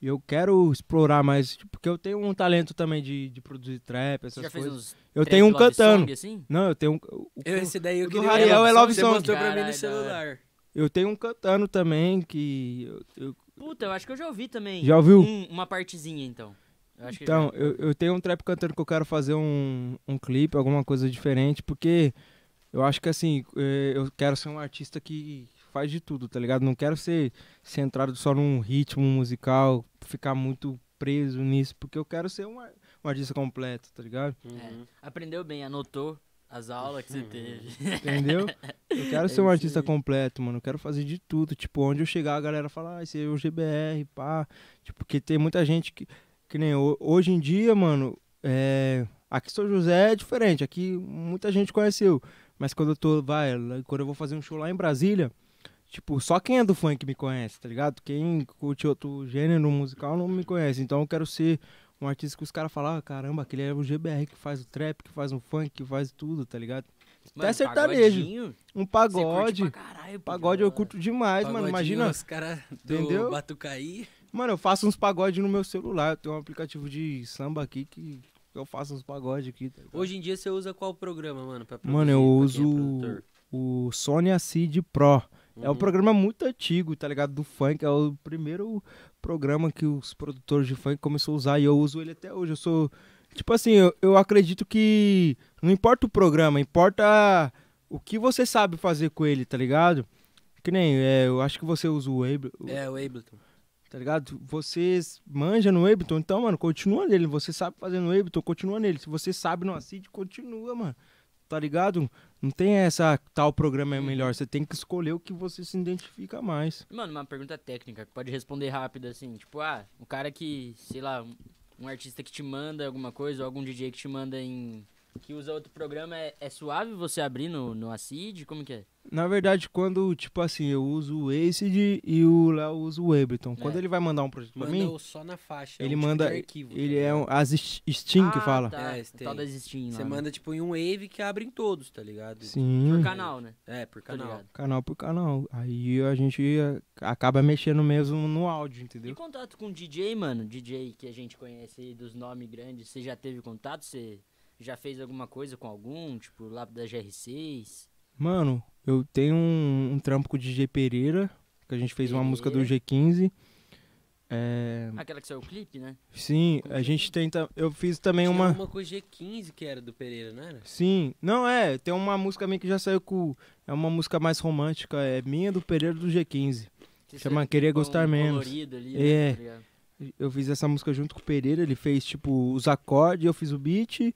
C: E eu quero explorar mais, tipo, porque eu tenho um talento também de, de produzir trap,
A: Você
C: essas
A: já fez
C: coisas.
A: uns
C: Eu
A: trap
C: tenho um
A: love
C: cantando.
A: song, assim?
C: Não, eu tenho um. o- o-
B: Eu, esse daí eu
C: do
B: queria...
C: Rariel é love
B: Você
C: song.
B: mostrou pra mim no
A: Caralho, da hora.
B: celular.
C: Eu tenho um cantando também, que. eu- eu-
A: Puta, eu acho que eu já ouvi também.
C: já ouviu?
A: Um- uma partezinha, então. Eu acho que
C: Então,
A: já-
C: eu, eu tenho um trap cantando que eu quero fazer um, um clipe, alguma coisa diferente, porque eu acho que assim, eh, eu quero ser um artista que faz de tudo, tá ligado? Não quero ser centrado só num ritmo musical, ficar muito preso nisso, porque eu quero ser um, ar- um artista completo, tá ligado?
A: É, aprendeu bem, anotou as aulas que você
B: Uhum.
A: teve.
C: Entendeu? Eu
A: É
C: quero ser um artista completo, mano. Eu quero fazer de tudo. Tipo, onde eu chegar, a galera fala, ah, esse é o GBR, pá. Tipo, porque tem muita gente que. Que nem ho- hoje em dia, mano. É... Aqui em São José é diferente. Aqui muita gente conheceu. Mas quando eu tô. Vai, lá- quando eu vou fazer um show lá em Brasília. Tipo, só quem é do funk me conhece, tá ligado? Quem curte outro gênero musical não me conhece. Então eu quero ser um artista que os caras falam, ah, caramba, aquele é o GBR que faz o trap, que faz o funk, que faz tudo, tá ligado?
A: Mano,
C: sertanejo.
A: pagodinho,
C: Um
A: você curte
C: pagode.
A: pra caralho, né? pô,
C: Pagode
A: da
C: eu
A: hora.
C: curto demais, mano.
B: Pagodinho,
C: Imagina.
B: Os caras
C: Entendeu?
B: do Batucaí.
C: Mano, eu faço uns pagodes no meu celular. Eu tenho um aplicativo de samba aqui que eu faço uns pagodes aqui. tá ligado?
B: Hoje em dia você usa qual programa, mano? pra
C: Mano, eu
B: produzir, pra quem é
C: uso
B: produtor?
C: o Sony Acid Pro. É um
B: Uhum.
C: programa muito antigo, tá ligado? Do funk. É o primeiro programa que os produtores de funk começaram a usar. E eu uso ele até hoje. Eu sou. Tipo assim, eu, eu acredito que. Não importa o programa, importa o que você sabe fazer com ele, tá ligado? Que nem. é, eu acho que você usa o Ableton.
B: É, o Ableton.
C: Tá ligado? Você manja no Ableton, então, mano, continua nele. Você sabe fazer no Ableton, continua nele. Se você sabe no Acid, continua, mano. Tá ligado? Não tem essa tal programa é melhor. Você tem que escolher o que você se identifica mais.
A: Mano, uma pergunta técnica que pode responder rápido assim. Tipo, ah, um cara que, sei lá, um, um artista que te manda alguma coisa, ou algum DJ que te manda em. que usa outro programa, é, é suave você abrir no, no Acid? Como que é?
C: Na verdade, quando, tipo assim, eu uso o Acid e o Léo usa o Ableton. Quando
A: É.
C: ele vai mandar um projeto pra
B: Manda
C: mim,
B: o só na faixa. é
C: ele
B: um tipo
C: manda.
B: de arquivo, tá
C: ele é
B: ligado?
C: um, as s- Steam que
A: né? Ah,
C: fala.
A: Tá,
B: É,
A: é,
B: tem.
A: tal das Steam lá.
B: Você
A: né?
B: manda tipo em um wave que abre em todos, tá ligado?
C: Sim.
A: Por canal, né?
B: É, por
A: Tá
B: canal.
A: ligado.
C: Canal por canal. Aí a gente eh, acaba mexendo mesmo no áudio, entendeu?
A: E contato com DJ, mano? DJ que a gente conhece aí dos nomes grandes, você já teve contato? Você já fez alguma coisa com algum? Tipo, lá da GR6?
C: Mano, eu tenho um, um trampo com o DJ Pereira, que a gente fez uma música do
A: Pereira.
C: G15. É,
A: Aquela que saiu o clipe, né?
C: sim, a gente tenta. Eu fiz também
B: Tinha
C: uma.
B: uma com G15 que era do Pereira, não era?
C: Sim, não é, tem uma música minha que já saiu com. É uma música mais romântica, é minha do Pereira do G15.
A: Que
C: Chama
A: você
C: Querer
A: ficou
C: Gostar
A: um
C: Menos.
A: colorido Ali, né?
C: É.
A: Tá ligado?
C: Eu fiz essa música junto com o Pereira, ele fez tipo os acordes, eu fiz o beat.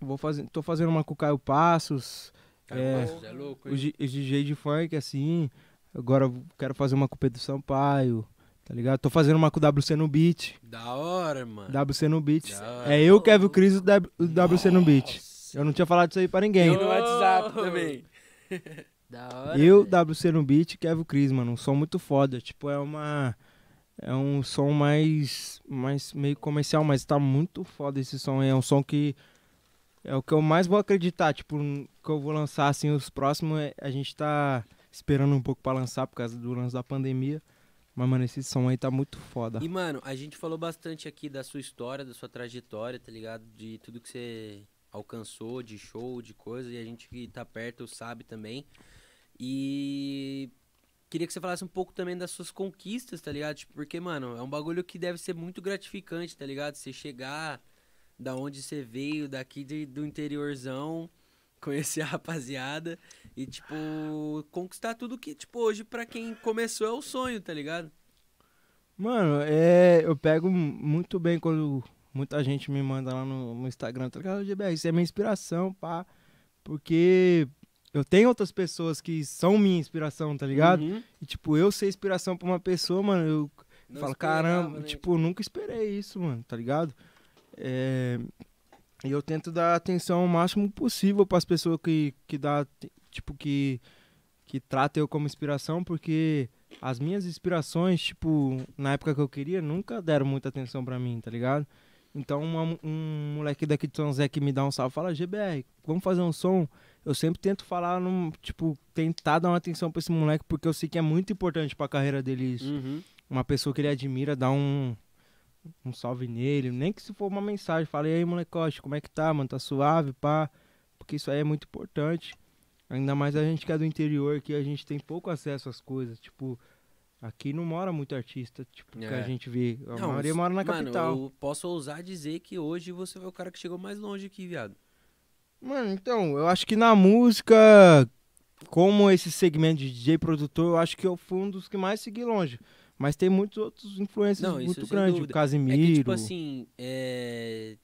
C: Vou fazer, tô fazendo uma com o Caio Passos. É.
B: Nossa, é louco, hein?
C: os, di- os DJ de funk, assim. Agora eu quero fazer uma com o Pedro Sampaio, tá ligado? Tô fazendo uma com o WC no beat.
B: Da hora, mano.
C: WC no beat.
B: Da hora.
C: É eu, Kevin Cris e o W- o WC no beat. Eu não tinha falado isso aí pra
B: E
C: ninguém.
B: no
A: é
B: WhatsApp também.
A: (laughs) Da hora. né?
C: Eu,
A: velho.
C: WC no beat, Kevin Cris, mano. Um som muito foda. Tipo, é uma. É um som mais. mais meio comercial, mas tá muito foda esse som. É um som que. É o que eu mais vou acreditar. Tipo, n- que eu vou lançar assim os próximos. é- A gente tá esperando um pouco pra lançar por causa do lance da pandemia. Mas, mano, esse som aí tá muito foda.
B: E, mano, a gente falou bastante aqui da sua história, da sua trajetória, tá ligado? De tudo que você alcançou, de show, de coisa, e a gente que tá perto sabe também. E queria que você falasse um pouco também das suas conquistas, tá ligado? Tipo, porque, mano, é um bagulho que deve ser muito gratificante, tá ligado? Você chegar da onde você veio, daqui de- do interiorzão, (laughs) conhecer a rapaziada e, tipo, conquistar tudo que, tipo, hoje pra quem começou é o sonho, tá ligado?
C: Mano, é, eu pego m- muito bem quando muita gente me manda lá no, no Instagram, tá ligado? GBR, isso é minha inspiração, pá. Porque eu tenho outras pessoas que são minha inspiração, tá ligado?
B: Uhum.
C: E, tipo, eu ser inspiração pra uma pessoa, mano, eu
B: Não
C: falo,
B: esperava,
C: caramba,
B: né?
C: tipo, eu nunca esperei isso, mano, tá ligado? É, E eu tento dar atenção o máximo possível pras pessoas que, que dá, tipo, que, que trata eu como inspiração, porque as minhas inspirações, tipo, na época que eu queria, nunca deram muita atenção pra mim, tá ligado? Então, uma- um moleque daqui de São José que me dá um salve, fala, GBR, vamos fazer um som? Eu sempre tento falar,
A: Uhum.
C: num, tipo, tentar dar uma atenção pra esse moleque, porque eu sei que é muito importante pra carreira dele isso. uma pessoa que ele admira, dá um, um salve nele, nem que se for uma mensagem, fala, e aí, molecote, como é que tá, mano? Tá suave, pá? Porque isso aí é muito importante. Ainda mais a gente que é do interior, que a gente tem pouco acesso às coisas, tipo... Aqui não mora muito artista, tipo, que a
B: É.
C: gente vê. A
B: Não,
C: maioria mora na
B: mano,
C: capital.
B: eu posso ousar dizer que hoje você é o cara que chegou mais longe aqui, viado.
C: Mano, então, eu acho que na música, como esse segmento de DJ produtor, eu acho que eu fui um dos que mais segui longe. Mas tem muitos outros influencers
B: Não, isso
C: muito
B: sem
C: grandes, o
B: dúvida.
C: Casimiro.
B: É que, tipo assim, é...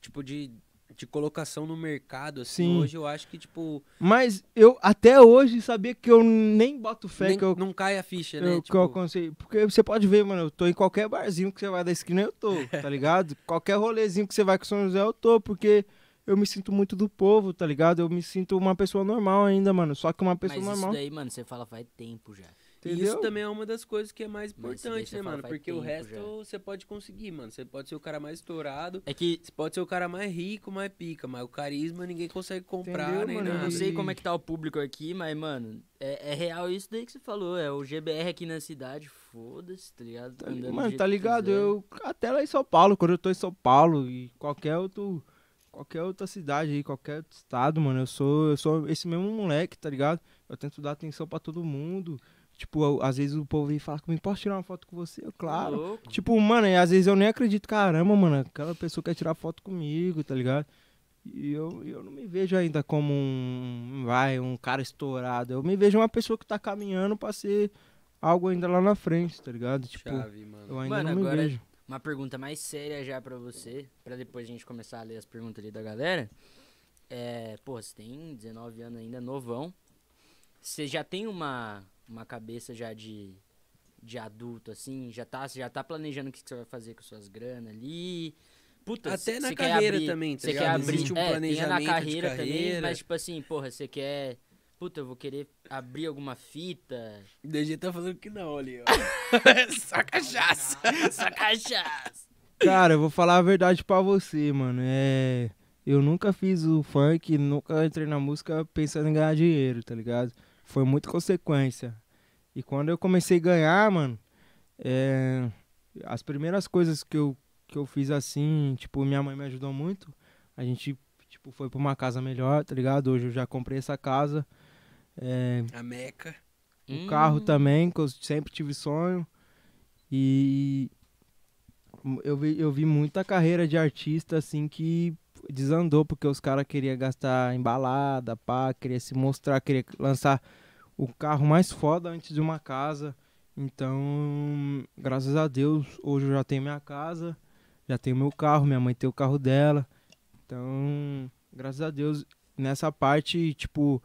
B: Tipo, de, de colocação no mercado, assim,
C: Sim.
B: hoje eu acho que, tipo,
C: Mas eu até hoje sabia que eu nem boto fé
B: nem-
C: que eu,
B: não cai a ficha,
C: eu,
B: né?
C: que eu
B: Tipo,
C: alcancei. Porque você pode ver, mano, eu tô em qualquer barzinho que você vai da esquina, eu
B: (laughs)
C: tô, tá ligado? Qualquer rolezinho que você vai com São José, eu tô, porque eu me sinto muito do povo, tá ligado? Eu me sinto uma pessoa normal ainda, mano. Só que uma pessoa
A: Mas
C: normal.
A: isso daí, mano, você fala faz tempo já.
B: e
C: entendeu?
B: isso também é uma das coisas que é mais
A: Mas isso
B: importante,
A: daí
B: né,
A: você fala
B: mano?
A: faz
B: Porque o
A: tempo
B: resto
A: já.
B: você pode conseguir, mano. Você pode ser o cara mais estourado,
A: É que
B: você pode ser o cara mais rico, mais pica, mas o carisma ninguém consegue comprar,
C: Entendeu,
B: nem
C: mano?
A: eu
B: nada.
A: não sei
C: E-
A: como é que tá o público aqui, mas, mano, é, é real isso daí que você falou. É o GBR aqui na cidade, foda-se, tá ligado?
C: Tá-
A: Andando do
C: Mano,
A: jeito
C: tá
A: que
C: ligado?
A: quiser.
C: Eu até lá em São Paulo, quando eu tô em São Paulo e qualquer outro qualquer outra cidade aí, qualquer outro estado, mano, eu sou eu sou esse mesmo moleque, tá ligado? Eu tento dar atenção pra todo mundo. Tipo, eu- às vezes o povo vem falar comigo, posso tirar uma foto com você? Eu, claro.
A: Tá Louco.
C: Tipo, mano, e às vezes eu nem acredito, caramba, mano, aquela pessoa quer tirar foto comigo, tá ligado? E eu, eu não me vejo ainda como um, vai, um cara estourado. Eu me vejo uma pessoa que tá caminhando pra ser algo ainda lá na frente, tá ligado? Tipo,
B: Chave, mano.
C: eu ainda
A: Mano,
C: não me
A: agora-
C: vejo.
A: Uma pergunta mais séria já pra você, pra depois a gente começar a ler as perguntas ali da galera. É, pô, você tem 19 anos ainda, novão. Você já tem uma, uma cabeça já de, de adulto, assim? Já tá, você já tá planejando o que que você vai fazer com suas granas ali? Puta,
B: Até
A: cê-
B: na
A: cê quer
B: carreira
A: abrir-
B: também, tá
A: Você quer
B: ligado?
A: abrir
B: Existe um
A: é,
B: planejamento
A: tem
B: de
A: a na carreira, também,
B: carreira.
A: mas tipo assim, porra, você quer... Puta, eu vou querer abrir alguma fita.
D: O DG tá falando que não ali, ó.
B: Só cachaça.
A: Essa cachaça!
C: Cara, eu vou falar a verdade pra você, mano. É. Eu nunca fiz o funk, nunca entrei na música pensando em ganhar dinheiro, tá ligado? Foi muito consequência. E quando eu comecei a ganhar, mano, é, as primeiras coisas que eu, que eu fiz assim, tipo, minha mãe me ajudou muito. A gente, tipo, foi pra uma casa melhor, tá ligado? Hoje eu já comprei essa casa. É,
B: A Meca.
C: o
A: Hum.
C: carro também, que eu sempre tive sonho. E eu vi, eu vi muita carreira de artista assim que desandou, porque os caras queriam gastar em balada, pá, queria se mostrar, queria lançar o carro mais foda antes de uma casa. Então, graças a Deus, hoje eu já tenho minha casa, já tenho meu carro, minha mãe tem o carro dela. Então, graças a Deus, nessa parte, tipo,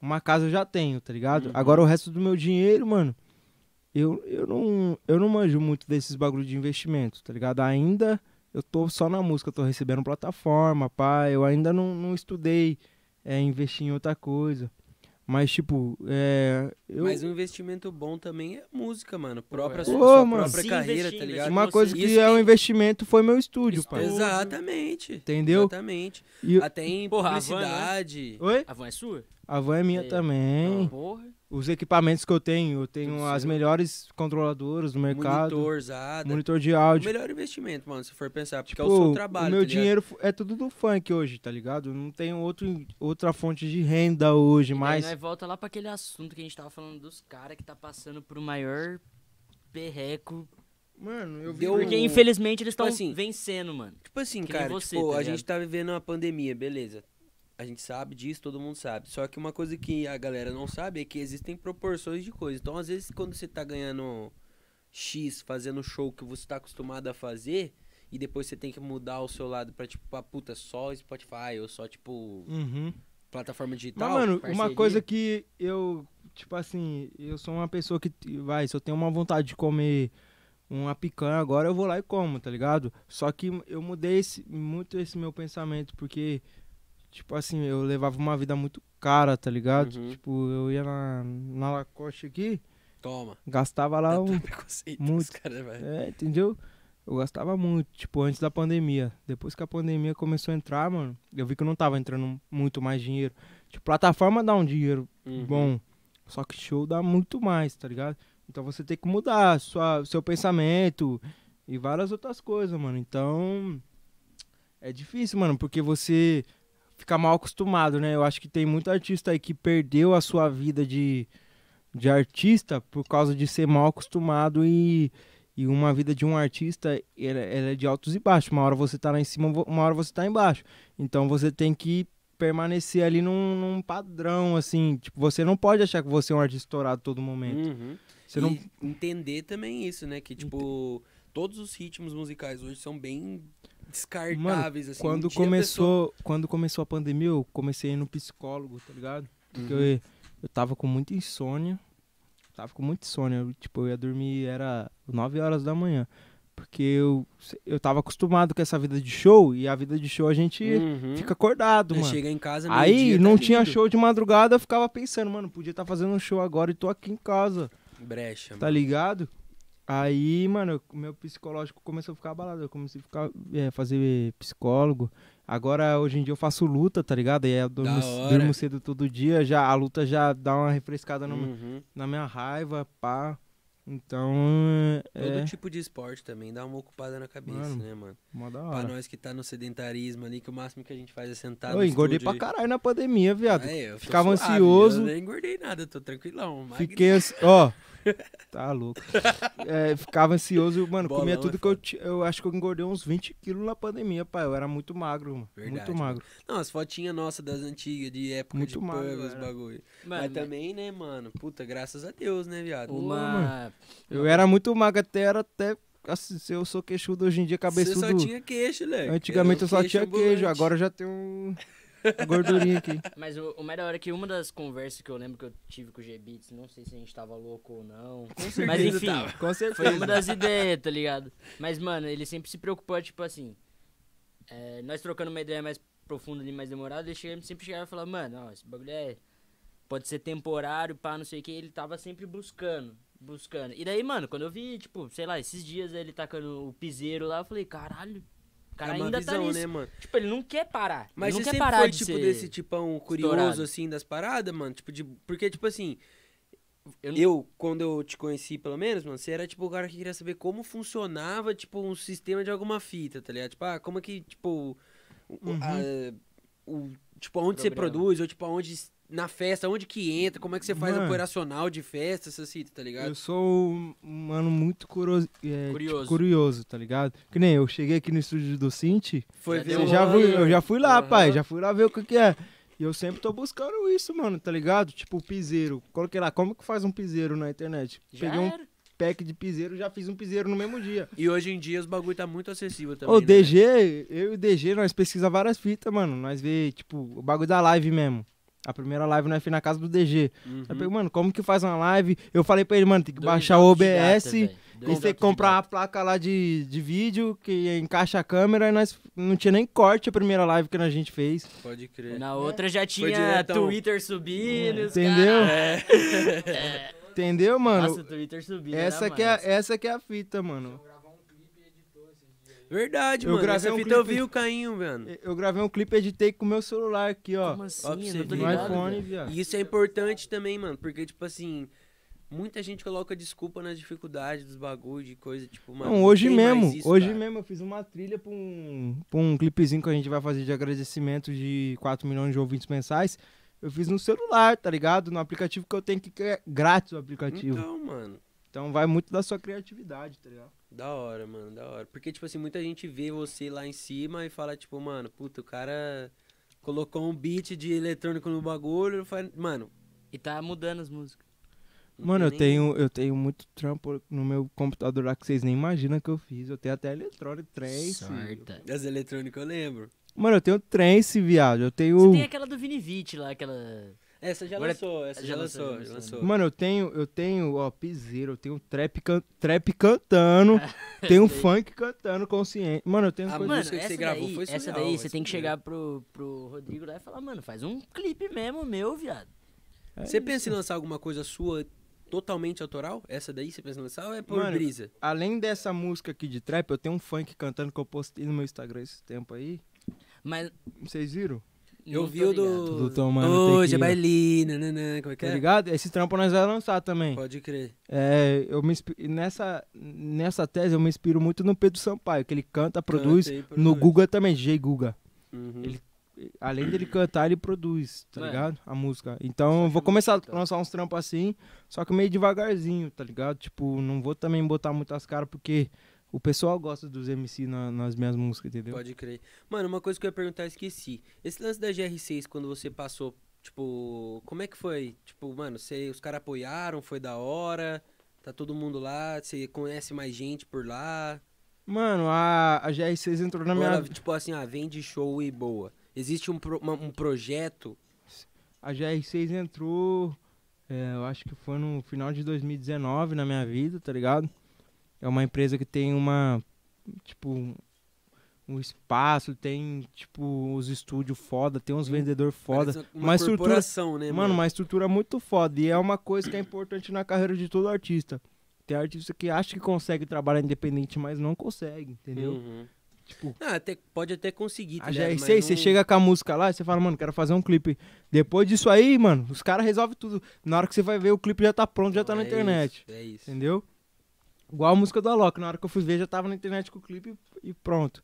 C: uma casa eu já tenho, tá ligado?
A: Uhum.
C: Agora o resto do meu dinheiro, mano, eu, eu, não, eu não manjo muito desses bagulho de investimento, tá ligado? Ainda eu tô só na música, eu tô recebendo plataforma, pá, eu ainda não, não estudei é, investir em outra coisa. Mas, tipo, é, eu...
B: Mas um investimento bom também é música, mano. Própria,
A: é.
B: sua,
C: Ô,
B: sua
C: mano.
B: própria
A: Se
B: carreira,
A: investir,
B: tá
A: investir.
B: ligado?
C: Uma
A: você-
C: coisa
B: isso
C: que é
B: que- um
C: um investimento foi meu estúdio,
A: Isso
C: pai.
A: tudo.
B: Exatamente.
C: Entendeu?
B: Exatamente.
C: E...
B: Até em
A: Porra, a van, né?
B: publicidade.
C: Oi?
A: A van é sua?
C: A van é minha
A: É.
C: também.
A: Porra.
C: Os equipamentos que eu tenho, eu tenho
B: Tudo
C: as
B: seu.
C: melhores controladoras do mercado. Monitor,
B: Monitorzada.
C: de
B: O
C: áudio.
B: melhor investimento, mano, se for pensar, porque
C: Tipo,
B: é o seu trabalho,
C: meu
B: tá ligado?
C: dinheiro é tudo do funk hoje, tá ligado? Eu não tenho outro, outra fonte de renda hoje,
A: Mas...
C: mas...
B: né?
A: Daí nós volta lá pra aquele assunto que a gente tava falando dos caras que tá passando pro maior perreco.
C: Mano, eu
B: Deu-
A: Porque infelizmente eles
B: Tipo
A: estão
B: assim,
A: vencendo, mano.
B: Tipo assim,
A: Que nem
B: cara,
A: você,
B: tipo,
A: tá
B: a
A: ligado?
B: gente tá vivendo uma pandemia, beleza. A gente sabe disso, todo mundo sabe. Só que uma coisa que a galera não sabe é que existem proporções de coisa. Então, às vezes, quando você tá ganhando X, fazendo show que você tá acostumado a fazer, e depois você tem que mudar o seu lado pra, tipo, pra, puta, só Spotify ou só, tipo,
C: Uhum.
B: plataforma digital.
C: Mas, mano, uma
A: parceria.
C: coisa que eu, tipo assim, eu sou uma pessoa que, vai, se eu tenho uma vontade de comer uma picanha agora, eu vou lá e como, tá ligado? Só que eu mudei esse- muito esse meu pensamento, porque, tipo assim, eu levava uma vida muito cara, tá ligado?
B: Uhum.
C: Tipo, eu ia na, na Lacoste aqui,
B: Toma. tá
C: gastava lá um...
B: (laughs) Preconceito,
C: muito.
B: os caras vai-
C: É, entendeu? Eu gastava muito, tipo, antes da pandemia. Depois que a pandemia começou a entrar, mano, eu vi que eu não tava entrando muito mais dinheiro. Tipo, plataforma dá um dinheiro
B: Uhum.
C: bom. Só que show dá muito mais, tá ligado? Então você tem que mudar sua, seu pensamento e várias outras coisas, mano. Então é difícil, mano, porque você fica mal acostumado, né? Eu acho que tem muito artista aí que perdeu a sua vida de, de artista por causa de ser mal acostumado e, e uma vida de um artista, ela, ela é de altos e baixos. Uma hora você tá lá em cima, uma hora você tá embaixo. Então você tem que permanecer ali num, num padrão, assim. Tipo, você não pode achar que você é um artista estourado todo momento.
B: Uhum.
C: Você
B: e
C: não...
B: entender também isso, né? Que, tipo, todos os ritmos musicais hoje são bem descartáveis, assim. Um
C: Quando
B: dia a
C: começou, quando começou a pandemia, eu comecei a ir no psicólogo, tá ligado? Porque
B: Uhum.
C: eu, eu tava com muita insônia. Tava com muita insônia. Eu, tipo, eu ia dormir, era 9 horas da manhã. Porque eu, eu tava acostumado com essa vida de show, e a vida de show a gente
B: pessoa- Uhum.
C: fica acordado,
B: Aí
C: mano.
B: Chega em casa, meio-dia,
C: Aí
B: tá
C: não tinha
B: lindo.
C: show de madrugada, eu ficava pensando, mano, podia estar fazendo um show agora e tô aqui em casa,
B: Brecha,
C: tá ligado? Aí, mano, o meu psicológico começou a ficar abalado, eu comecei a ficar, é, fazer psicólogo. Agora, hoje em dia eu faço luta, tá ligado? E aí eu durmo,
B: Da hora.
C: durmo cedo todo dia, já, a luta já dá uma refrescada no-
B: mano. Uhum.
C: na minha raiva, pá. Então,
B: Todo
C: é,
B: tipo de esporte também dá uma ocupada na cabeça,
C: Mano,
B: né, mano?
C: mó da
B: Pra
C: hora.
B: nós que tá no sedentarismo ali, que o máximo que a gente faz é sentar
C: Eu
B: no
C: engordei pra
B: estúdio
C: caralho na pandemia,
B: e-
C: viado.
B: É, eu tô
C: Ficava
B: suave,
C: ansioso.
B: Eu nem engordei nada, tô tranquilão. magrinho.
C: Fiquei ansi... Ó. Tá louco. É, ficava ansioso, mano.
B: Bolão
C: comia
B: é
C: tudo que eu tinha. Eu acho que eu engordei uns 20 quilos na pandemia, pai. Eu era muito magro, mano.
B: Verdade,
C: muito magro.
B: Não, as fotinhas nossas das antigas, de época de
C: Muito magro,
B: pub, os
C: era.
B: bagulho.
A: Mano,
B: Mas também, né, mano? Puta, graças a Deus, né, viado?
A: uma.
C: Eu era muito magro até, era até. Assim, se eu sou queixudo hoje em dia,
B: Você
C: cabeçudo.
B: só tinha queixo, né?
C: Antigamente eu só tinha queijo, agora eu já tenho um- uma
B: (laughs)
C: gordurinha aqui.
A: Mas o, o melhor é que uma das conversas que eu lembro que eu tive com o G-Beats, não sei se a gente tava louco ou não. Mas enfim,
C: Com
A: foi
C: certeza.
A: uma das ideias, tá ligado? Mas, mano, ele sempre se preocupou, tipo assim. é, nós trocando uma ideia mais profunda ali, mais demorada, ele chegava- sempre chegava e falava, mano, ó, esse bagulho é. Pode ser temporário, pá, não sei o que. Ele tava sempre buscando, buscando. E daí, mano, quando eu vi, tipo, sei lá, esses dias ele tacando o piseiro lá, eu falei, caralho. O cara
B: é uma
A: ainda tá
B: visão,
A: nisso.
B: né, mano?
A: Tipo, ele não quer parar.
B: Mas
A: ele
B: você
A: não quer
B: sempre
A: parar
B: foi,
A: de
B: tipo,
A: ser...
B: desse tipão curioso,
A: estourado.
B: assim, das paradas, mano? Tipo, de... Porque, tipo assim,
A: Eu
B: eu,
A: não-
B: quando eu te conheci, pelo menos, mano, você era, tipo, o cara que queria saber como funcionava, tipo, um sistema de alguma fita, tá ligado? Tipo, ah, como é que, tipo, o- o- a- o, tipo, aonde você
A: Programa.
B: produz, ou, tipo, aonde... Na festa, onde que entra, como é que você faz
C: Mano.
B: operacional de festa, essas fitas, tá ligado?
C: Eu sou um mano muito curioso, é, tipo,
A: Curioso.
C: curioso, tá ligado? Que nem eu cheguei aqui no estúdio do Cinti,
B: Foi
A: Já
B: ver
A: deu
C: Eu
B: o
C: já,
B: rolê.
C: fui, eu já fui lá,
B: Aham.
C: pai. Já fui lá ver o que, que é. E eu sempre tô buscando isso, mano, tá ligado? Tipo, piseiro. Coloquei lá, como que faz um piseiro na internet?
A: Já
B: é.
C: Peguei um
A: era.
C: pack de piseiro, já fiz um piseiro no mesmo dia.
B: E hoje em dia os bagulho tá muito acessível também.
C: Ô,
B: né,
C: DG, eu e o DG, nós pesquisa várias fitas, mano. Nós vê, tipo, o bagulho da live mesmo. A primeira live nós fui na casa do DG.
B: velho? Uhum.
C: Aí pegou, mano, como que faz uma live? Eu falei pra ele, mano, tem que
A: Dois
C: baixar o
A: jogos de
C: OBS.
A: data, velho. Dois
C: Eles têm
A: jogos
C: que
A: de
C: comprar uma
A: data.
C: placa lá de, de vídeo que encaixa a câmera e nós não tinha nem corte a primeira live que a gente fez.
B: Pode crer.
A: Na outra já tinha
B: diretão.
A: Twitter subindo. os
C: Entendeu?
A: cara-
B: É.
A: É.
C: Entendeu, (laughs) mano?
A: Nossa, o Twitter subindo. era
C: essa, que é,
A: massa.
C: essa que é a fita, mano.
B: Verdade,
C: Eu
B: mano.
C: gravei
B: Essa
C: um
B: fita
C: clipe-
B: eu vi o Cainho, mano.
C: Eu gravei um clipe, editei com o meu celular aqui, ó.
A: Como assim?
B: Ó, pra você
A: Eu não tô
B: ver.
C: no
A: ligado,
C: iPhone,
A: velho.
C: viado.
B: E isso é importante também, mano, porque, tipo assim, muita gente coloca desculpa nas dificuldades dos bagulhos, de coisa, tipo, mano.
C: Não, hoje
B: tem mais
C: mesmo,
B: isso,
C: hoje
B: cara.
C: mesmo eu fiz uma trilha pra um, pra um clipezinho que a gente vai fazer de agradecimento de 4 milhões de ouvintes mensais. Eu fiz no celular, tá ligado? No aplicativo que eu tenho que que é grátis o aplicativo.
B: Então, mano.
C: Então vai muito da sua criatividade, tá ligado?
B: Da hora, mano, da hora. Porque, tipo assim, muita gente vê você lá em cima e fala, tipo, mano, puta, o cara colocou um beat de eletrônico no bagulho. faz- Mano.
A: E tá mudando as músicas.
B: não
C: Mano, eu
B: tem nem-
C: tenho, eu tenho muito trampo no meu computador lá que vocês nem imaginam que eu fiz. Eu tenho até eletrônico, trance.
A: Sorta.
B: Das eletrônicas eu lembro.
C: Mano, eu tenho trance, viado. Eu tenho.
A: Você tem aquela do Vinivite lá, aquela.
B: Essa já
A: Agora-
B: lançou, essa já lançou, já lançou.
C: Mano, eu tenho, eu tenho, ó, piseiro, eu tenho trap, can- trap
B: (laughs)
C: cantando, tenho funk cantando consciente. Mano, eu tenho
B: Ah,
C: coisa.
B: mano,
A: Mano,
B: música que
A: essa
B: você gravou
A: daí,
B: foi
A: essa
B: surreal,
A: daí
B: essa
A: você tem que
B: daí.
A: chegar pro, pro Rodrigo lá e falar, mano, faz um clipe mesmo meu, viado.
C: é
B: Você pensa em lançar alguma coisa sua totalmente autoral? Essa daí você pensa em lançar ou é por
C: Mano,
B: brisa?
C: Além dessa música aqui de trap, eu tenho um funk cantando que eu postei no meu Instagram esse tempo aí.
A: Mas,
C: Vocês viram?
B: Eu
A: Não
B: vi
A: tô
B: o do.
A: ligado.
C: Tudo tomando
B: Hoje é
C: tequila.
B: baile, nananã, como é que
C: Tá
B: é?
C: ligado? Esse trampo nós vai lançar também.
B: Pode crer.
C: É, eu me inspi- nessa, nessa tese eu me inspiro muito no Pedro Sampaio, que ele canta, produz.
B: Canta aí, produz.
C: no Guga também, DJ Guga.
B: Uhum.
C: Ele- Além dele cantar, ele produz, tá
A: É.
C: ligado? A música. Então eu vou começar a lançar uns trampos assim, só que meio devagarzinho, tá ligado? Tipo, não vou também botar muitas caras, porque o pessoal gosta dos MC na- nas minhas músicas, entendeu?
B: Pode crer. Mano, uma coisa que eu ia perguntar, eu esqueci. Esse lance da GR6, quando você passou, tipo, como é que foi? Tipo, mano, você, os caras apoiaram, foi da hora, tá todo mundo lá, você conhece mais gente por lá.
C: Mano, a, a GR6 entrou na
B: Ou
C: minha.
B: ela, tipo assim, ah, vende show e boa. Existe um, pro- uma- um projeto.
C: A GR6 entrou, é, eu acho que foi no final de 2019 na minha vida, tá ligado? É uma empresa que tem uma, tipo, um- um espaço, tem, tipo, os estúdios foda, tem uns vendedores foda.
B: Parece Uma
C: Uma estrutura,
B: corporação, né,
C: mano, uma estrutura muito foda. E é uma coisa que é importante na carreira de todo artista. Tem artista que acha que consegue trabalhar independente, mas não consegue, entendeu?
B: Uhum.
C: Tipo-
B: Ah, até, pode até conseguir, tá
C: A
B: ligado?
C: GR6,
B: Mas
C: você
B: não-
C: chega com a música lá e você fala, mano, quero fazer um clipe. Depois disso aí, mano, os caras resolvem tudo. Na hora que você vai ver, o clipe já tá pronto, já tá na
B: É
C: internet.
B: isso, é isso.
C: Entendeu? Igual a música do Alok. Na hora que eu fui ver, já tava na internet com o clipe e pronto.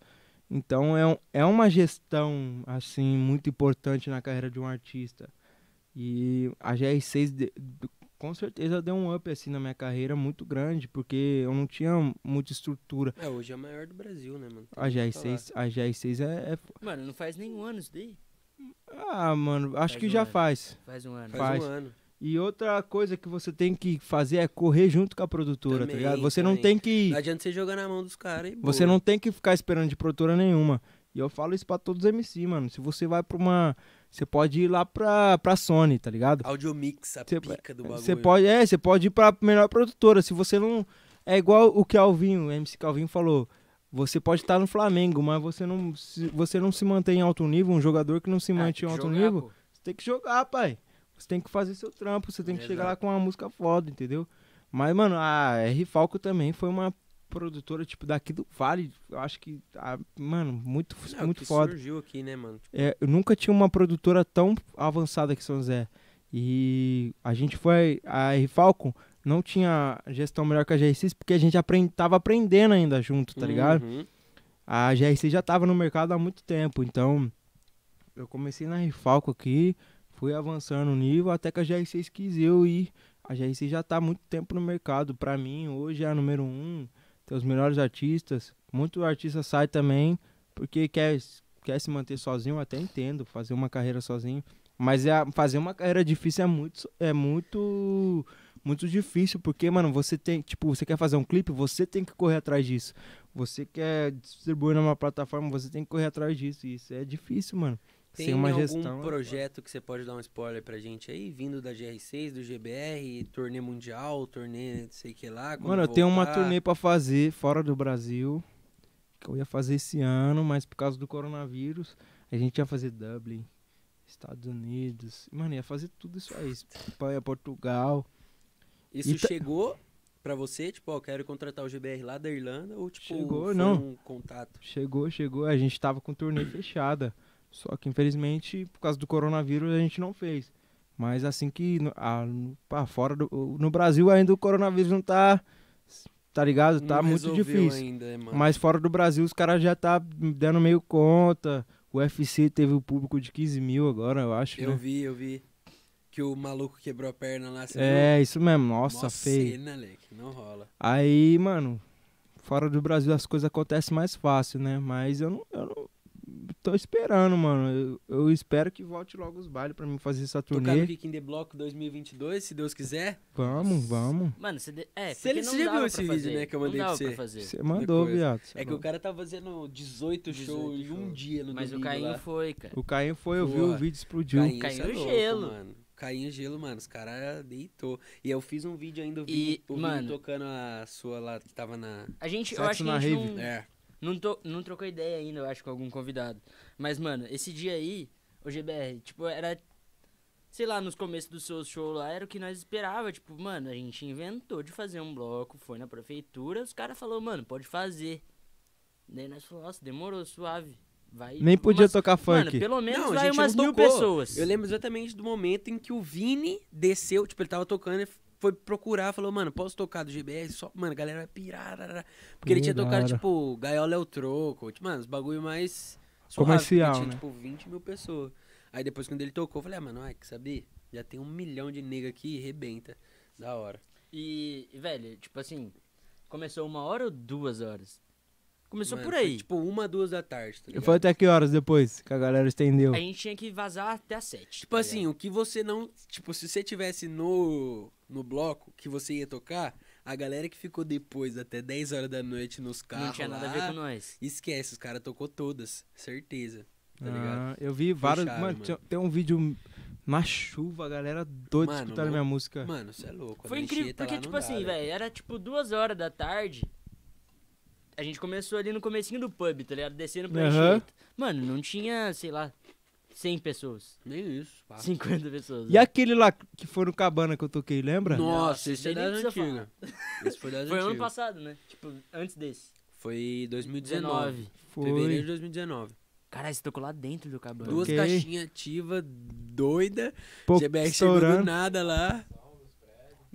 C: Então é, um- é uma gestão, assim, muito importante na carreira de um artista. E a GR6 de- de- com certeza deu um up, assim, na minha carreira muito grande, porque eu não tinha muita estrutura.
B: É, hoje é a maior do Brasil, né, mano? Tem
C: A
B: que
C: GR6, a GR6 é, é
A: Mano, não faz nenhum ano isso daí.
C: Ah, mano, acho
A: Faz
C: que
A: um
C: já
A: ano.
C: faz.
A: Faz um ano.
B: falar. Faz,
C: faz.
B: um ano.
C: E outra coisa que você tem que fazer é correr junto com a produtora,
B: Também,
C: tá ligado? Você não
B: também.
C: tem que.
B: Não adianta você jogar na mão dos caras e boa.
C: Você não tem que ficar esperando de produtora nenhuma. E eu falo isso pra todos os MC, mano. Se você vai pra uma. Você pode ir lá pra, pra Sony, tá ligado?
B: Audiomix, a
C: Cê-
B: pica do Ah, bagulho.
C: Você pode, é, você pode ir pra melhor produtora. Se você não. É igual o que Alvinho, o MC Calvinho falou. Você pode estar no Flamengo, mas você não, se, você não se mantém em alto nível, um jogador que não
B: É,
C: se
A: Ah,
C: mantém em
A: tem que
C: alto
A: jogar,
C: nível,
A: pô.
C: Você tem que jogar, pai. Você tem que fazer seu trampo, você tem que chegar lá com uma música foda, entendeu? Mas, mano, a R Falco também foi uma produtora, tipo, daqui do Vale. Eu acho que, ah, mano, muito,
B: Não,
C: é muito
B: É, que
C: foda.
B: surgiu aqui, né, mano? Tipo,
C: É, eu nunca tinha uma produtora tão avançada que São Zé. E a gente foi. A R Falcon não tinha gestão melhor que a GR6 porque a gente apren- tava aprendendo ainda junto, tá ligado?
B: uhum.
C: A GRC já tava no mercado há muito tempo, então eu comecei na Rifalco aqui, fui avançando o nível até que a GR6 quis eu ir. A GR6 já tá há muito tempo no mercado, pra mim hoje é a número um, tem os melhores artistas. Muito artista sai também porque quer, quer se manter sozinho, eu até entendo, fazer uma carreira sozinho. Mas é, a- fazer uma carreira difícil é muito, é muito, muito difícil, porque, mano, você tem, tipo, você quer fazer um clipe, você tem que correr atrás disso você quer distribuir numa plataforma, você tem que correr atrás disso. E isso é difícil, mano.
B: Tem
C: Sem uma
B: algum
C: gestão. é
B: projeto que você pode dar um spoiler pra gente aí? Vindo da GR6, do GBR, turnê mundial, turnê não sei o que lá. quando
C: Mano, eu tenho uma
B: voltar?
C: turnê pra fazer fora do Brasil. Que eu ia fazer esse ano, mas por causa do coronavírus, a gente ia fazer Dublin, Estados Unidos. Mano, ia fazer tudo isso aí. Espanha, Portugal.
B: Isso
C: Ita-
B: chegou pra você? Tipo, ó, quero contratar o GBR lá da Irlanda? Ou, tipo,
C: Chegou,
B: foi
C: não.
B: um contato?
C: Chegou, chegou. A gente tava com turnê fechada. Só que infelizmente, por causa do coronavírus, a gente não fez. Mas assim que. no- ah, no- pá, fora do. No Brasil ainda o coronavírus não tá. Tá ligado? Tá
B: Não
C: muito
B: resolveu
C: difícil.
B: ainda, né, mano?
C: Mas fora do Brasil, os caras já tá dando meio conta. O UFC teve o público de 15 mil agora, eu acho.
B: Eu
C: né?
B: vi, eu vi. Que o maluco quebrou a perna lá. você viu?
C: É, isso mesmo. Nossa,
B: Mó
C: feio.
B: cena, leque, não rola.
C: Aí, mano, fora do Brasil as coisas acontecem mais fácil, né? Mas eu não, eu não tô esperando, mano. Eu, eu espero que volte logo os bailes pra mim fazer essa
B: Tocar no
C: turnê.
B: Kick in the Block 2022, se Deus quiser.
C: Vamos, vamos.
A: Mano, você. de- É,
B: Se
A: porque
B: ele-
A: não
B: você já
A: dava
B: viu
A: pra
B: esse vídeo,
A: fazer.
B: né, que eu mandei
A: não
B: pra
A: dava
B: você?
A: fazer.
C: Você mandou,
B: Depois.
C: viado. cê
B: É que
C: mandou.
B: o cara tá fazendo 18 shows
A: 18
B: em um
A: shows.
B: dia no
A: Mas o
B: domingo
A: Caim
B: lá.
A: foi, cara.
C: O Caio foi, eu vi
B: Porra.
C: o vídeo, explodiu.
B: Caim,
A: Caim
B: cê
A: o
B: é louco,
A: gelo.
B: Mano. Caim o gelo, mano. Os caras deitou. E eu fiz um vídeo ainda, eu
A: E,
B: vi o
A: mano-
B: Vini tocando a sua lá que tava na...
A: A gente, eu
C: Sexo
A: acho que
C: na
A: a gente
C: rave.
A: não,
B: É.
A: não, to- não trocou ideia ainda, eu acho, com algum convidado. Mas, mano, esse dia aí, o GBR, tipo, era. Sei lá, nos começos do seu show lá, era o que nós esperava. Tipo, mano, a gente inventou de fazer um bloco, foi na prefeitura, os caras falaram, mano, pode fazer. Daí nós falamos, nossa, demorou, suave. Vai
C: Nem podia
A: umas-
C: tocar
A: Mano,
C: funk.
A: pelo menos
B: Não, a
A: vai
B: gente
A: umas
B: não
A: mil
B: tocou.
A: pessoas.
B: Eu lembro exatamente do momento em que o Vini desceu, tipo, ele tava tocando e foi procurar, falou, mano, posso tocar do GBR? Só, mano, a galera vai pirar. rarara. Porque ele tinha
C: Pô, da
B: tocado,
C: hora.
B: tipo, Gaiola é o Troco, tipo, mano, os bagulho mais
C: Comercial,
B: porque tinha,
C: né?
B: tipo, 20 mil pessoas. Aí depois, quando ele tocou, eu falei, ah, mano, ai, que saber? Já tem um milhão de nega aqui e rebenta. Da hora.
A: E, e, velho, tipo assim, começou uma hora ou duas horas? Começou
B: Mano,
A: por
B: foi,
A: aí.
B: tipo, uma, duas da tarde, tá
C: E
B: ligado?
C: Foi até que horas depois que a galera estendeu?
A: A gente tinha que vazar até as sete. tá
B: Tipo assim, o que você não. Tipo, se você tivesse no, no bloco que você ia tocar, a galera que ficou depois até 10 horas da noite nos carros.
A: não tinha nada a ver
B: lá,
A: com nós.
B: Esquece, os caras tocou todas, certeza. Tá
C: Ah,
B: ligado?
C: eu vi vários.
B: Puxaram,
C: mano,
B: mano.
C: tinha- tem um vídeo na chuva, a galera doida
B: Mano,
C: escutando minha música.
B: Mano, você é louco. a
A: Foi incrível,
B: Anchieta lá
A: porque,
B: não
A: tipo
B: dá, né?
A: assim, velho, era tipo duas horas da tarde. A gente começou ali no comecinho do pub, tá ligado? Descendo pra
C: Aham.
A: Anchieta. Mano, não tinha, sei lá, 100 pessoas.
B: Nem isso. pá.
A: 50 pessoas. né?
C: E aquele lá que foi no cabana que eu toquei, lembra?
B: Nossa, esse é
A: nem
B: das
A: precisa
B: antigas. Esse foi das
A: Foi ano
B: antigas.
A: passado, né? Tipo, antes desse.
B: Foi 2019.
A: 19.
C: Foi.
B: Fevereiro de 2019.
A: Caralho, você tocou lá dentro do cabana.
B: Duas
C: Ok.
B: caixinhas ativas, doida.
C: Pô,
B: GBR chegou do
C: estourando.
B: nada lá.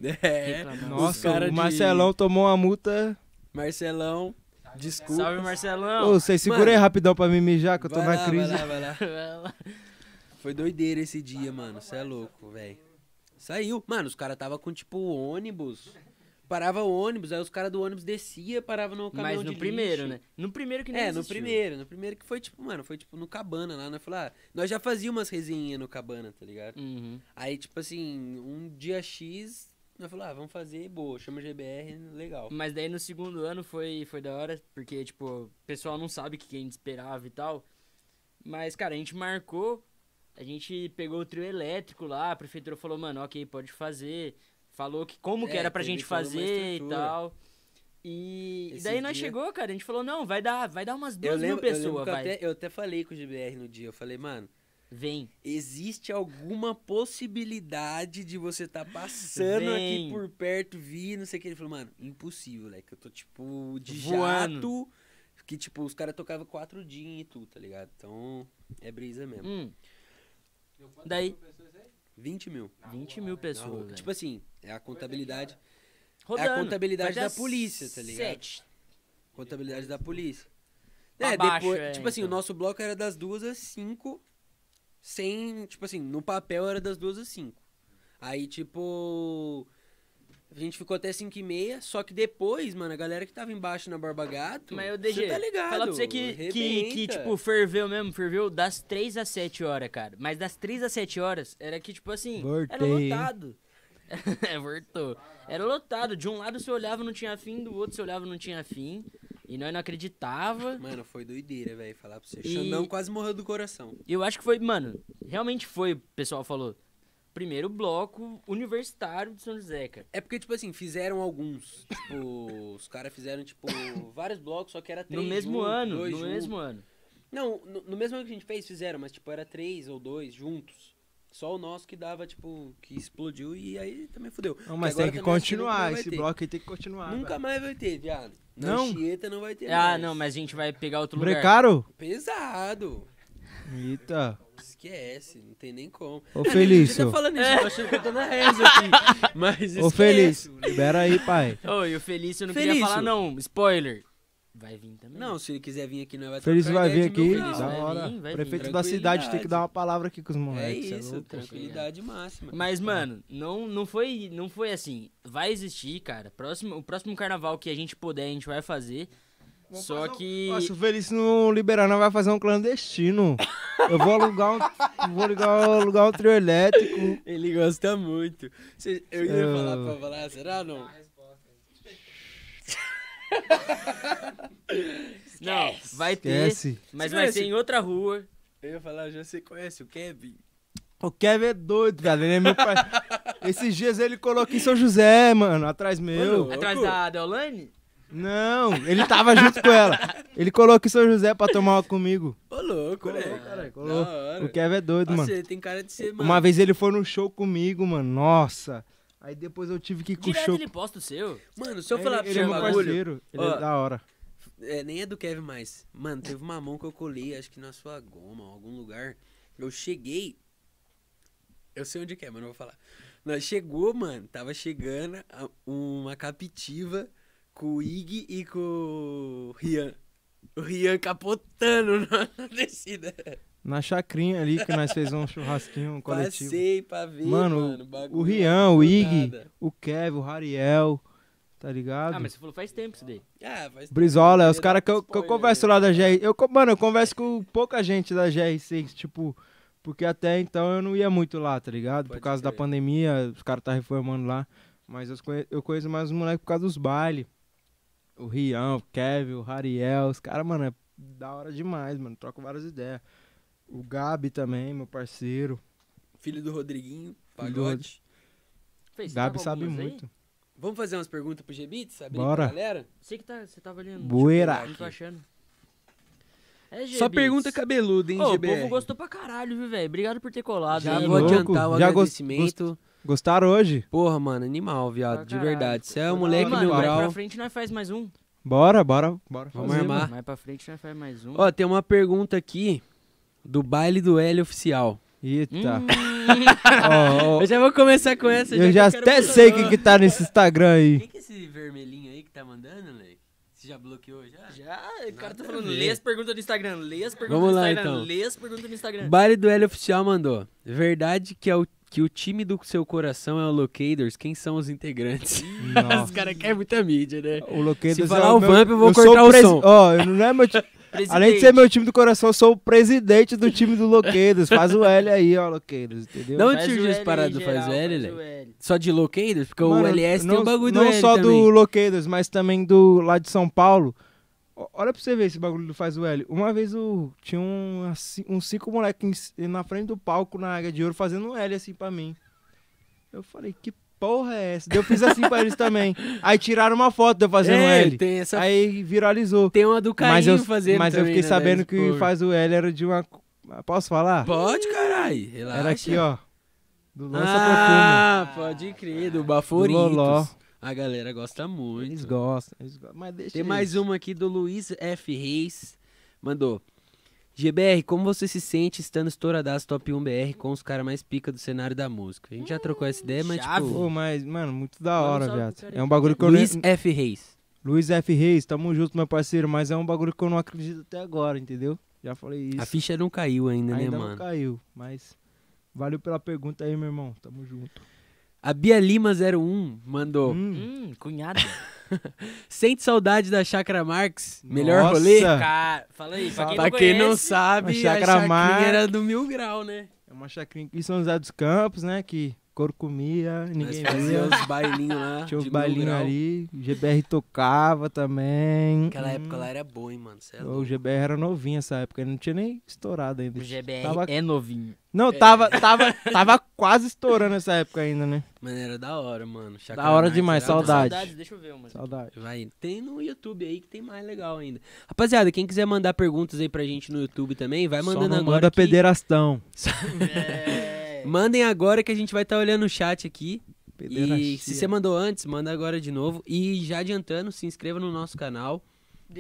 B: É.
A: Reclamando.
B: os
C: Nossa,
B: cara
C: o
B: de-
C: Marcelão tomou uma multa.
B: Marcelão, desculpa.
A: Salve,
C: Ô,
A: Marcelão! (laughs)
C: vocês segura aí
B: Mano.
C: rapidão pra mim mijar, que eu tô
B: Vai
C: na
B: lá,
C: crise.
B: Vai lá, vai lá. Foi doideira esse dia, mano. Você é louco, velho. Saiu. Mano, os caras tava com tipo ônibus. Parava o ônibus, aí os caras do ônibus descia, parava no caminhão
A: Mas
B: de
A: no primeiro,
B: lixo.
A: né? No primeiro que nem
B: É, no
A: existiu.
B: primeiro, no primeiro que foi tipo, mano, foi tipo no cabana lá, né? Falar, nós já fazíamos umas resenhas no cabana, tá ligado?
A: Uhum.
B: Aí tipo assim, um dia X, nós falamos, ah, vamos fazer, boa, chama GBR, legal.
A: Mas daí no segundo ano foi, foi da hora, porque, tipo, o pessoal não sabe o que que a gente esperava e tal. Mas, cara, a gente marcou, a gente pegou o trio elétrico lá, a prefeitura falou, mano, ok, pode fazer. Falou que como que
B: É,
A: era pra
B: teve
A: gente
B: toda uma
A: fazer e
B: estrutura.
A: tal. E, e
B: Esse
A: daí nós
B: dia-
A: chegou, cara, a gente falou, não, vai dar, vai dar umas duas mil
B: eu
A: pessoas,
B: que eu
A: vai.
B: até, eu até falei com o GBR no dia, eu falei, mano,
A: Vem.
B: existe alguma possibilidade de você tá passando
A: Vem.
B: aqui por perto, vir, não sei o que. Ele falou, mano, impossível, moleque. Eu tô, tipo, de
A: Voando.
B: jato. Que, tipo, os caras tocavam quatro dias e tudo, tá ligado? Então, é brisa mesmo.
A: Hum. Daí,
B: 20 mil.
A: 20 mil
B: na
A: pessoas,
B: rua.
A: velho.
B: Tipo assim, é a contabilidade.
A: Rodando.
B: É a contabilidade
A: Vai até
B: da polícia, tá ligado?
A: Sete.
B: Contabilidade da polícia.
A: Pra
B: É,
A: baixo,
B: depois,
A: é,
B: tipo assim, o
A: então.
B: nosso bloco era das duas às cinco, sem, tipo assim, no papel era das duas às cinco. Aí, tipo, a gente ficou até cinco e meia, só que depois, mano, a galera que tava embaixo na Barba Gato,
A: Mas eu DG,
B: cê tá ligado,
A: fala pra você que, que, que,
B: arrebenta.
A: tipo, ferveu mesmo, ferveu das 3 às 7 horas, cara. Mas das 3 às 7 horas era que, tipo assim, era
C: Voltei, hein?
A: lotado. (laughs) é, voltou. Era lotado. De um lado você olhava não tinha fim, do outro você olhava não tinha fim. E nós não acreditava.
B: Mano, foi doideira, velho, falar pra você.
A: E-
B: Xandão quase morreu do coração.
A: Eu acho que foi, mano, realmente foi, o pessoal falou. Primeiro bloco universitário de São José, cara.
B: É porque, tipo assim, fizeram alguns. Tipo, os caras fizeram, tipo, vários blocos, só que era
A: No
B: três
A: mesmo
B: juntos,
A: ano, no
B: dois um. juntos.
A: mesmo ano.
B: Não, no, no mesmo ano que a gente fez, fizeram, mas tipo, era três ou dois juntos. Só o nosso que dava, tipo, que explodiu e aí também fudeu.
C: Não, mas
B: Porque agora também acho
C: tem que
B: nunca mais
C: continuar.
B: vai
C: Esse
B: ter.
C: bloco aí tem que continuar.
B: Nunca
C: velho.
B: mais vai ter, viado. Na
C: Não?
B: Anchieta não vai ter
A: Ah,
B: mais.
A: não, mas a gente vai pegar outro lugar.
C: Brecaram?
B: Pesado.
C: Eita.
B: Esquece, não tem nem como.
C: Ô,
B: Ah,
C: Felício.
B: Eu tô falando isso, eu tô achando que eu
A: (laughs)
B: tô na reza aqui. Mas esquece.
C: Ô, Felício,
B: né?
C: libera aí, pai.
A: Ô, e o Felício eu não queria
B: Felício.
A: falar, não. Spoiler. Vai vir também.
B: Não, se ele quiser vir aqui, não vai
C: Felício
B: trocar
C: vai
B: ideia
C: vir
B: de mil
C: aqui, um
A: Felício,
B: graus.
C: da
A: vai
C: hora.
A: vir, vai vir.
C: Prefeito da cidade tem que dar uma palavra aqui com os
B: É
C: moleques. cê
B: isso,
C: louco.
B: tranquilidade máxima.
A: Mas, mano, não, não, foi, não foi assim. Vai existir, cara. Próximo, o próximo carnaval que a gente puder, a gente vai fazer. Só que.
C: Nossa, um- o Felício não liberar, não vai fazer um clandestino. Eu vou alugar um, vou ligar, alugar um trio
B: (laughs)
C: elétrico.
B: Ele gosta muito. Cê- Eu ia
C: Ah.
B: falar pra falar, será não?
A: não, vai ter.
C: Esquece.
A: Mas
B: Esquece.
A: vai ser em outra
B: É
A: rua.
B: Eu ia falar, já você conhece o Kevin?
C: O Kevin é doido, velho. Ele é meu pai. (laughs) Esses dias ele colocou em São José, mano, atrás meu.
B: Louco.
A: Atrás da Deolane?
C: Não, ele tava junto com ela. Ele colocou em São José pra tomar uma comigo.
B: Ô louco, né?
C: Colou, caralho,
B: Da
C: colou.
B: hora.
C: O Kevin é doido,
B: Nossa,
C: mano.
B: ele tem cara de ser, Ah, mano.
C: Uma vez ele foi no show comigo, mano. Nossa. Aí depois eu tive que ir com o
A: Direto
C: show.
A: ele posta o seu.
B: Mano, se eu falar pra
C: ele, ele
B: você um
C: é meu
B: bagulho,
C: parceiro. Ele
B: Ó.
C: é da hora.
B: é, nem é do Kevin mais. Mano, teve uma mão que eu colei, acho que na sua goma, em algum lugar. Eu cheguei. Eu sei onde que é, mas não vou falar. Nós chegou, mano, tava chegando a- uma captiva com o Ig e com o Rian. O Rian capotando (laughs) na na descida.
C: Na chacrinha ali que nós fez um churrasquinho um coletivo.
B: Passei pra ver,
C: Mano,
B: mano. bagulho
C: O Rian, o
B: do
C: Ig,
B: nada.
C: o Kev, o Rariel, tá ligado?
A: Ah, mas você falou faz tempo isso daí.
B: Ah, faz
C: Brizola, é os
B: Você
C: caras
B: dá
C: que eu, que eu
B: spoiler,
C: converso
B: né?
C: lá da GR. Eu, co- mano, eu converso com pouca gente da GR6, tipo, porque até então eu não ia muito lá, tá ligado?
B: Pode
C: por causa da
B: crer.
C: pandemia, os caras tá reformando lá. Mas eu conheço, eu conheço mais os moleques por causa dos bailes. O Rian, o Kevin, o Rariel, os caras, mano, é da hora demais, mano. Troco várias ideias. O Gabi também, meu parceiro.
B: Filho do Rodriguinho,
C: Filho do Rod-
B: pagode.
A: Fez,
C: Gabi
A: tava
C: sabe
A: algumas aí?
C: muito.
B: Vamos fazer umas perguntas pro Gbit, sabe?
C: Bora.
B: Galera?
A: Sei que tá, você tava ali. no-
C: Buera.
A: Não tô achando. É,
D: Só
A: Gbits.
D: pergunta cabeluda, hein,
A: Ô, o
D: GBR?
A: povo gostou pra caralho, viu, velho? Obrigado por ter colado.
B: Já
A: aí,
B: vou
A: mano.
C: louco.
B: adiantar o
C: Já gos-
B: agradecimento.
C: Gostaram hoje?
B: Porra, mano, animal, viado,
A: Pra
B: de
A: caralho,
B: verdade.
A: pô.
B: Você é
A: Foi
B: um
A: da
B: moleque
A: hora.
B: mil
A: Mano, mais
B: grau.
A: pra frente nós faz mais um.
C: Bora, bora, bora.
B: Vamos
C: fazer,
B: armar.
C: mano.
A: Mais pra frente nós faz mais um.
B: Ó, tem uma pergunta aqui do baile do L oficial.
C: Eita.
B: tá.
A: Hum,
C: Ó, ó,
B: Eu já vou começar com essa.
C: eu
B: que
C: já
B: quero
C: até
B: mandar.
C: sei quem que tá nesse Instagram aí.
B: Quem que é esse vermelhinho aí que tá mandando, Lei? Você já bloqueou já?
A: (laughs) já, o cara tá
B: Nada a
A: falando,
B: ver.
A: lê as perguntas do Instagram, lê as perguntas
B: Vamos
A: do
B: lá,
A: Instagram,
B: então.
A: lê as perguntas do Instagram.
B: (laughs) Baile do L oficial mandou. Verdade que é o que o time do seu coração é o Locators, quem são os integrantes? (laughs) Os
C: Nossa.
B: caras querem muita mídia, né?
C: O Loqueiros
B: Se
C: é
B: falar o
C: meu-
B: Vamp, eu vou
C: sou
B: cortar o
C: presi-
B: som.
C: Ó, eu não é
B: (laughs)
C: meu ti-
A: Presidente.
C: Além de ser meu time do coração, eu sou o presidente do time do Loqueiros. Faz o L aí, ó, Loqueiros, entendeu?
B: Não,
A: Faz
B: Onde
A: o
B: surgiu essa
A: L
B: parada
A: em
B: do faz o
A: geral,
B: L,
A: faz
B: né?
A: L.
B: Só de Locators? Porque o
C: Mano,
B: LS
C: não,
B: tem um bagulho
C: Não
B: do L
C: só
B: também.
C: do Loqueiros, mas também do lá de São Paulo. Ó, Olha pra você ver esse bagulho do Faz o L. Uma vez o, tinha um, assim, uns cinco moleques em- na frente do palco na Águia de Ouro fazendo um L assim pra mim. Eu falei, que porra é essa? Daí Eu fiz assim pra
B: (laughs)
C: eles também. Aí tiraram uma foto de eu fazendo um
B: é,
C: L.
B: Tem, essa...
C: Aí viralizou.
B: tem uma do Caim
C: mas eu,
B: fazendo
C: mas eu
B: também,
C: fiquei
B: né, velho?
C: sabendo que
B: Pô.
C: faz o L era de uma. Posso falar?
B: Pode, carai. Relaxa.
C: Era aqui, ó. Do Lança
B: Ah, pode crer, do
C: Perfume. Do
B: Baforitos.
C: Loló.
B: A galera gosta muito.
C: Eles gostam, eles gostam. Mas deixa
B: Tem
C: eles.
B: mais uma aqui do Luiz F. Reis. Mandou. GBR, como você se sente estando estouradaço top 1 BR com os caras mais pica do cenário da música? A gente já trocou essa ideia, mas
A: chave.
B: tipo.
C: Ah, Pô, mas, mano, muito da
A: Manda um
C: hora,
A: salve pro
C: viado.
A: cara
C: É
A: aí.
C: um bagulho que eu
B: Luiz
C: não.
B: F. Reis.
C: Luiz F. Reis, tamo junto, meu parceiro. Mas é um bagulho que eu não acredito até agora, entendeu? Já falei isso.
B: A ficha não caiu ainda,
C: Ainda
B: né,
C: não
B: mano?
C: caiu, mas. Valeu pela pergunta aí, meu irmão. Tamo junto.
B: A Bia Lima 01 mandou.
C: Hum,
A: Hum, cunhado.
B: (laughs) Sente saudade da Chacra Marx? Melhor
C: Nossa.
B: rolê?
A: Cara, fala aí, pra quem
B: pra
A: não
B: quem não
A: conhece,
B: sabe,
C: a
B: a
C: Chacra
B: Chacra
C: Marx-
B: era do Mil Grau, né?
C: É uma chacrinha aqui em São José dos Campos, né? Que couro comia,
B: Nós
C: ninguém via.
B: fazia os bailinhos lá.
C: Tinha os
B: de Mil
C: bailinhos
B: Grau.
C: ali, o GBR tocava também.
B: Naquela
C: Hum.
B: época lá era boa, hein, mano. Cê é
C: O
B: louco.
C: GBR era novinho essa época, ele não tinha nem estourado ainda.
A: O GBR
C: Tava-
A: é novinho.
B: (laughs)
C: Não, tava, tava, tava quase estourando essa época ainda, né?
B: Mano, era da hora, mano. Chacra
C: Da hora
B: Marx
C: demais,
B: era
C: saudade.
A: deixa eu ver uma.
C: Saudade.
B: massa. Vai, tem no YouTube aí que tem mais legal ainda. Rapaziada, quem quiser mandar perguntas aí pra gente no YouTube também, vai
C: Só
B: mandando
C: não
B: agora.
C: manda
B: que-
C: pederastão.
B: (laughs)
A: É.
B: Mandem agora que a gente vai estar olhando o chat aqui. E
C: Pederastia.
B: se você mandou antes, manda agora de novo. E já adiantando, se inscreva no nosso canal.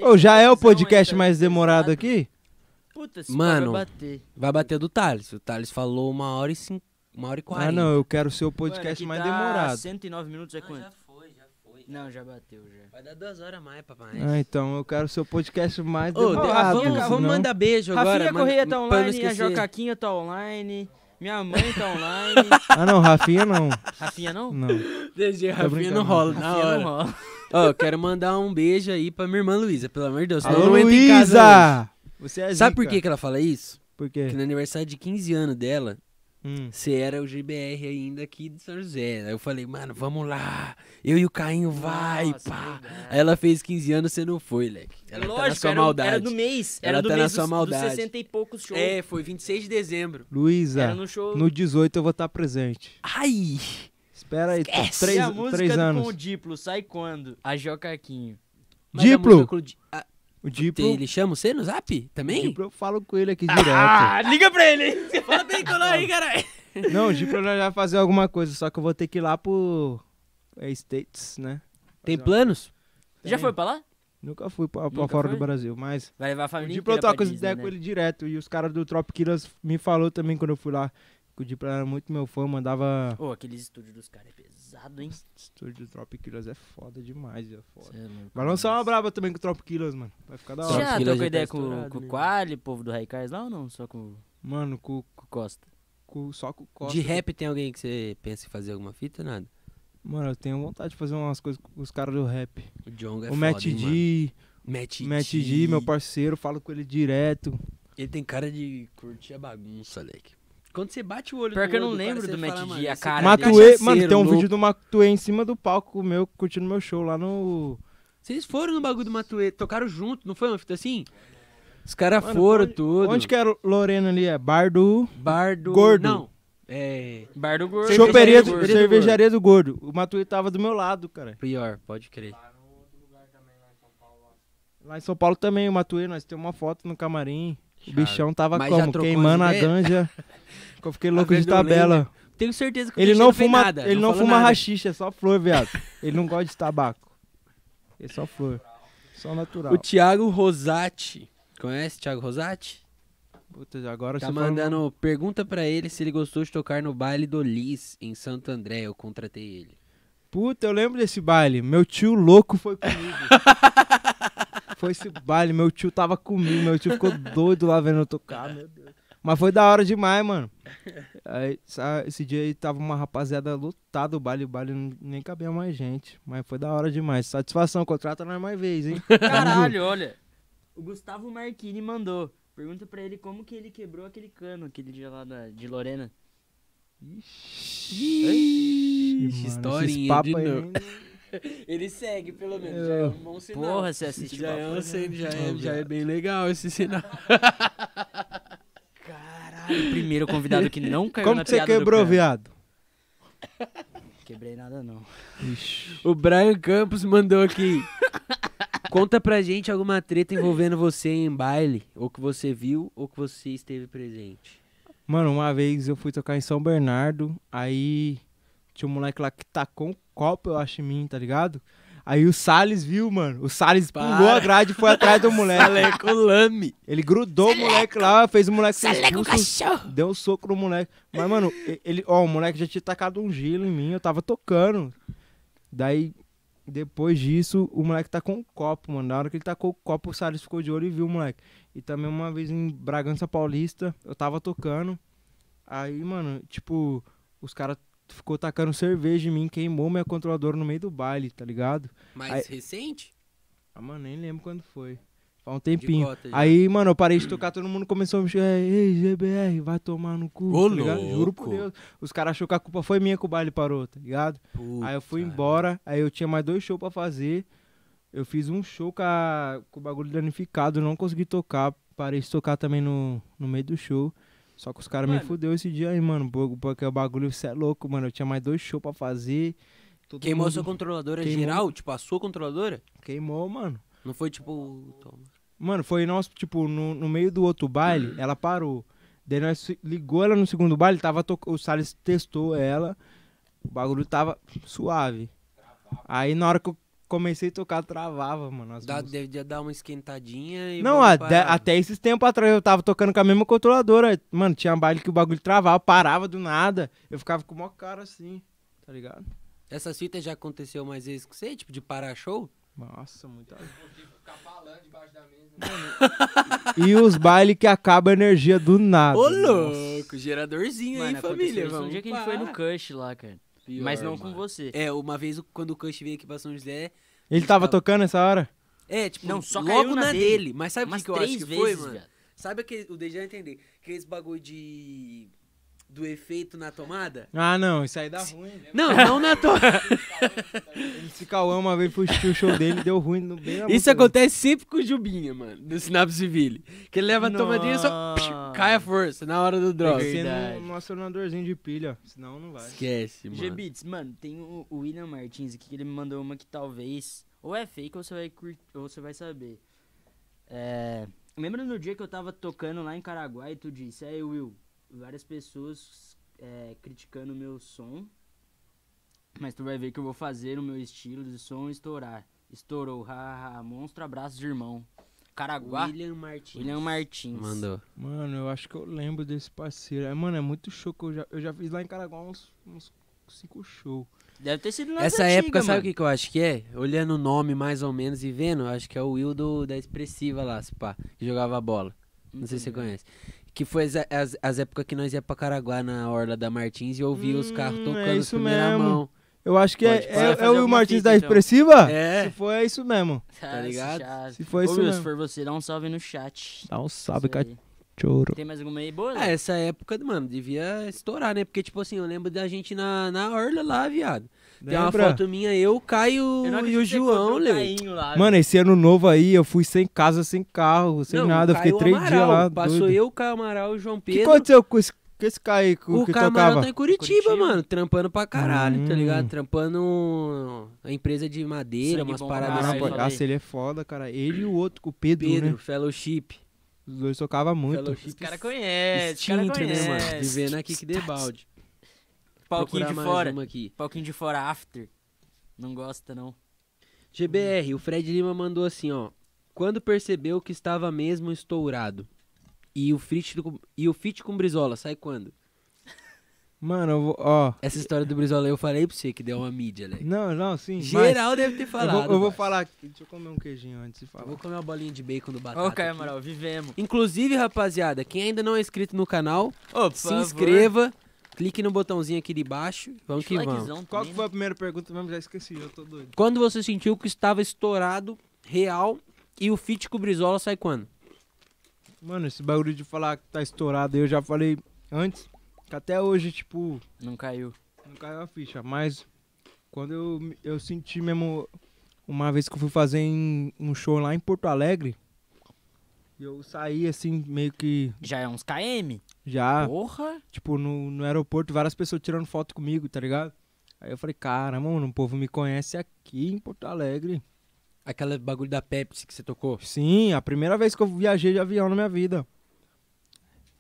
C: Ô, já
A: Deixa
C: é o
A: eu
C: podcast
A: ver
C: mais
A: se tá
C: demorado
A: pesado.
C: aqui? Ah,
A: Puta, se Mano,
B: Mano,
A: bater.
B: Vai bater do Thales. O Thales falou uma hora e cinco. Uma hora e quarenta.
C: Ah, não, eu quero ser o
A: Mano,
C: podcast
A: aqui
C: mais
A: tá
C: demorado.
A: 109 minutos é
B: já
A: quanto?
B: foi, já foi.
A: Não, já bateu já.
B: Vai dar duas horas a mais, papai.
C: Ah, então eu quero ser o podcast mais
B: Ô, de- ah,
C: tá demorado.
B: vamos,
C: senão-
B: vamos mandar beijo agora.
A: Rafinha
B: manda-
A: Correia tá
B: pra não
A: online, a
B: esquecer.
A: Jocaquinha tá online, minha mãe
B: (laughs)
A: tá online.
C: Ah, não, Rafinha não.
A: Rafinha não?
C: Não.
B: DG, Rafinha
C: brincando.
B: não rola, na
A: Rafinha
B: hora.
A: não rola.
B: Ó, quero mandar um beijo aí pra minha irmã Luísa, pelo amor de Deus. senão
C: Alô,
B: eu não entro em casa
C: Luísa! É. Você é
B: hoje. Sabe
C: zica.
B: por que que ela fala isso?
C: Por
B: Porque
C: quê?
B: no aniversário de 15 anos dela,
C: Hum.
B: você era o GBR ainda aqui de São José. Aí eu falei, mano, vamos lá. Eu e o Cainho, vai,
A: Nossa,
B: pá.
A: verdade.
B: Aí ela fez 15 anos, você não foi, leque. Ela tá na
A: Lógico,
B: sua
A: era,
B: maldade.
A: era do mês,
B: Ela
A: era do
B: tá na
A: mês
B: sua
A: dos, dos
B: maldade.
A: 60 e poucos shows.
B: É, foi 26 de dezembro.
A: era
C: Luísa,
A: no show.
C: no 18 eu vou estar presente.
B: Ai!
C: Espera aí,
B: Esquece.
A: e
C: três,
A: a música
C: três
A: do
C: anos.
A: com o Diplo sai quando? A Jocaquinho.
B: Mas a
C: Diplo.
B: música com o Di- Ah,
C: O Diplo,
B: Ele chama você no zap também?
C: o Diplo, eu falo com ele aqui direto. Tá
A: Ah, liga pra ele! hein?
B: Fala bem com nós aí, caralho.
C: Não, o Diplo nós vai fazer alguma coisa, só que eu vou ter que ir lá pro é, States, né?
B: Tem planos?
A: Já foi pra lá?
C: Nunca fui pra, pra
A: Nunca
C: fora
A: foi?
C: do Brasil, mas.
A: Vai levar a família
C: De
A: inteira
C: eu tava
A: pra
C: com essa
A: Disney,
C: ideia
A: né?
C: com ele direto. E os caras do Tropiquilas me falou também quando eu fui lá. Que o Diplo era muito meu fã, mandava.
A: Ô, aqueles estúdios dos caras é pesado, hein?
C: Estúdio do Tropiquilas é foda demais, é foda.
A: Cê é louco,
C: Vai lançar
A: mano.
C: uma braba também com o Tropiquilas, mano. Vai ficar da
A: Você
C: hora.
A: já
B: Tropiquilas
A: trocou
B: já tá
A: ideia com,
D: estourado,
A: com o
D: né?
A: Quali, povo do Raikais lá ou não? Só com,
C: Mano, com,
A: com o Costa?
C: com, só com o Costa.
B: De rap tem alguém que você pensa em fazer alguma fita? Nada.
C: Mano, eu tenho vontade de fazer umas coisas com os caras do rap.
B: O John é
C: o Matt
B: foda, hein, mano?
C: D,
B: Matt,
C: Matt D, meu parceiro, falo com ele direto.
B: Ele tem cara de curtir a bagunça, leque. Quando você bate o olho
A: Pior
B: no
A: que eu não
B: olho do cara,
A: lembro
B: você
A: do Matt
B: fala,
A: D,
B: mano,
A: a
B: esse
A: cara
B: é
A: dele.
C: Matuê,
B: cachaceiro,
C: mano, tem um
B: louco.
C: vídeo do Matuê em cima do palco meu, curtindo meu show lá no.
B: Vocês foram no bagulho do Matuê, tocaram junto, não foi uma fita assim? Os caras foram tudo.
C: Onde que era o Lorena ali? É Bar do.
B: Bar do...
C: Gordo.
B: Não, é...
A: Bar do Gordo.
C: Choperia do,
B: Gordo.
C: cervejaria do Gordo. O Matuê tava do meu lado, cara.
B: Pior, pode crer.
C: Lá em São Paulo também, o Matuê, nós temos uma foto no camarim. O
B: Chave.
C: bichão tava
B: Mas já
C: como?
B: trocou
C: Queimando
B: as
C: a
B: ideias? (laughs)
C: ganja. Que eu fiquei louco
B: A
C: de
B: ganja eu
C: tabela.
B: Tenho certeza que o
C: Ele
B: Cristiano
C: não
B: fez
C: fuma,
B: nada,
C: ele não
B: falou
C: fuma
B: nada.
C: rachixa, é só flor, viado. Ele não gosta de tabaco. É só flor. Só natural.
B: O Thiago Rosati. Conhece o Thiago Rosati?
C: Puta, agora
B: Tá
C: você falou-
B: mandando pergunta pra ele se ele gostou de tocar no baile do Liz em Santo André. Eu contratei ele.
C: Puta, eu lembro desse baile. Meu tio louco
A: (laughs)
C: foi comigo. foi esse baile, meu tio tava comigo, meu tio ficou doido lá vendo eu tocar, meu Deus. Mas foi da hora demais, mano. Aí, sa- esse dia aí tava uma rapaziada lotada o baile, o baile não- nem cabia mais gente. Mas foi da hora demais. Satisfação, contrata nós mais vez, hein?
A: Caralho, olha. O Gustavo Marquini mandou. Pergunta pra ele como que ele quebrou aquele cano, aquele dia lá da- de Lorena.
C: Ixi,
B: historinha de
A: (laughs)
B: novo.
C: nem-
D: Ele segue, pelo menos.
C: Eu-
D: Já é um bom sinal.
A: Porra, né? você assistiu.
D: já é, um sinal, já é, já é
B: bem legal esse sinal.
A: Caralho, o primeiro convidado que não caiu
C: Como
A: na
C: que você
A: piada do
C: quebrou,
A: cano.
C: viado?
A: Quebrei nada não.
C: Ixi.
B: (laughs) O Brian Campos mandou aqui. Conta pra gente alguma treta envolvendo você em baile, ou que você viu, ou que você esteve presente.
C: Mano, uma vez eu fui tocar em São Bernardo, aí tinha um moleque lá que tacou um copo, eu acho, em mim, tá ligado? Aí o Salles viu, mano. O Salles
B: Para.
C: pulou a grade e foi atrás do moleque.
B: Aleco Lame.
C: Ele grudou o moleque lá, fez o moleque ser
B: Aleco
C: expulso,
B: Cachorro.
C: deu um soco no moleque. Mas, mano, e- ele, ó, o moleque já tinha tacado um gelo em mim, eu tava tocando. Daí, depois disso, o moleque tacou um copo, mano. Na hora que ele tacou o copo, o Salles ficou de olho e viu o moleque. E também uma vez em Bragança Paulista, eu tava tocando. Aí, mano, tipo, os caras ficou tacando cerveja em mim, queimou minha controladora no meio do baile, tá ligado?
B: Mais recente?
C: Ah, mano, nem lembro quando foi. Faz um
B: De
C: tempinho.
B: cota já.
C: Aí, mano, eu parei de tocar, todo mundo começou a me xingar. Ei, GBR, vai tomar no cu.
B: Ô,
C: tá ligado? Juro por
B: louco.
C: Deus. Os caras achou que a culpa foi minha que o baile parou, tá ligado?
B: Puta.
C: aí eu fui embora, aí eu tinha mais dois shows pra fazer. Eu fiz um show com, a- com o bagulho danificado, não consegui tocar. Parei de tocar também no, no meio do show. Só que os caras me
A: Mano.
C: fudeu esse dia aí, mano. bo- Porque o bagulho, você é louco, mano. Eu tinha mais dois shows pra fazer. todo
B: Queimou
C: mundo-
B: sua controladora
C: Queimou.
B: geral? Tipo, a sua controladora?
C: Queimou, mano.
B: Não foi tipo. toma.
C: Mano, foi nós, tipo, no, no meio do outro baile,
B: Uhum.
C: ela parou. Daí nós se- ligou ela no segundo baile, tava to... o Salles testou ela, o bagulho tava suave. Aí na hora que eu comecei a tocar, travava, mano. as
B: Dá,
C: músicas.
B: deve dar uma esquentadinha e.
C: Não,
B: vamos
C: até,
B: parar.
C: até esses tempos atrás eu tava tocando com a mesma controladora. Mano, tinha baile que o bagulho travava, parava do nada. Eu ficava com o maior cara assim, tá ligado?
B: Essas fitas já aconteceu mais vezes com você? Tipo, de parar show?
C: Nossa, muita. (laughs) E os bailes que acaba a energia do nada.
B: Ô,
C: Ah, Nossa.
B: louco, geradorzinho
A: Mano,
B: aí,
A: aconteceu
B: família.
A: isso
B: Vamos
A: um dia que a gente foi no
B: parar.
A: Cush lá, cara. Mas não com
B: mano.
A: você.
B: É, uma vez o- quando o Cush veio aqui pra São José.
C: Ele
B: Tava-
C: tava tocando essa hora?
B: É, tipo,
A: Não, só
B: logo
A: caiu na
B: na
A: dele.
B: dele. Mas sabe o
A: Umas
B: que, que eu acho
A: três
B: que
A: vezes,
B: foi, mano?
A: viado.
B: Sabe aquele. O Dejan entender. Aqueles bagulho de. Do efeito na tomada?
C: Ah, não, isso aí dá ruim. né?
B: (laughs) Não, não é na tomada.
C: Esse Cauã uma vez foi assistir o show dele, deu ruim no bem na
B: Isso
C: música
B: acontece sempre com o Jubinha, mano, do Sinapse Civile. Que ele leva a tomadinha e só
A: Nossa.
B: psh, cai a força na hora do
C: dele.
B: drop.
C: Tem que ser
A: Verdade.
C: no, no acionadorzinho de pilha, senão não vai.
B: Esquece, mano.
A: Gbits, mano, tem o o William Martins aqui que ele me mandou uma que talvez ou é fake ou você vai curtir, ou você vai saber. É, lembra no dia que eu tava tocando lá em Caraguá e tu disse, aí Will, várias pessoas é, criticando o meu som, mas tu vai ver que eu vou fazer o meu estilo de som estourar. Estourou. Haha, monstro abraço de irmão. Caraguá. William,
D: William Martins.
A: Martins.
B: Mandou.
C: Mano, eu acho que eu lembro desse parceiro. É, mano, é muito show que eu já, eu já fiz lá em Caraguá uns, uns cinco shows.
A: Deve ter sido nas
B: Essa
A: antigas,
B: época, sabe o
A: mano.
B: que, que eu acho que é? Olhando o nome mais ou menos e vendo, eu acho que é o Will do- da Expressiva lá, se pá, que jogava bola. Não sei se você conhece. Que foi as, as- as épocas que nós ia pra Caraguá na Orla da Martins e ouvia os carros
C: Hum, é
B: tocando os
C: isso
B: primeira
C: mesmo.
B: mão.
C: Eu acho que é,
B: Pode
C: é,
A: fazer
C: é o Will
A: alguma
C: Martins
A: fita,
C: da
A: então.
C: Expressiva?
B: É.
C: Se for, é isso mesmo.
A: Ah, (laughs)
B: tá
A: esse
B: ligado?
A: chato.
C: Se for
A: Ô,
C: isso
A: meu, se
C: mesmo.
A: for você, dá um salve no chat.
C: Dá um salve,
A: Isso aí.
C: cachorro.
A: Tem mais alguma aí boa?
B: Ah, essa época, mano, devia estourar, né? Porque, tipo assim, eu lembro da gente na, na Orla lá, viado. Tem uma
C: Lembra?
B: foto minha, eu, o Caio
A: Eu não
B: e
A: acredito
B: o
A: que você
B: João,
A: encontrou o
B: Leo.
A: Cainho lá,
C: Mano, esse ano novo aí, eu fui sem casa, sem carro, sem
B: Não,
C: nada.
B: o
C: Eu Fiquei
B: Caio
C: três dias
B: Amaral.
C: lá.
B: Passou
C: doido.
B: eu, o Caio Amaral e o João
C: O que
B: Pedro.
C: aconteceu com esse, com esse cara aí que,
B: O
C: que
B: Camarão
C: tocava?
B: tá em Curitiba,
A: Curitiba?
B: mano, trampando pra caralho, tá
C: Hum.
B: ligado? Trampando a empresa de madeira,
A: Sangue
B: umas
A: bom
B: paradas
A: pra
C: Nossa,
B: assim.
A: caralho.
C: nossa, ele é foda, cara. Ele e o outro, com o Pedro,
B: Pedro,
C: né?
B: fellowship.
C: Os dois tocavam muito.
B: Fellowship
A: Os caras conhecem, os caras
B: extinto, né, mano?
A: conhecem.
B: Vivendo aqui que debalde.
A: Palquinho de
B: Procurar mais
A: fora.
B: uma aqui.
A: Palquinho de fora, after. Não gosta, não.
B: GBR, o Fred Lima mandou assim, ó. Quando percebeu que estava mesmo estourado. E o fit do- e o fit com Brizola, sai quando?
C: Mano, eu vou, ó.
B: Essa história do Brizola eu falei pra você que deu uma mídia, Leque.
C: Não, não, sim. mas-
B: Geral deve ter
C: Eu
B: falado.
C: vou, eu vou
B: parça.
C: falar aqui. Deixa eu comer um queijinho antes de
B: Eu
C: falar.
B: vou comer uma bolinha de bacon do batata.
A: Ô, Caio
B: Ah, tá, aqui.
A: Amaral, vivemos.
B: Inclusive, rapaziada, quem ainda não é inscrito no canal,
A: Ô, por
B: se
A: favor.
B: inscreva, clique no botãozinho aqui de baixo, vamos que vamos.
A: Likezão
C: Qual
A: também,
C: que
A: né?
C: foi a primeira pergunta mesmo? Já esqueci, eu tô doido.
B: Quando você sentiu que estava estourado, real, e o fit com o Brizola sai quando?
C: Mano, esse bagulho de falar que tá estourado aí, eu já falei antes. Que até hoje, tipo,
A: né? Não caiu.
C: não caiu a ficha. Mas quando eu, me- eu senti mesmo. Uma vez que eu fui fazer em- um show lá em Porto Alegre. e Eu saí assim, meio que
A: Já é uns KM?
C: já.
A: Porra!
C: tipo, no, no aeroporto, várias pessoas tirando foto comigo, tá ligado? Aí eu falei, caramba, mano, o povo me conhece aqui em Porto Alegre.
B: Aquela bagulho da Pepsi que você tocou.
C: Sim, a primeira vez que eu viajei de avião na minha vida.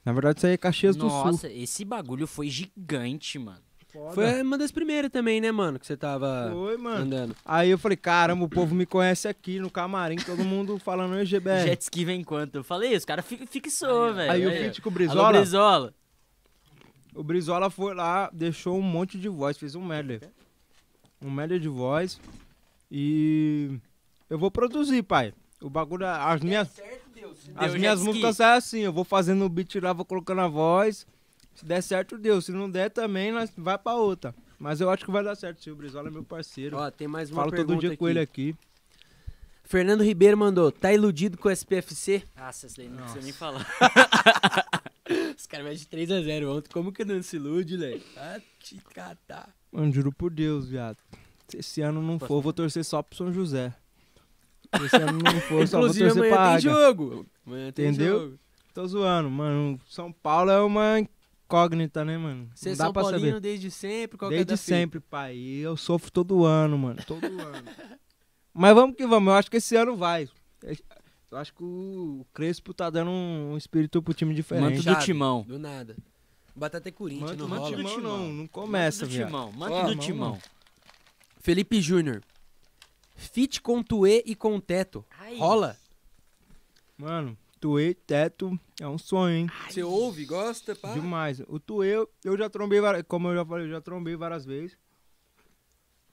C: Na verdade, isso aí é Caxias do Sul.
A: Nossa, esse bagulho foi gigante, mano.
C: Foi,
B: Foi uma das primeiras também, né, mano, que você tava
C: foi, mano.
B: andando.
C: Aí eu falei, caramba, o povo me conhece aqui no camarim, todo mundo falando "Oi, GBR.
A: Jet ski vem quanto? Eu falei, os caras fi- fixou, velho.
C: Aí o
A: É, Olha.
C: feat com o
A: Alô,
C: Brizola,
A: Brizola.
C: o Brizola foi lá, deixou um monte de voz, fez um medley. Um medley de voz. E eu vou produzir, pai. O bagulho, as minhas... As
A: Deu jet
C: minhas
A: ski.
C: músicas saem assim, eu vou fazendo o beat lá, vou colocando a voz. Se der certo, deu. Se não der também, nós vai pra outra. Mas eu acho que vai dar certo, sim. O Brizola é meu parceiro.
B: Ó, tem mais uma
C: Falo
B: pergunta
C: todo dia com
B: aqui.
C: ele aqui.
B: Fernando Ribeiro mandou, tá iludido com o SPFC?
A: Nossa, isso daí não precisa nem falar.
B: Os caras metem 3x0 ontem, como que não se ilude, Leque? Ah, te catar.
C: Mano, juro por Deus, viado. Se esse ano não for, eu vou torcer só pro São José. Se esse ano não for, eu só vou
B: Inclusive,
C: torcer pra
B: amanhã tem
C: Águia.
B: jogo. Amanhã tem
C: Entendeu?
B: jogo.
C: Tô zoando, mano. São Paulo é uma incógnita, né, mano?
B: Você
C: não
B: é
C: dá
B: São
C: pra
B: Paulino
C: saber.
B: desde sempre? Qual que é
C: Desde
B: da fita?
C: sempre, pai. E eu sofro todo ano, mano.
B: (laughs)
C: Todo ano. Mas vamos que vamos. Eu acho que esse ano vai. Eu acho que o Crespo tá dando um um espírito pro time
A: Manto
C: diferente.
A: do timão.
B: Do nada. Batata é Corinthians, não
C: do
B: rola.
C: timão, não. Não começa,
A: Manto do
C: viado.
A: timão. Manto
C: Ó,
A: do
C: mão,
A: timão.
C: mano.
B: Felipe Júnior. Fit com Tuê e com Teto.
A: Ai.
B: Rola?
C: Mano, Tuê, Teto, é um sonho, hein?
B: Você ouve, gosta, pá?
C: Demais. O Tuê, eu- eu já trombei, várias- como eu já falei, eu já trombei várias vezes.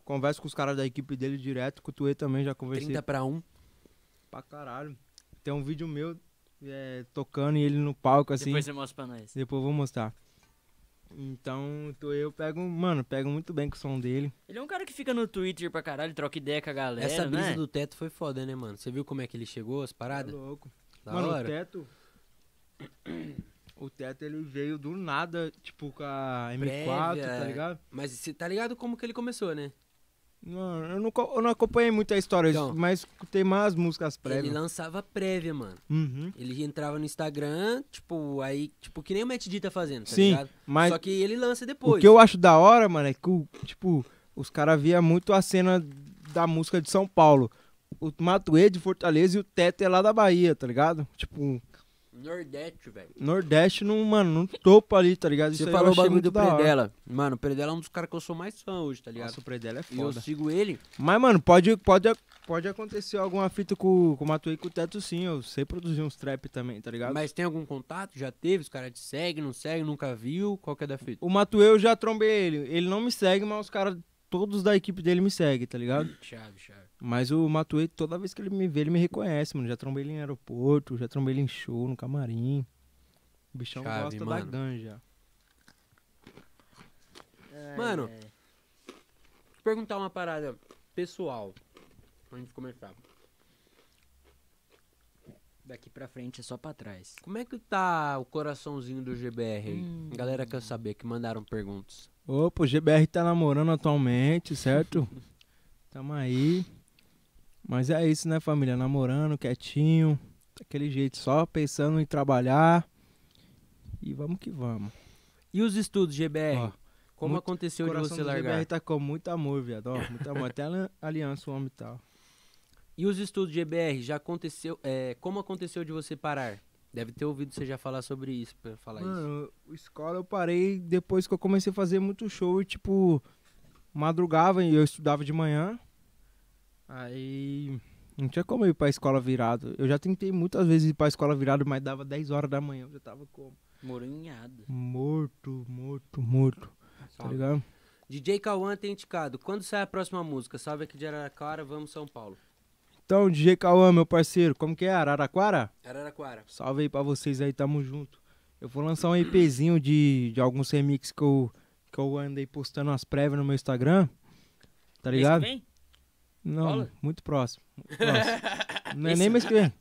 C: Converso com os caras da equipe dele direto, com o Tuê também já conversei
B: 30 pra 1.
C: pra caralho. Tem um vídeo meu é, tocando e ele no palco, assim.
A: Depois você mostra pra nós.
C: Depois eu vou mostrar. Então, tô eu pego, mano, pego muito bem com o som dele.
A: Ele é um cara que fica no Twitter pra caralho, troca ideia com a galera,
B: Essa brisa
A: né?
B: do Teto foi foda, né, mano? Você viu como é que ele chegou, as
C: Tá
B: paradas?
C: louco.
B: Da
C: mano,
B: hora.
C: o teto. (clears throat) O teto ele veio do nada, tipo com a M4,
B: Prévia.
C: tá ligado?
B: Mas você tá ligado como que ele começou, né?
C: Não, eu não, co- eu não acompanhei muito a história,
B: Então.
C: mas escutei mais músicas
B: Ele
C: prévias.
B: lançava prévia, mano.
C: Uhum.
B: Ele entrava no Instagram, tipo, aí, tipo, que nem o Matt D tá fazendo, tá
C: Sim,
B: ligado?
C: Mas
B: Só que ele lança
C: o
B: depois.
C: que eu acho da hora, mano, é que o, tipo, os caras via muito a cena da música de São Paulo. O Matuê de Fortaleza e o Teto é lá da Bahia, tá ligado? Tipo,
A: Nordeste, velho.
C: Nordeste, não, mano, no topo ali, tá ligado?
B: Você
C: aí eu
B: falou o
C: achei
B: bagulho
C: muito
B: do
C: da hora.
B: Predela. Mano, o Predela é um dos caras que eu sou mais fã hoje, tá ligado?
C: Nossa, o Predela é
B: e eu
C: foda.
B: sigo ele.
C: Mas, mano, pode, pode, pode acontecer alguma fita com, com o Matuei e com o Teto, sim. Eu sei produzir uns trap também, tá ligado?
B: Mas tem algum contato? Já teve? Os caras te seguem, não seguem, nunca viu? Qual que é da fita?
C: O Matuei, eu já trombei ele. Ele não me segue, mas os caras, todos da equipe dele me seguem, tá ligado?
A: Chave, chave.
C: Mas o Matuei, toda vez que ele me vê, ele me reconhece, mano. Já trombei ele em aeroporto, já trombei ele em show, no camarim. O bichão
B: Chave,
C: gosta
B: mano.
C: da ganja.
B: Mano, Vou perguntar uma parada pessoal. Antes de começar.
A: Daqui pra frente é só pra trás.
B: Como é que tá o coraçãozinho do GBR aí? Galera quer saber, que mandaram perguntas.
C: Opa, o GBR tá namorando atualmente, certo? Tamo aí. Mas é isso, né, família? Namorando, quietinho, daquele jeito, só pensando em trabalhar. E vamos que vamos.
B: E os estudos, GBR?
C: Ó,
B: Como
C: muito-
B: aconteceu de
C: coração
B: você
C: do GBR
B: largar?
C: tá com muito amor, viado. Ó, muito amor. Até a aliança, o homem e tal.
B: E os estudos, GBR? Já aconteceu. é, como aconteceu de você parar? Deve ter ouvido você já falar sobre isso, pra falar isso.
C: Mano, o escola eu parei depois que eu comecei a fazer muito show e, tipo, madrugava e eu estudava de manhã. Aí não tinha como eu ir pra escola virado. Eu já tentei muitas vezes ir pra escola virado, mas dava 10 horas da manhã. Eu já tava como?
A: Moranhado.
C: Morto, morto, morto. Tá ligado?
B: DJ Cauã tem indicado. Quando sai a próxima música? Salve aqui de Araraquara, vamos São Paulo.
C: Então, DJ Cauã, meu parceiro, como que é? Araraquara?
B: Araraquara.
C: Salve aí pra vocês aí, tamo junto. Eu vou lançar um EPzinho de, de alguns remixes que eu, que eu andei postando as prévias no meu Instagram. Tá ligado?
A: Esse que vem?
C: Não,
A: Cola?
C: muito próximo. muito
A: (laughs)
C: próximo. Não é nem mês que vem.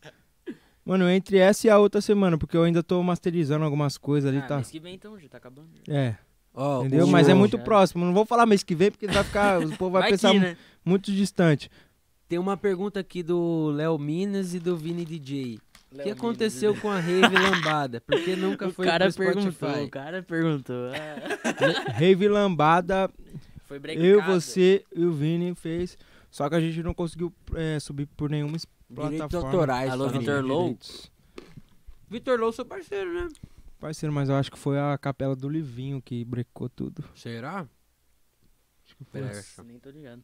C: Mano, entre essa e a outra semana, porque eu ainda tô masterizando algumas coisas ali,
A: ah,
C: tá?
A: mês que vem então, já tá acabando.
C: É,
B: Ó,
C: entendeu?
B: o-
C: Mas é muito
A: Já.
C: próximo. Não vou falar mês que vem, porque vai ficar,
A: (laughs)
C: o povo vai,
A: Vai
C: pensar
A: que,
C: mu-
A: né?
C: muito distante.
B: Tem uma pergunta aqui do Léo Minas e do Vini DJ. O que
A: Léo
B: aconteceu com a Rave Lambada? Por que nunca
A: O
B: foi
A: cara
B: pro
A: perguntou,
B: Spotify?
A: o cara perguntou. (laughs) Ah,
C: Rave Lambada,
A: foi breakado.
C: eu, você e o Vini fez. Só que a gente não conseguiu é, subir por nenhuma es-
B: Direitos
C: plataforma.
B: autorais.
A: Alô,
B: família.
A: Vitor Low?
B: Vitor Low, seu parceiro, né?
C: Parceiro, mas eu acho que foi a capela do Livinho que brecou tudo.
B: Será?
C: Acho que foi.
A: Nossa,
B: É,
A: nem tô ligado.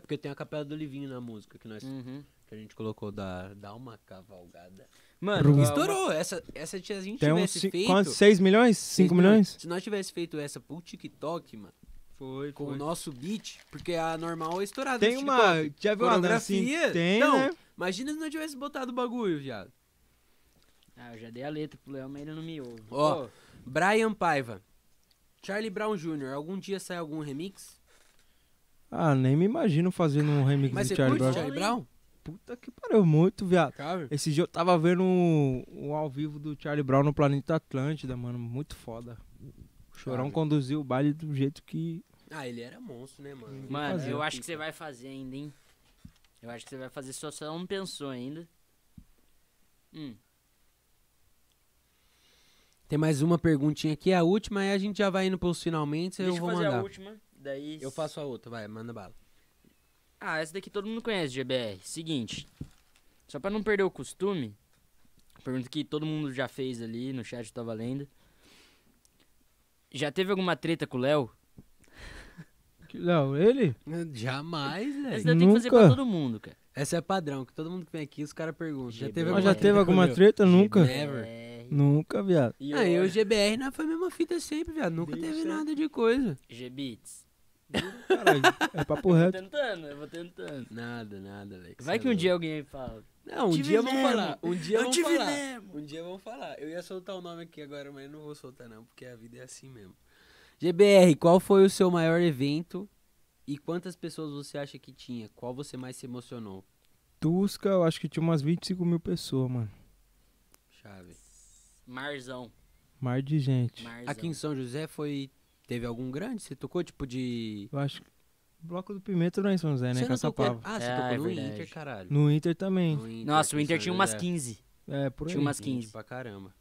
B: porque tem a capela do Livinho na música que nós
A: Uhum.
B: que a gente colocou da Dá uma cavalgada.
A: Mano,
C: Rum.
B: Estourou essa essa se a gente
C: Tem uns
B: tivesse
C: cinco-
B: feito
C: quantos? 6 milhões? 5 milhões?
B: Se nós tivesse feito essa pro TikTok, mano,
C: Foi,
B: com o nosso beat, porque a normal é estourada
C: Tem
B: no
C: uma.
B: TikTok.
C: Já viu uma dancinha?
B: Coreografia?
C: Tem,
B: Então,
C: né?
B: Imagina se não tivesse botado o bagulho, viado.
A: Ah, eu já dei a letra pro Léo, mas ele não me ouve.
B: Ó. Brian Paiva. Charlie Brown Jr., algum dia sai algum remix?
C: Ah, nem me imagino fazendo um remix
B: Mas é
C: do
B: você
C: Charlie
B: curte
C: Brown.
B: Charlie Brown?
C: Puta que pariu, muito, viado.
B: Sabe?
C: Esse dia eu tava vendo um, um ao vivo do Charlie Brown no Planeta Atlântida, mano. Muito foda. O Chorão
B: Chave.
C: conduziu o baile do jeito que.
B: Ah, ele era monstro, né, mano?
A: Mano,
C: fazer.
A: eu acho que você vai fazer ainda, hein? Eu acho que você vai fazer, só você não pensou ainda. Hum,
B: Tem mais uma perguntinha aqui, a última, e a gente já vai indo pros finalmente, eu
A: deixa eu
B: vou
A: fazer a
B: mandar.
A: última, daí...
B: Eu faço a outra, vai, manda bala.
A: Ah, essa daqui todo mundo conhece, GBR. Seguinte, só pra não perder o costume, pergunta que todo mundo já fez ali no chat, eu tava lendo. Já teve alguma treta com o Léo?
C: que não, ele?
B: (laughs) Jamais,
A: Essa
B: velho.
A: daí tem que fazer pra
C: Nunca.
A: todo mundo, cara.
B: Essa é padrão, que todo mundo que vem aqui, os caras perguntam. Já
A: Mas
B: teve
C: Mas
B: alguma
C: já
A: treta
C: teve
B: com
C: alguma
B: meu?
C: treta? Nunca.
B: Never.
A: É,
C: Nunca, viado.
A: E
B: Ah, e o
A: o
B: GBR não foi a mesma fita sempre, viado. Nunca teve nada de coisa.
A: G-Beats.
C: Caralho, é
B: (laughs) Tá
C: papo
A: Tô
C: reto.
A: tentando, eu vou tentando.
B: Nada, nada, velho.
A: Vai que um dia alguém fala.
B: Não, um
A: Tive
B: dia vão
A: mesmo.
B: falar. Um dia
A: Eu
B: vão
A: tive
B: falar.
A: mesmo.
B: Um dia vão falar. Eu ia soltar o nome aqui agora, mas não vou soltar não, porque a vida é assim mesmo. GBR, qual foi o seu maior evento e quantas pessoas você acha que tinha? Qual você mais se emocionou?
C: Tusca, eu acho que tinha umas 25 mil pessoas, mano.
B: Chave.
A: Marzão.
C: Mar de gente.
A: Marzão.
B: Aqui em São José foi teve algum grande? Você tocou tipo de
C: Eu acho que. Bloco do Pimenta não é em São José, né?
B: você não tocou...
C: Caçapava.
B: Ah, você
A: É,
B: tocou
A: é
B: no
A: verdade.
B: Inter, caralho.
C: No Inter também.
B: No Inter,
A: Nossa,
B: aqui
A: o
B: em
A: Inter
B: São
A: tinha umas
B: José.
A: 15.
C: É, por aí.
A: Tinha umas
B: Gente
A: 15.
B: pra caramba.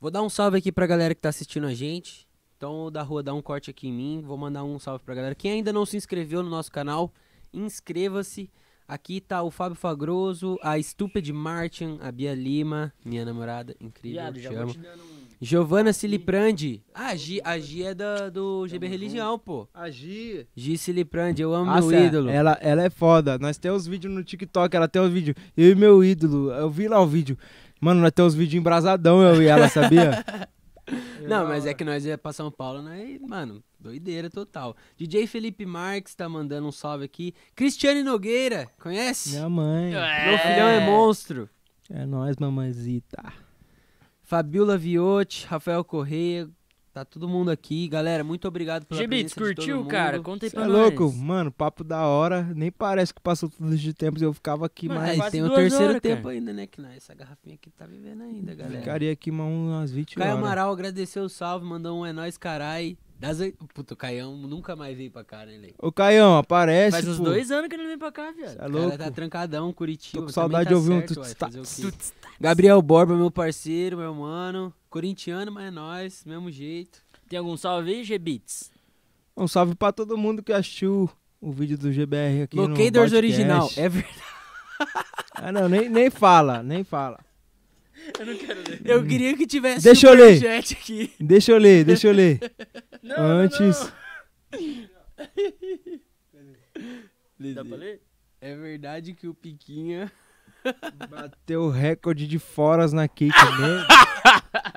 B: Vou dar um salve aqui pra galera que tá assistindo a gente. Então, da rua, dá um corte aqui em mim. Vou mandar um salve pra galera. Quem ainda não se inscreveu no nosso canal, inscreva-se. Aqui tá o Fábio Fagroso, a Stupid Martin, a Bia Lima, minha namorada, incrível,
A: Viado,
B: te
A: já vou
B: amo.
A: te dando um.
B: Giovana Ciliprandi. Ah, a Gi, a Gi é da, do GB Religião, pô.
C: Agir.
B: Gi Ciliprandi, eu amo
A: Ah,
C: Nossa,
B: meu ídolo.
C: Ah, Ela, ela é foda. Nós temos os vídeos no TikTok, ela tem os vídeos. Eu e meu ídolo. Eu vi lá o vídeo. Mano, nós temos os vídeos embrasadão, eu e
B: (laughs)
C: ela, sabia?
B: Não, mas é que nós ia pra São Paulo, né? E, mano, doideira total. DJ Felipe Marques tá mandando um salve aqui. Cristiane Nogueira, conhece?
C: Minha mãe.
B: Meu filhão é monstro.
C: É nós, mamãezita.
B: Fabiola Viotti, Rafael Correia, tá todo mundo aqui. Galera, muito obrigado pela
A: Gibites,
B: presença de todo
A: curtiu,
B: mundo.
A: cara? Conta aí
C: Cê
A: pra
C: é
A: nós.
C: louco? Mano, papo da hora. Nem parece que passou tudo de tempos eu ficava aqui,
A: Mano,
C: mas
A: é
B: Mas
A: quase
B: tem o
A: duas
B: terceiro
A: horas,
B: tempo
A: cara.
B: ainda, né? Que nós- essa garrafinha aqui tá vivendo ainda, galera.
C: ficaria aqui mais umas 20
B: Caio
C: horas.
B: Amaral agradeceu o salve, mandou um é nóis, carai. Das... oito- Puta, o Caião nunca mais veio pra cá, né, Lei?
C: Ô, Caião, aparece.
A: Faz uns
C: pô.
A: dois anos que ele não vem pra cá,
C: Cê
A: viado.
C: É
B: O cara
C: louco.
B: tá trancadão, Curitiba.
C: Tô com
B: também
C: saudade
B: tá
C: de ouvir um
B: certo, uai,
C: tuts-tats.
B: fazer o quê? Tá Gabriel Borba, meu parceiro, meu mano. Corintiano, mas é nóis, mesmo jeito.
A: Tem algum salve aí, Gebits?
C: Um salve pra todo mundo que assistiu o vídeo do GBR aqui. no
B: Locators
C: podcast.
B: original, é verdade.
C: Ah, não, nem, nem fala, nem fala.
B: (laughs) Eu queria que tivesse um
C: Deixa eu ler.
B: superchat aqui.
C: Deixa eu ler, deixa eu ler.
A: (laughs) Não,
C: Antes.
A: Dá pra ler?
B: É verdade que o Piquinha...
C: Bateu o recorde de foras na Kate mesmo.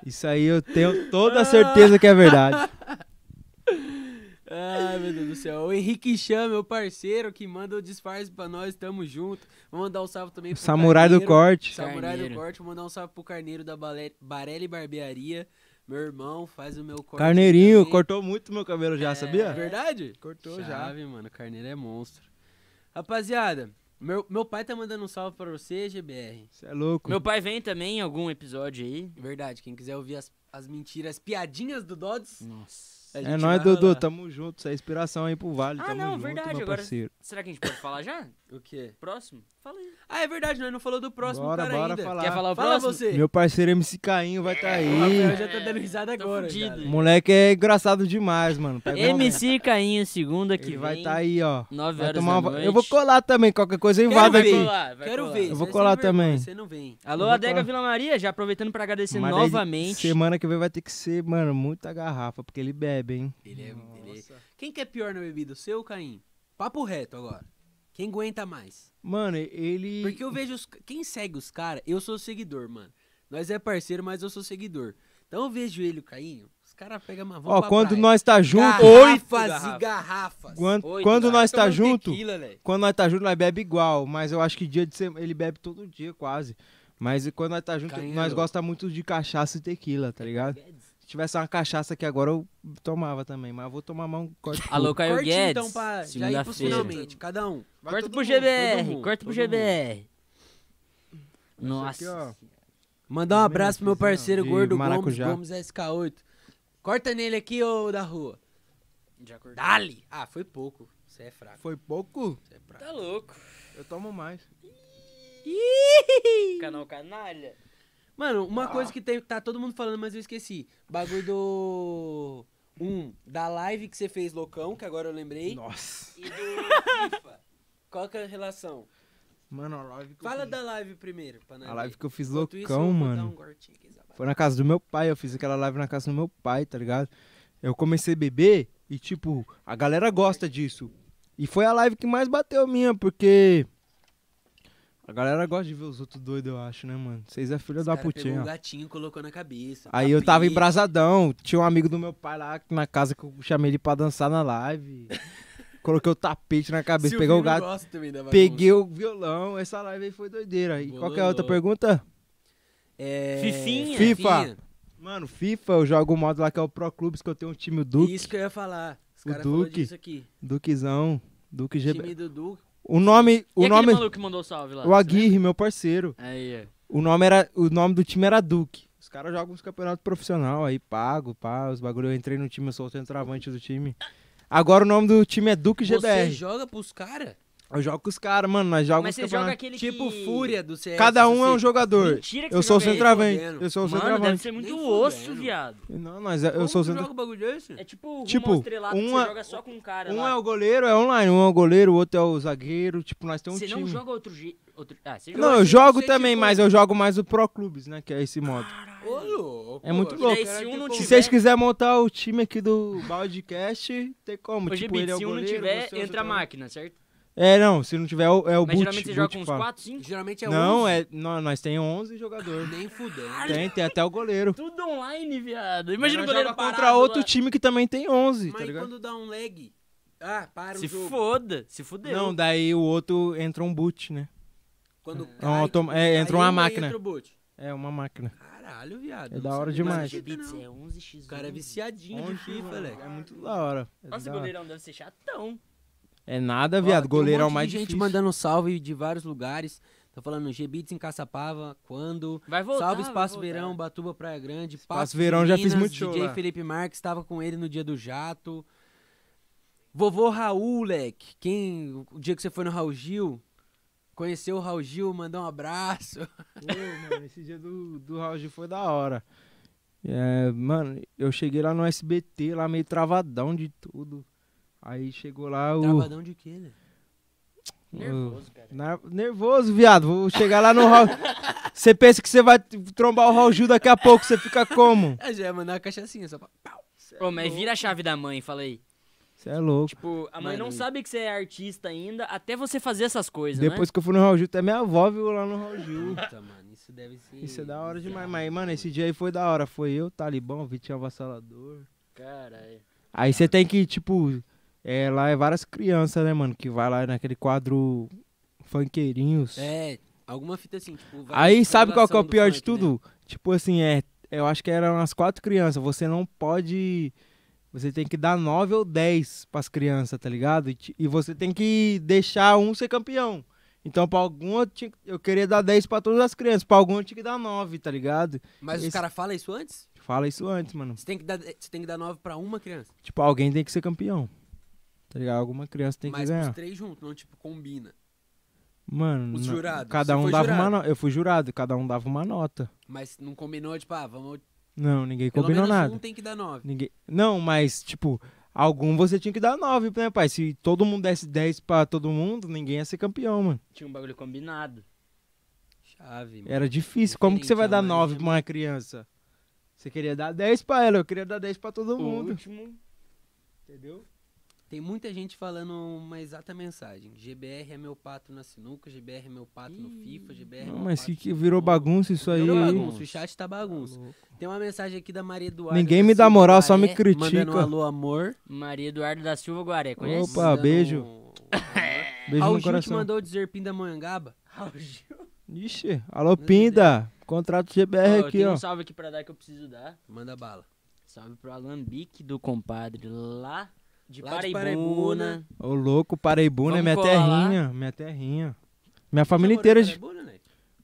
C: Isso aí eu tenho toda
A: Ah.
C: a certeza que é verdade.
B: Ai, meu Deus do céu. O Henrique Chan, meu parceiro, que manda o disfarce pra nós, tamo junto. Vou mandar um salve também pro
C: Samurai do
B: Carneiro.
C: corte.
B: Samurai
A: Carneiro.
B: do corte, vou mandar um salve pro Carneiro da Bale- Barelli Barbearia. Meu irmão faz o meu corte.
C: Carneirinho,
B: também.
C: cortou muito meu cabelo já,
B: É
C: sabia?
B: verdade?
C: Cortou já.
B: Chave, mano. Carneiro é monstro. Rapaziada, meu, meu pai tá mandando um salve pra você, GBR.
C: Você é louco.
A: Meu pai vem também em algum episódio aí.
B: Verdade, quem quiser ouvir as, as mentiras, as piadinhas do Dodds.
A: Nossa.
B: a
C: É
B: gente
C: nóis,
B: vai
C: Dudu,
B: rolar.
C: tamo junto. Isso é inspiração aí pro Vale.
A: Ah,
C: tamo
A: não,
C: junto,
A: verdade,
C: meu
A: agora-
C: parceiro.
A: Será que a gente pode falar já?
B: O quê?
A: Próximo? Fala aí.
B: Ah, é verdade, nós não falou do próximo
C: Bora,
B: cara
C: bora
B: ainda.
C: falar.
A: Quer falar o
B: Fala
A: próximo?
B: você.
C: Meu parceiro MC Cainho vai tá
B: O
A: É,
B: Rafael
C: aí.
B: já tá dando risada
A: Tô
B: agora.
A: fudido.
B: cara.
C: O moleque é engraçado demais, mano. Pega uma-
A: MC Cainha, segunda que
C: Ele vai
A: vem.
C: tá aí, ó.
A: 9
C: Vai
A: horas
C: tomar
A: da
C: uma-
A: noite.
C: Eu vou colar também, qualquer coisa eu invado
A: Vai
B: ver.
C: aqui.
A: colar, vai
B: Quero
A: colar.
B: ver.
C: Eu vou
B: você é
C: colar
B: sem vergonha,
C: também.
B: Você não vem.
A: Alô,
C: Eu vou
A: Adega
C: colar.
A: Vila Maria, já aproveitando pra agradecer
C: Mas daí
A: novamente.
C: Semana que vem vai ter que ser, mano, muita garrafa, porque ele bebe, hein?
B: Ele é, ele é- Quem que é pior na bebida, o seu ou o Caim? Papo reto agora. Quem aguenta mais?
C: Mano, ele.
B: Porque eu vejo os... Quem segue os caras, eu sou seguidor, mano. Nós é parceiro, mas eu sou seguidor. Então eu vejo ele, o Caim, os caras pegam uma
C: Ó, quando nós tá junto.
B: Garrafas e garrafas.
C: Quando,
A: Oito
C: quando nós
A: garrafas.
C: tá
B: Tomando
C: junto.
B: tequila, velho.
C: Quando nós tá junto, nós bebe igual. Mas eu acho que dia de semana. Ele bebe todo dia, quase. Mas quando nós tá junto,
B: Caim é
C: nós
B: louco.
C: gosta muito de cachaça e tequila, tá ligado? Se tivesse uma cachaça aqui agora, eu tomava também. Mas eu vou tomar mais um corte.
A: Alô, Caio
B: Corte,
A: Guedes.
B: então, pra já ir pros
A: Segunda-feira.
B: finalmente, cada um.
C: Vai
A: Corta
C: todo
A: pro
C: mundo,
A: GBR,
B: todo mundo,
A: corta pro
B: todo mundo.
A: GBR.
C: Esse aqui, ó.
A: Nossa.
B: Mandar um abraço pro meu parceiro
C: de
B: gordo Gomes,
C: maracujá.
B: Gomes SK8. Corta nele aqui, ô da rua.
A: Já cortou.
B: Dali! Ah, foi pouco. Você é fraco,
C: Foi pouco?
B: você é fraco.
A: Tá louco.
C: Eu tomo mais.
A: Canal Canalha.
B: Mano, uma
C: Ah.
B: coisa que tem- tá todo mundo falando, mas eu esqueci. Bagulho do. Um, da live que você fez, loucão, que agora eu lembrei.
C: Nossa.
B: E do FIFA. Qual que é a
C: (laughs)
B: relação?
C: Mano, a live que eu
B: Fala
C: fiz-
B: da live primeiro, pra nós
C: A
B: ver.
C: live que eu fiz
B: Enquanto isso, eu
C: loucão,
B: vou dar
C: mano.
B: um gortinho aqui, Zabá.
C: Foi na casa do meu pai, eu fiz aquela live na casa do meu pai, tá ligado? Eu comecei a beber e, tipo, a galera gosta disso. E foi a live que mais bateu minha, porque. A galera gosta de ver os outros doidos, eu acho, né, mano? Vocês é filho
B: Esse
C: da
B: cara Pegou
C: putinha.
B: um gatinho e colocou na cabeça.
C: Aí eu tava
B: Capricho.
C: embrasadão, tinha um amigo do meu pai lá na casa que eu chamei ele pra dançar
B: (laughs)
C: na live. Coloquei o tapete na cabeça, pegou o
B: Silvino
C: gato,
B: gosta também da bagunça.
C: peguei o violão. Essa live aí foi doideira. E qual que é a outra
B: Bololô.
C: pergunta?
B: É...
A: Fifinha.
C: FIFA. Mano, FIFA, eu jogo o modo lá que é o Pro Clubes, que eu tenho um time, o Duke.
B: Isso que eu ia falar. Os
C: O
B: caras falaram
C: Duque.
B: disso aqui.
C: Duquezão, Duque GB.
B: Time do Duque.
C: O nome,
A: e
C: o
A: aquele
C: nome,
A: maluco que mandou salve lá?
C: o Aguirre, meu parceiro.
A: Aí, ó.
C: O nome era, o nome do time era Duque. Os caras jogam uns campeonatos profissional aí, pago, pá, os bagulho. Eu entrei no time, eu sou o centroavante do time. Agora o nome do time é Duque
B: Você
C: GBR.
B: joga pros caras?
C: Eu jogo com os caras, mano. Nós jogamos
A: Mas
C: os
A: você joga
C: campeonatos.
A: aquele
B: Tipo
A: que...
B: Fúria do CS.
C: Cada um é um
B: assim.
C: jogador.
A: Mentira que
C: Eu
A: você
C: sou o
A: joga ele.
C: centroavante.
B: fodendo.
C: Eu sou o
A: Mano, deve
C: centroavante.
A: ser muito
B: Nem
A: osso,
B: fudendo.
A: viado.
C: Não, nós é- eu
B: Como
C: sou o
B: que
C: centroavante.
B: joga o bagulho desse?
A: É tipo o rumo
C: Tipo,
A: ao estrelado que
C: um
A: você
C: é-
A: joga só com um cara
C: Um
A: lá.
C: é o goleiro, é online. Um é o goleiro, o outro é o zagueiro. Tipo, nós temos um
A: Você
C: time.
A: não joga outro jeito. Outro... Ah, você
C: Não,
A: joga.
B: Você-
C: eu jogo
B: você,
C: também,
B: tipo-
C: mas eu jogo mais o Pro Clubes, né? Que é esse modo.
B: Ô, louco.
C: É muito
B: E
C: louco.
A: daí,
B: tipo
A: se um Ah, não
C: Se
A: tiver-
C: vocês quiserem montar o time aqui do Baldcast, tem como.
A: Hoje,
C: tipo, ele é o
A: se um
C: goleiro,
A: não tiver,
C: você
A: entra
C: é o
A: a
C: centroavante.
A: máquina, certo?
C: É, não, se não tiver é o- é o
A: Mas
C: boot.
A: geralmente você joga
C: boot
A: com uns
C: fala.
A: 4, 5.
B: Geralmente é
C: Não,
B: 11.
C: é, nó- nós tem 11 jogadores.
B: Nem fudendo.
C: Tem, tem até o goleiro.
A: Tudo online, viado. Imagina o
B: Mas
A: goleiro
B: joga
A: parado
C: Contra outro
A: lá.
C: time que também tem 11, tá
B: Mas
C: ligado?
B: quando dá um lag... Ah, para
A: Se
B: o jogo.
A: foda, se fudeu.
C: Não, daí o outro entra um boot, né?
B: Quando
C: É, um autom- é,
B: cai,
C: entra uma
B: aí
C: máquina.
B: entra o boot.
C: É uma máquina.
B: Caralho, viado.
C: É
B: não
C: da hora
B: sabia
C: demais.
B: mais dessa fita,
A: Pizza
B: não.
A: é 11 x
B: O cara é viciadinho de FIFA,
C: mano,
B: velho.
C: É muito da hora. É,
A: Nossa,
C: da
A: o
C: hora.
A: goleirão deve ser chatão.
C: É nada,
B: Ó,
C: viado.
B: tem
C: goleiro
B: um
C: é o
B: monte
C: mais
B: de gente
C: difícil.
B: mandando salve de vários lugares. Tá falando Gbits em Caçapava, quando?
A: Vai voltar.
B: salve
A: vai
B: Espaço
A: voltar.
B: Verão, Batuba Praia Grande. Passo
C: Verão, já fiz
B: Minas,
C: muito show
B: DJ
C: lá.
B: Felipe Marques tava com ele no dia do Jato. Vovô Raul, leque. Quem, o dia que você foi no Raul Gil, conheceu o Raul Gil, mandou um
C: (laughs)
B: abraço.
C: Pô, mano, esse dia do, do Raul Gil foi da hora. É, mano, eu cheguei lá no SBT, lá meio travadão de tudo. Aí chegou lá o.
B: Travadão de quê, né?
A: Nervoso, cara.
C: Na- nervoso, viado. Vou chegar lá no Raul. Você pensa que você vai trombar o Raul Gil daqui a pouco, você fica como?
B: Ah, já ia mandar uma cachaçinha só pra...
A: Ô, mas vira a chave da mãe, fala aí.
C: Você é louco.
A: Tipo, a mãe
B: Mano,
A: não
B: e-
A: sabe que você é artista ainda, até você fazer essas coisas,
C: Depois que eu fui no Raul Gil, até minha avó viu lá no Raul Gil.
B: Puta, mano, isso deve ser...
C: Isso é da hora demais. Mas, mano, esse dia aí foi da hora. Foi eu, Talibão, Vitinho Avassalador.
A: né? Caralho.
C: Aí você tem que, tipo, é, lá é várias crianças, né, mano, que vai lá naquele quadro funkeirinhos.
B: É, alguma fita assim, tipo... vai-
C: Aí sabe qual que é o
B: do
C: pior de
B: funk,
C: tudo?
B: né?
C: Tipo assim, é, eu acho que eram as quatro crianças, você não pode você tem que dar nove ou dez pras crianças, tá ligado? E, ti- e você tem que deixar um ser campeão. Então, pra algum eu, tinha- eu queria dar 10 pra todas as crianças, pra algum eu tinha que dar 9, tá ligado?
B: Mas os
C: Esse-
B: caras falam isso antes?
C: Fala isso antes, mano.
B: Você tem que dar, você tem que dar nove pra uma criança.
C: Tipo, alguém tem que ser campeão. Tá ligado? Alguma criança tem que
B: mas
C: ganhar.
B: os três juntos, não tipo combina.
C: Mano,
B: Os
C: na-
B: jurados,
C: cada
B: você
C: um
B: foi
C: dava uma
B: jurado?
C: nota. Eu fui jurado, cada um dava uma nota.
B: Mas não combinou, tipo, ah, vamos.
C: Não, ninguém
B: Pelo
C: combinou
B: menos
C: nada.
B: um tem que dar nove.
C: Ninguém... Não, mas, tipo, algum você tinha que dar nove, né, pai? Se todo mundo desse 10 pra todo mundo, ninguém ia ser campeão, mano.
A: Tinha um bagulho combinado.
B: Chave, mano.
C: Era difícil. Como que você vai
B: Diferente,
C: dar
B: né?
C: 9 pra uma criança? Você queria dar 10 pra ela, eu queria dar 10 pra todo
A: O
C: mundo.
A: último. Entendeu?
B: Tem muita gente falando uma exata mensagem. GBR é meu pato na sinuca, GBR é meu pato no FIFA, GBR é
C: Não,
B: meu
C: mas
B: pato
C: que, que
B: no
C: virou
B: futebol.
C: bagunça isso aí.
B: Virou bagunça, o chat tá bagunça. Tem uma mensagem aqui da Maria Eduarda.
C: Ninguém
B: da
C: me dá
B: Silva
C: moral, só me
B: Guaré,
C: critica.
B: Mandando um alô, amor.
A: Maria Eduardo da Silva Guaré, conhece?
C: Opa,
B: Mandando
C: (laughs) beijo.
B: um-
C: Beijo
B: Raul Gil
C: no
B: te
C: coração.
B: mandou dizer Pindamonhangaba.
C: Ixi, alô, Pinda. Contrato GBR
A: Ó, eu
C: aqui,
A: tenho
C: ó.
A: um salve aqui pra dar que eu preciso dar.
B: Manda bala.
A: Salve pro Alambique do compadre lá de
B: Lá de
A: Paraibuna.
B: Paraibuna.
C: Ô louco, Paraibuna é
A: Vamos
C: minha
A: colar lá.
C: terrinha, minha terrinha. Minha família inteira,
B: de.
C: de-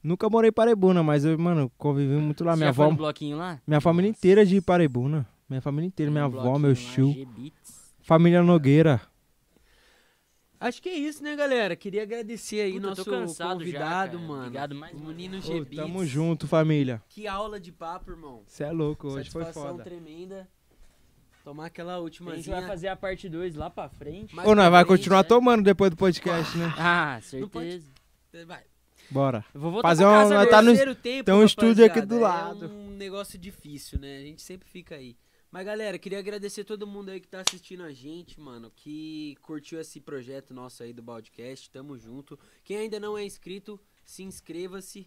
C: nunca morei em Paraibuna, mas eu, mano, convivi muito lá.
A: Você
C: Minha
A: já foi
C: avó,
A: no bloquinho lá?
C: minha família inteira de Paraibuna. Minha família inteira, minha
A: No
C: avó,
A: bloquinho
C: meu
A: lá,
C: tio,
A: G-Beats.
C: família Nogueira.
B: Acho que é isso, né, galera? Queria agradecer aí
A: Puta, eu tô
B: nosso
A: cansado já,
B: convidado,
A: cara.
B: mano.
A: Obrigado mais
B: o
A: uma
B: menino
C: Ô,
B: Gebitz.
C: tamo junto, família.
B: Que aula de papo, irmão.
C: Você é louco, hoje foi
B: Satisfação
C: foda.
B: tremenda. Tomar aquela
A: A gente vai
B: últimazinha.
A: fazer a parte 2 lá pra frente.
B: mais
C: Ô, nós vai
B: pra frente,
C: continuar
B: né?
C: tomando depois do podcast, né?
A: Ah, certeza.
B: pode- Vai.
C: Bora.
A: Eu vou voltar
C: Fazer
A: pra
C: uma-
A: casa
C: nós
A: agora.
C: tá no-
B: Terceiro tempo,
C: tem um estúdio aqui do
B: rapaziada,
C: lado.
B: É um negócio difícil, né? A gente sempre fica aí. Mas, galera, queria agradecer todo mundo aí que tá assistindo a gente, mano, que curtiu esse projeto nosso aí do Baldcast. Tamo junto. Quem ainda não é inscrito, se inscreva-se.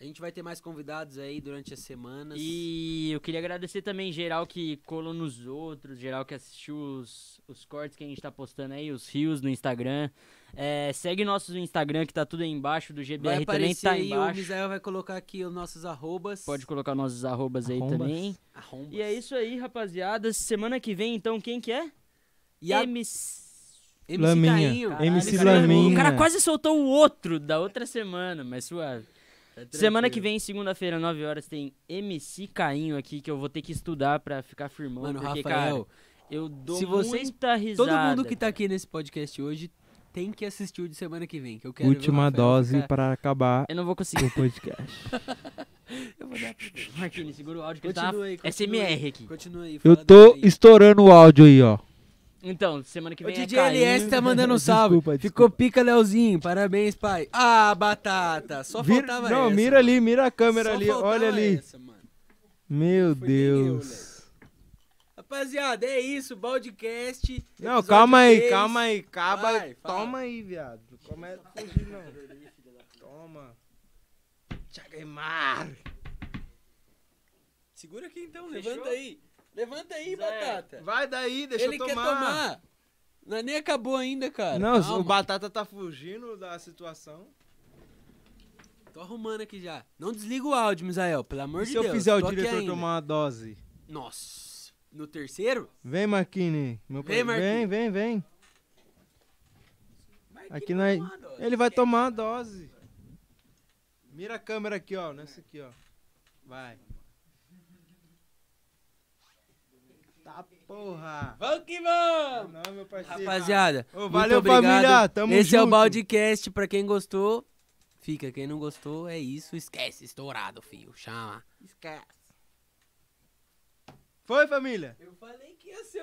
B: A gente vai ter mais convidados aí durante as semanas.
A: E eu queria agradecer também geral que colou nos outros, geral que assistiu os, os cortes que a gente tá postando aí, os rios no Instagram. É, segue nosso Instagram que tá tudo aí embaixo, do
B: Vai
A: GBR também
B: aparecer
A: tá aí
B: aí, o
A: embaixo.
B: Misael vai colocar aqui os nossos arrobas.
A: Pode colocar nossos arrobas aí
C: Arrombas.
A: também.
B: Arrombas.
A: E é isso aí, rapaziada. Semana que vem, então, quem que é?
B: E a
A: MC...
B: MC
C: Laminha.
B: Cainho.
A: Caralho,
C: MC
A: cara,
C: Laminha.
A: O cara quase soltou o outro da outra semana, mas suave.
B: Tá tranquilo.
A: Semana que vem, segunda-feira, 9 horas, tem MC Cainho aqui, que eu vou ter que estudar pra ficar firmão.
B: Mano,
A: porque,
B: Rafael,
A: cara, eu dou
B: se vocês-
A: muita risada.
B: tá- todo mundo que tá aqui nesse podcast hoje
F: tem que assistir o de semana que vem, que eu quero ver o
C: Última
F: Rafael
C: dose
F: ficar-
C: para acabar
A: Eu não vou conseguir.
C: o podcast.
F: Eu vou dar pra
B: (laughs)
F: ele.
A: Marquinhos, segura o áudio que ele tá
B: Continua aí, continua aí.
A: SMR aqui.
B: Continua aí. fala
C: Eu tô
B: daí.
C: estourando o áudio aí, ó.
A: Então, semana que
F: O
A: vem é
F: DJ LS
A: Caim.
F: tá mandando um salve.
C: Desculpa, desculpa.
F: Ficou pica, Leozinho. Parabéns, pai.
B: Ah, batata. Só
C: Vira-
B: faltava
C: não,
B: essa.
C: mira ali, mira a
B: Só
C: câmera ali,
B: faltava
C: olha ali.
B: essa, mano.
C: Meu
B: Foi nem eu,
C: Deus.
B: Rapaziada, é isso, Baldcast.
C: Não,
B: episódio
C: calma aí,
B: três.
C: calma aí, acaba.
B: Vai, fala.
C: Toma aí, viado. Não começa a fugir, não. Toma. Chagamar.
B: Segura aqui então,
A: Fechou?
B: levanta aí. Levanta aí,
A: Zé,
B: batata.
C: Vai daí, deixa
B: Ele
C: eu tomar.
B: quer tomar. Não, é nem acabou ainda, cara.
C: Não,
B: Calma.
C: o Batata tá fugindo da situação.
B: Tô arrumando aqui já. Não desliga o áudio, Misael, pelo amor
C: E
B: de
C: se eu
B: Deus.
C: fizer o
B: tô aqui
C: diretor
B: ainda.
C: tomar uma dose?
B: Nossa. No terceiro?
C: Vem, Marquini. Meu
B: Vem,
C: pro-
B: Marquini.
C: Vem, vem, vem.
B: Mas
C: Aqui
B: que
C: nós-
B: tomada, ó.
C: Ele vai tomar a dose. Mira a câmera aqui, ó. Nessa aqui, ó. Vai. Tá porra.
B: Vamos que vamos!
C: Não, meu parceiro.
B: Rapaziada,
C: Ô,
B: muito
C: valeu,
B: obrigado.
C: família, tamo
B: Esse é o
C: junto.
B: Baldcast, pra quem gostou, fica. Quem não gostou, é isso. Esquece, estourado, filho. Chama.
C: Foi, família?
B: Eu falei que ia ser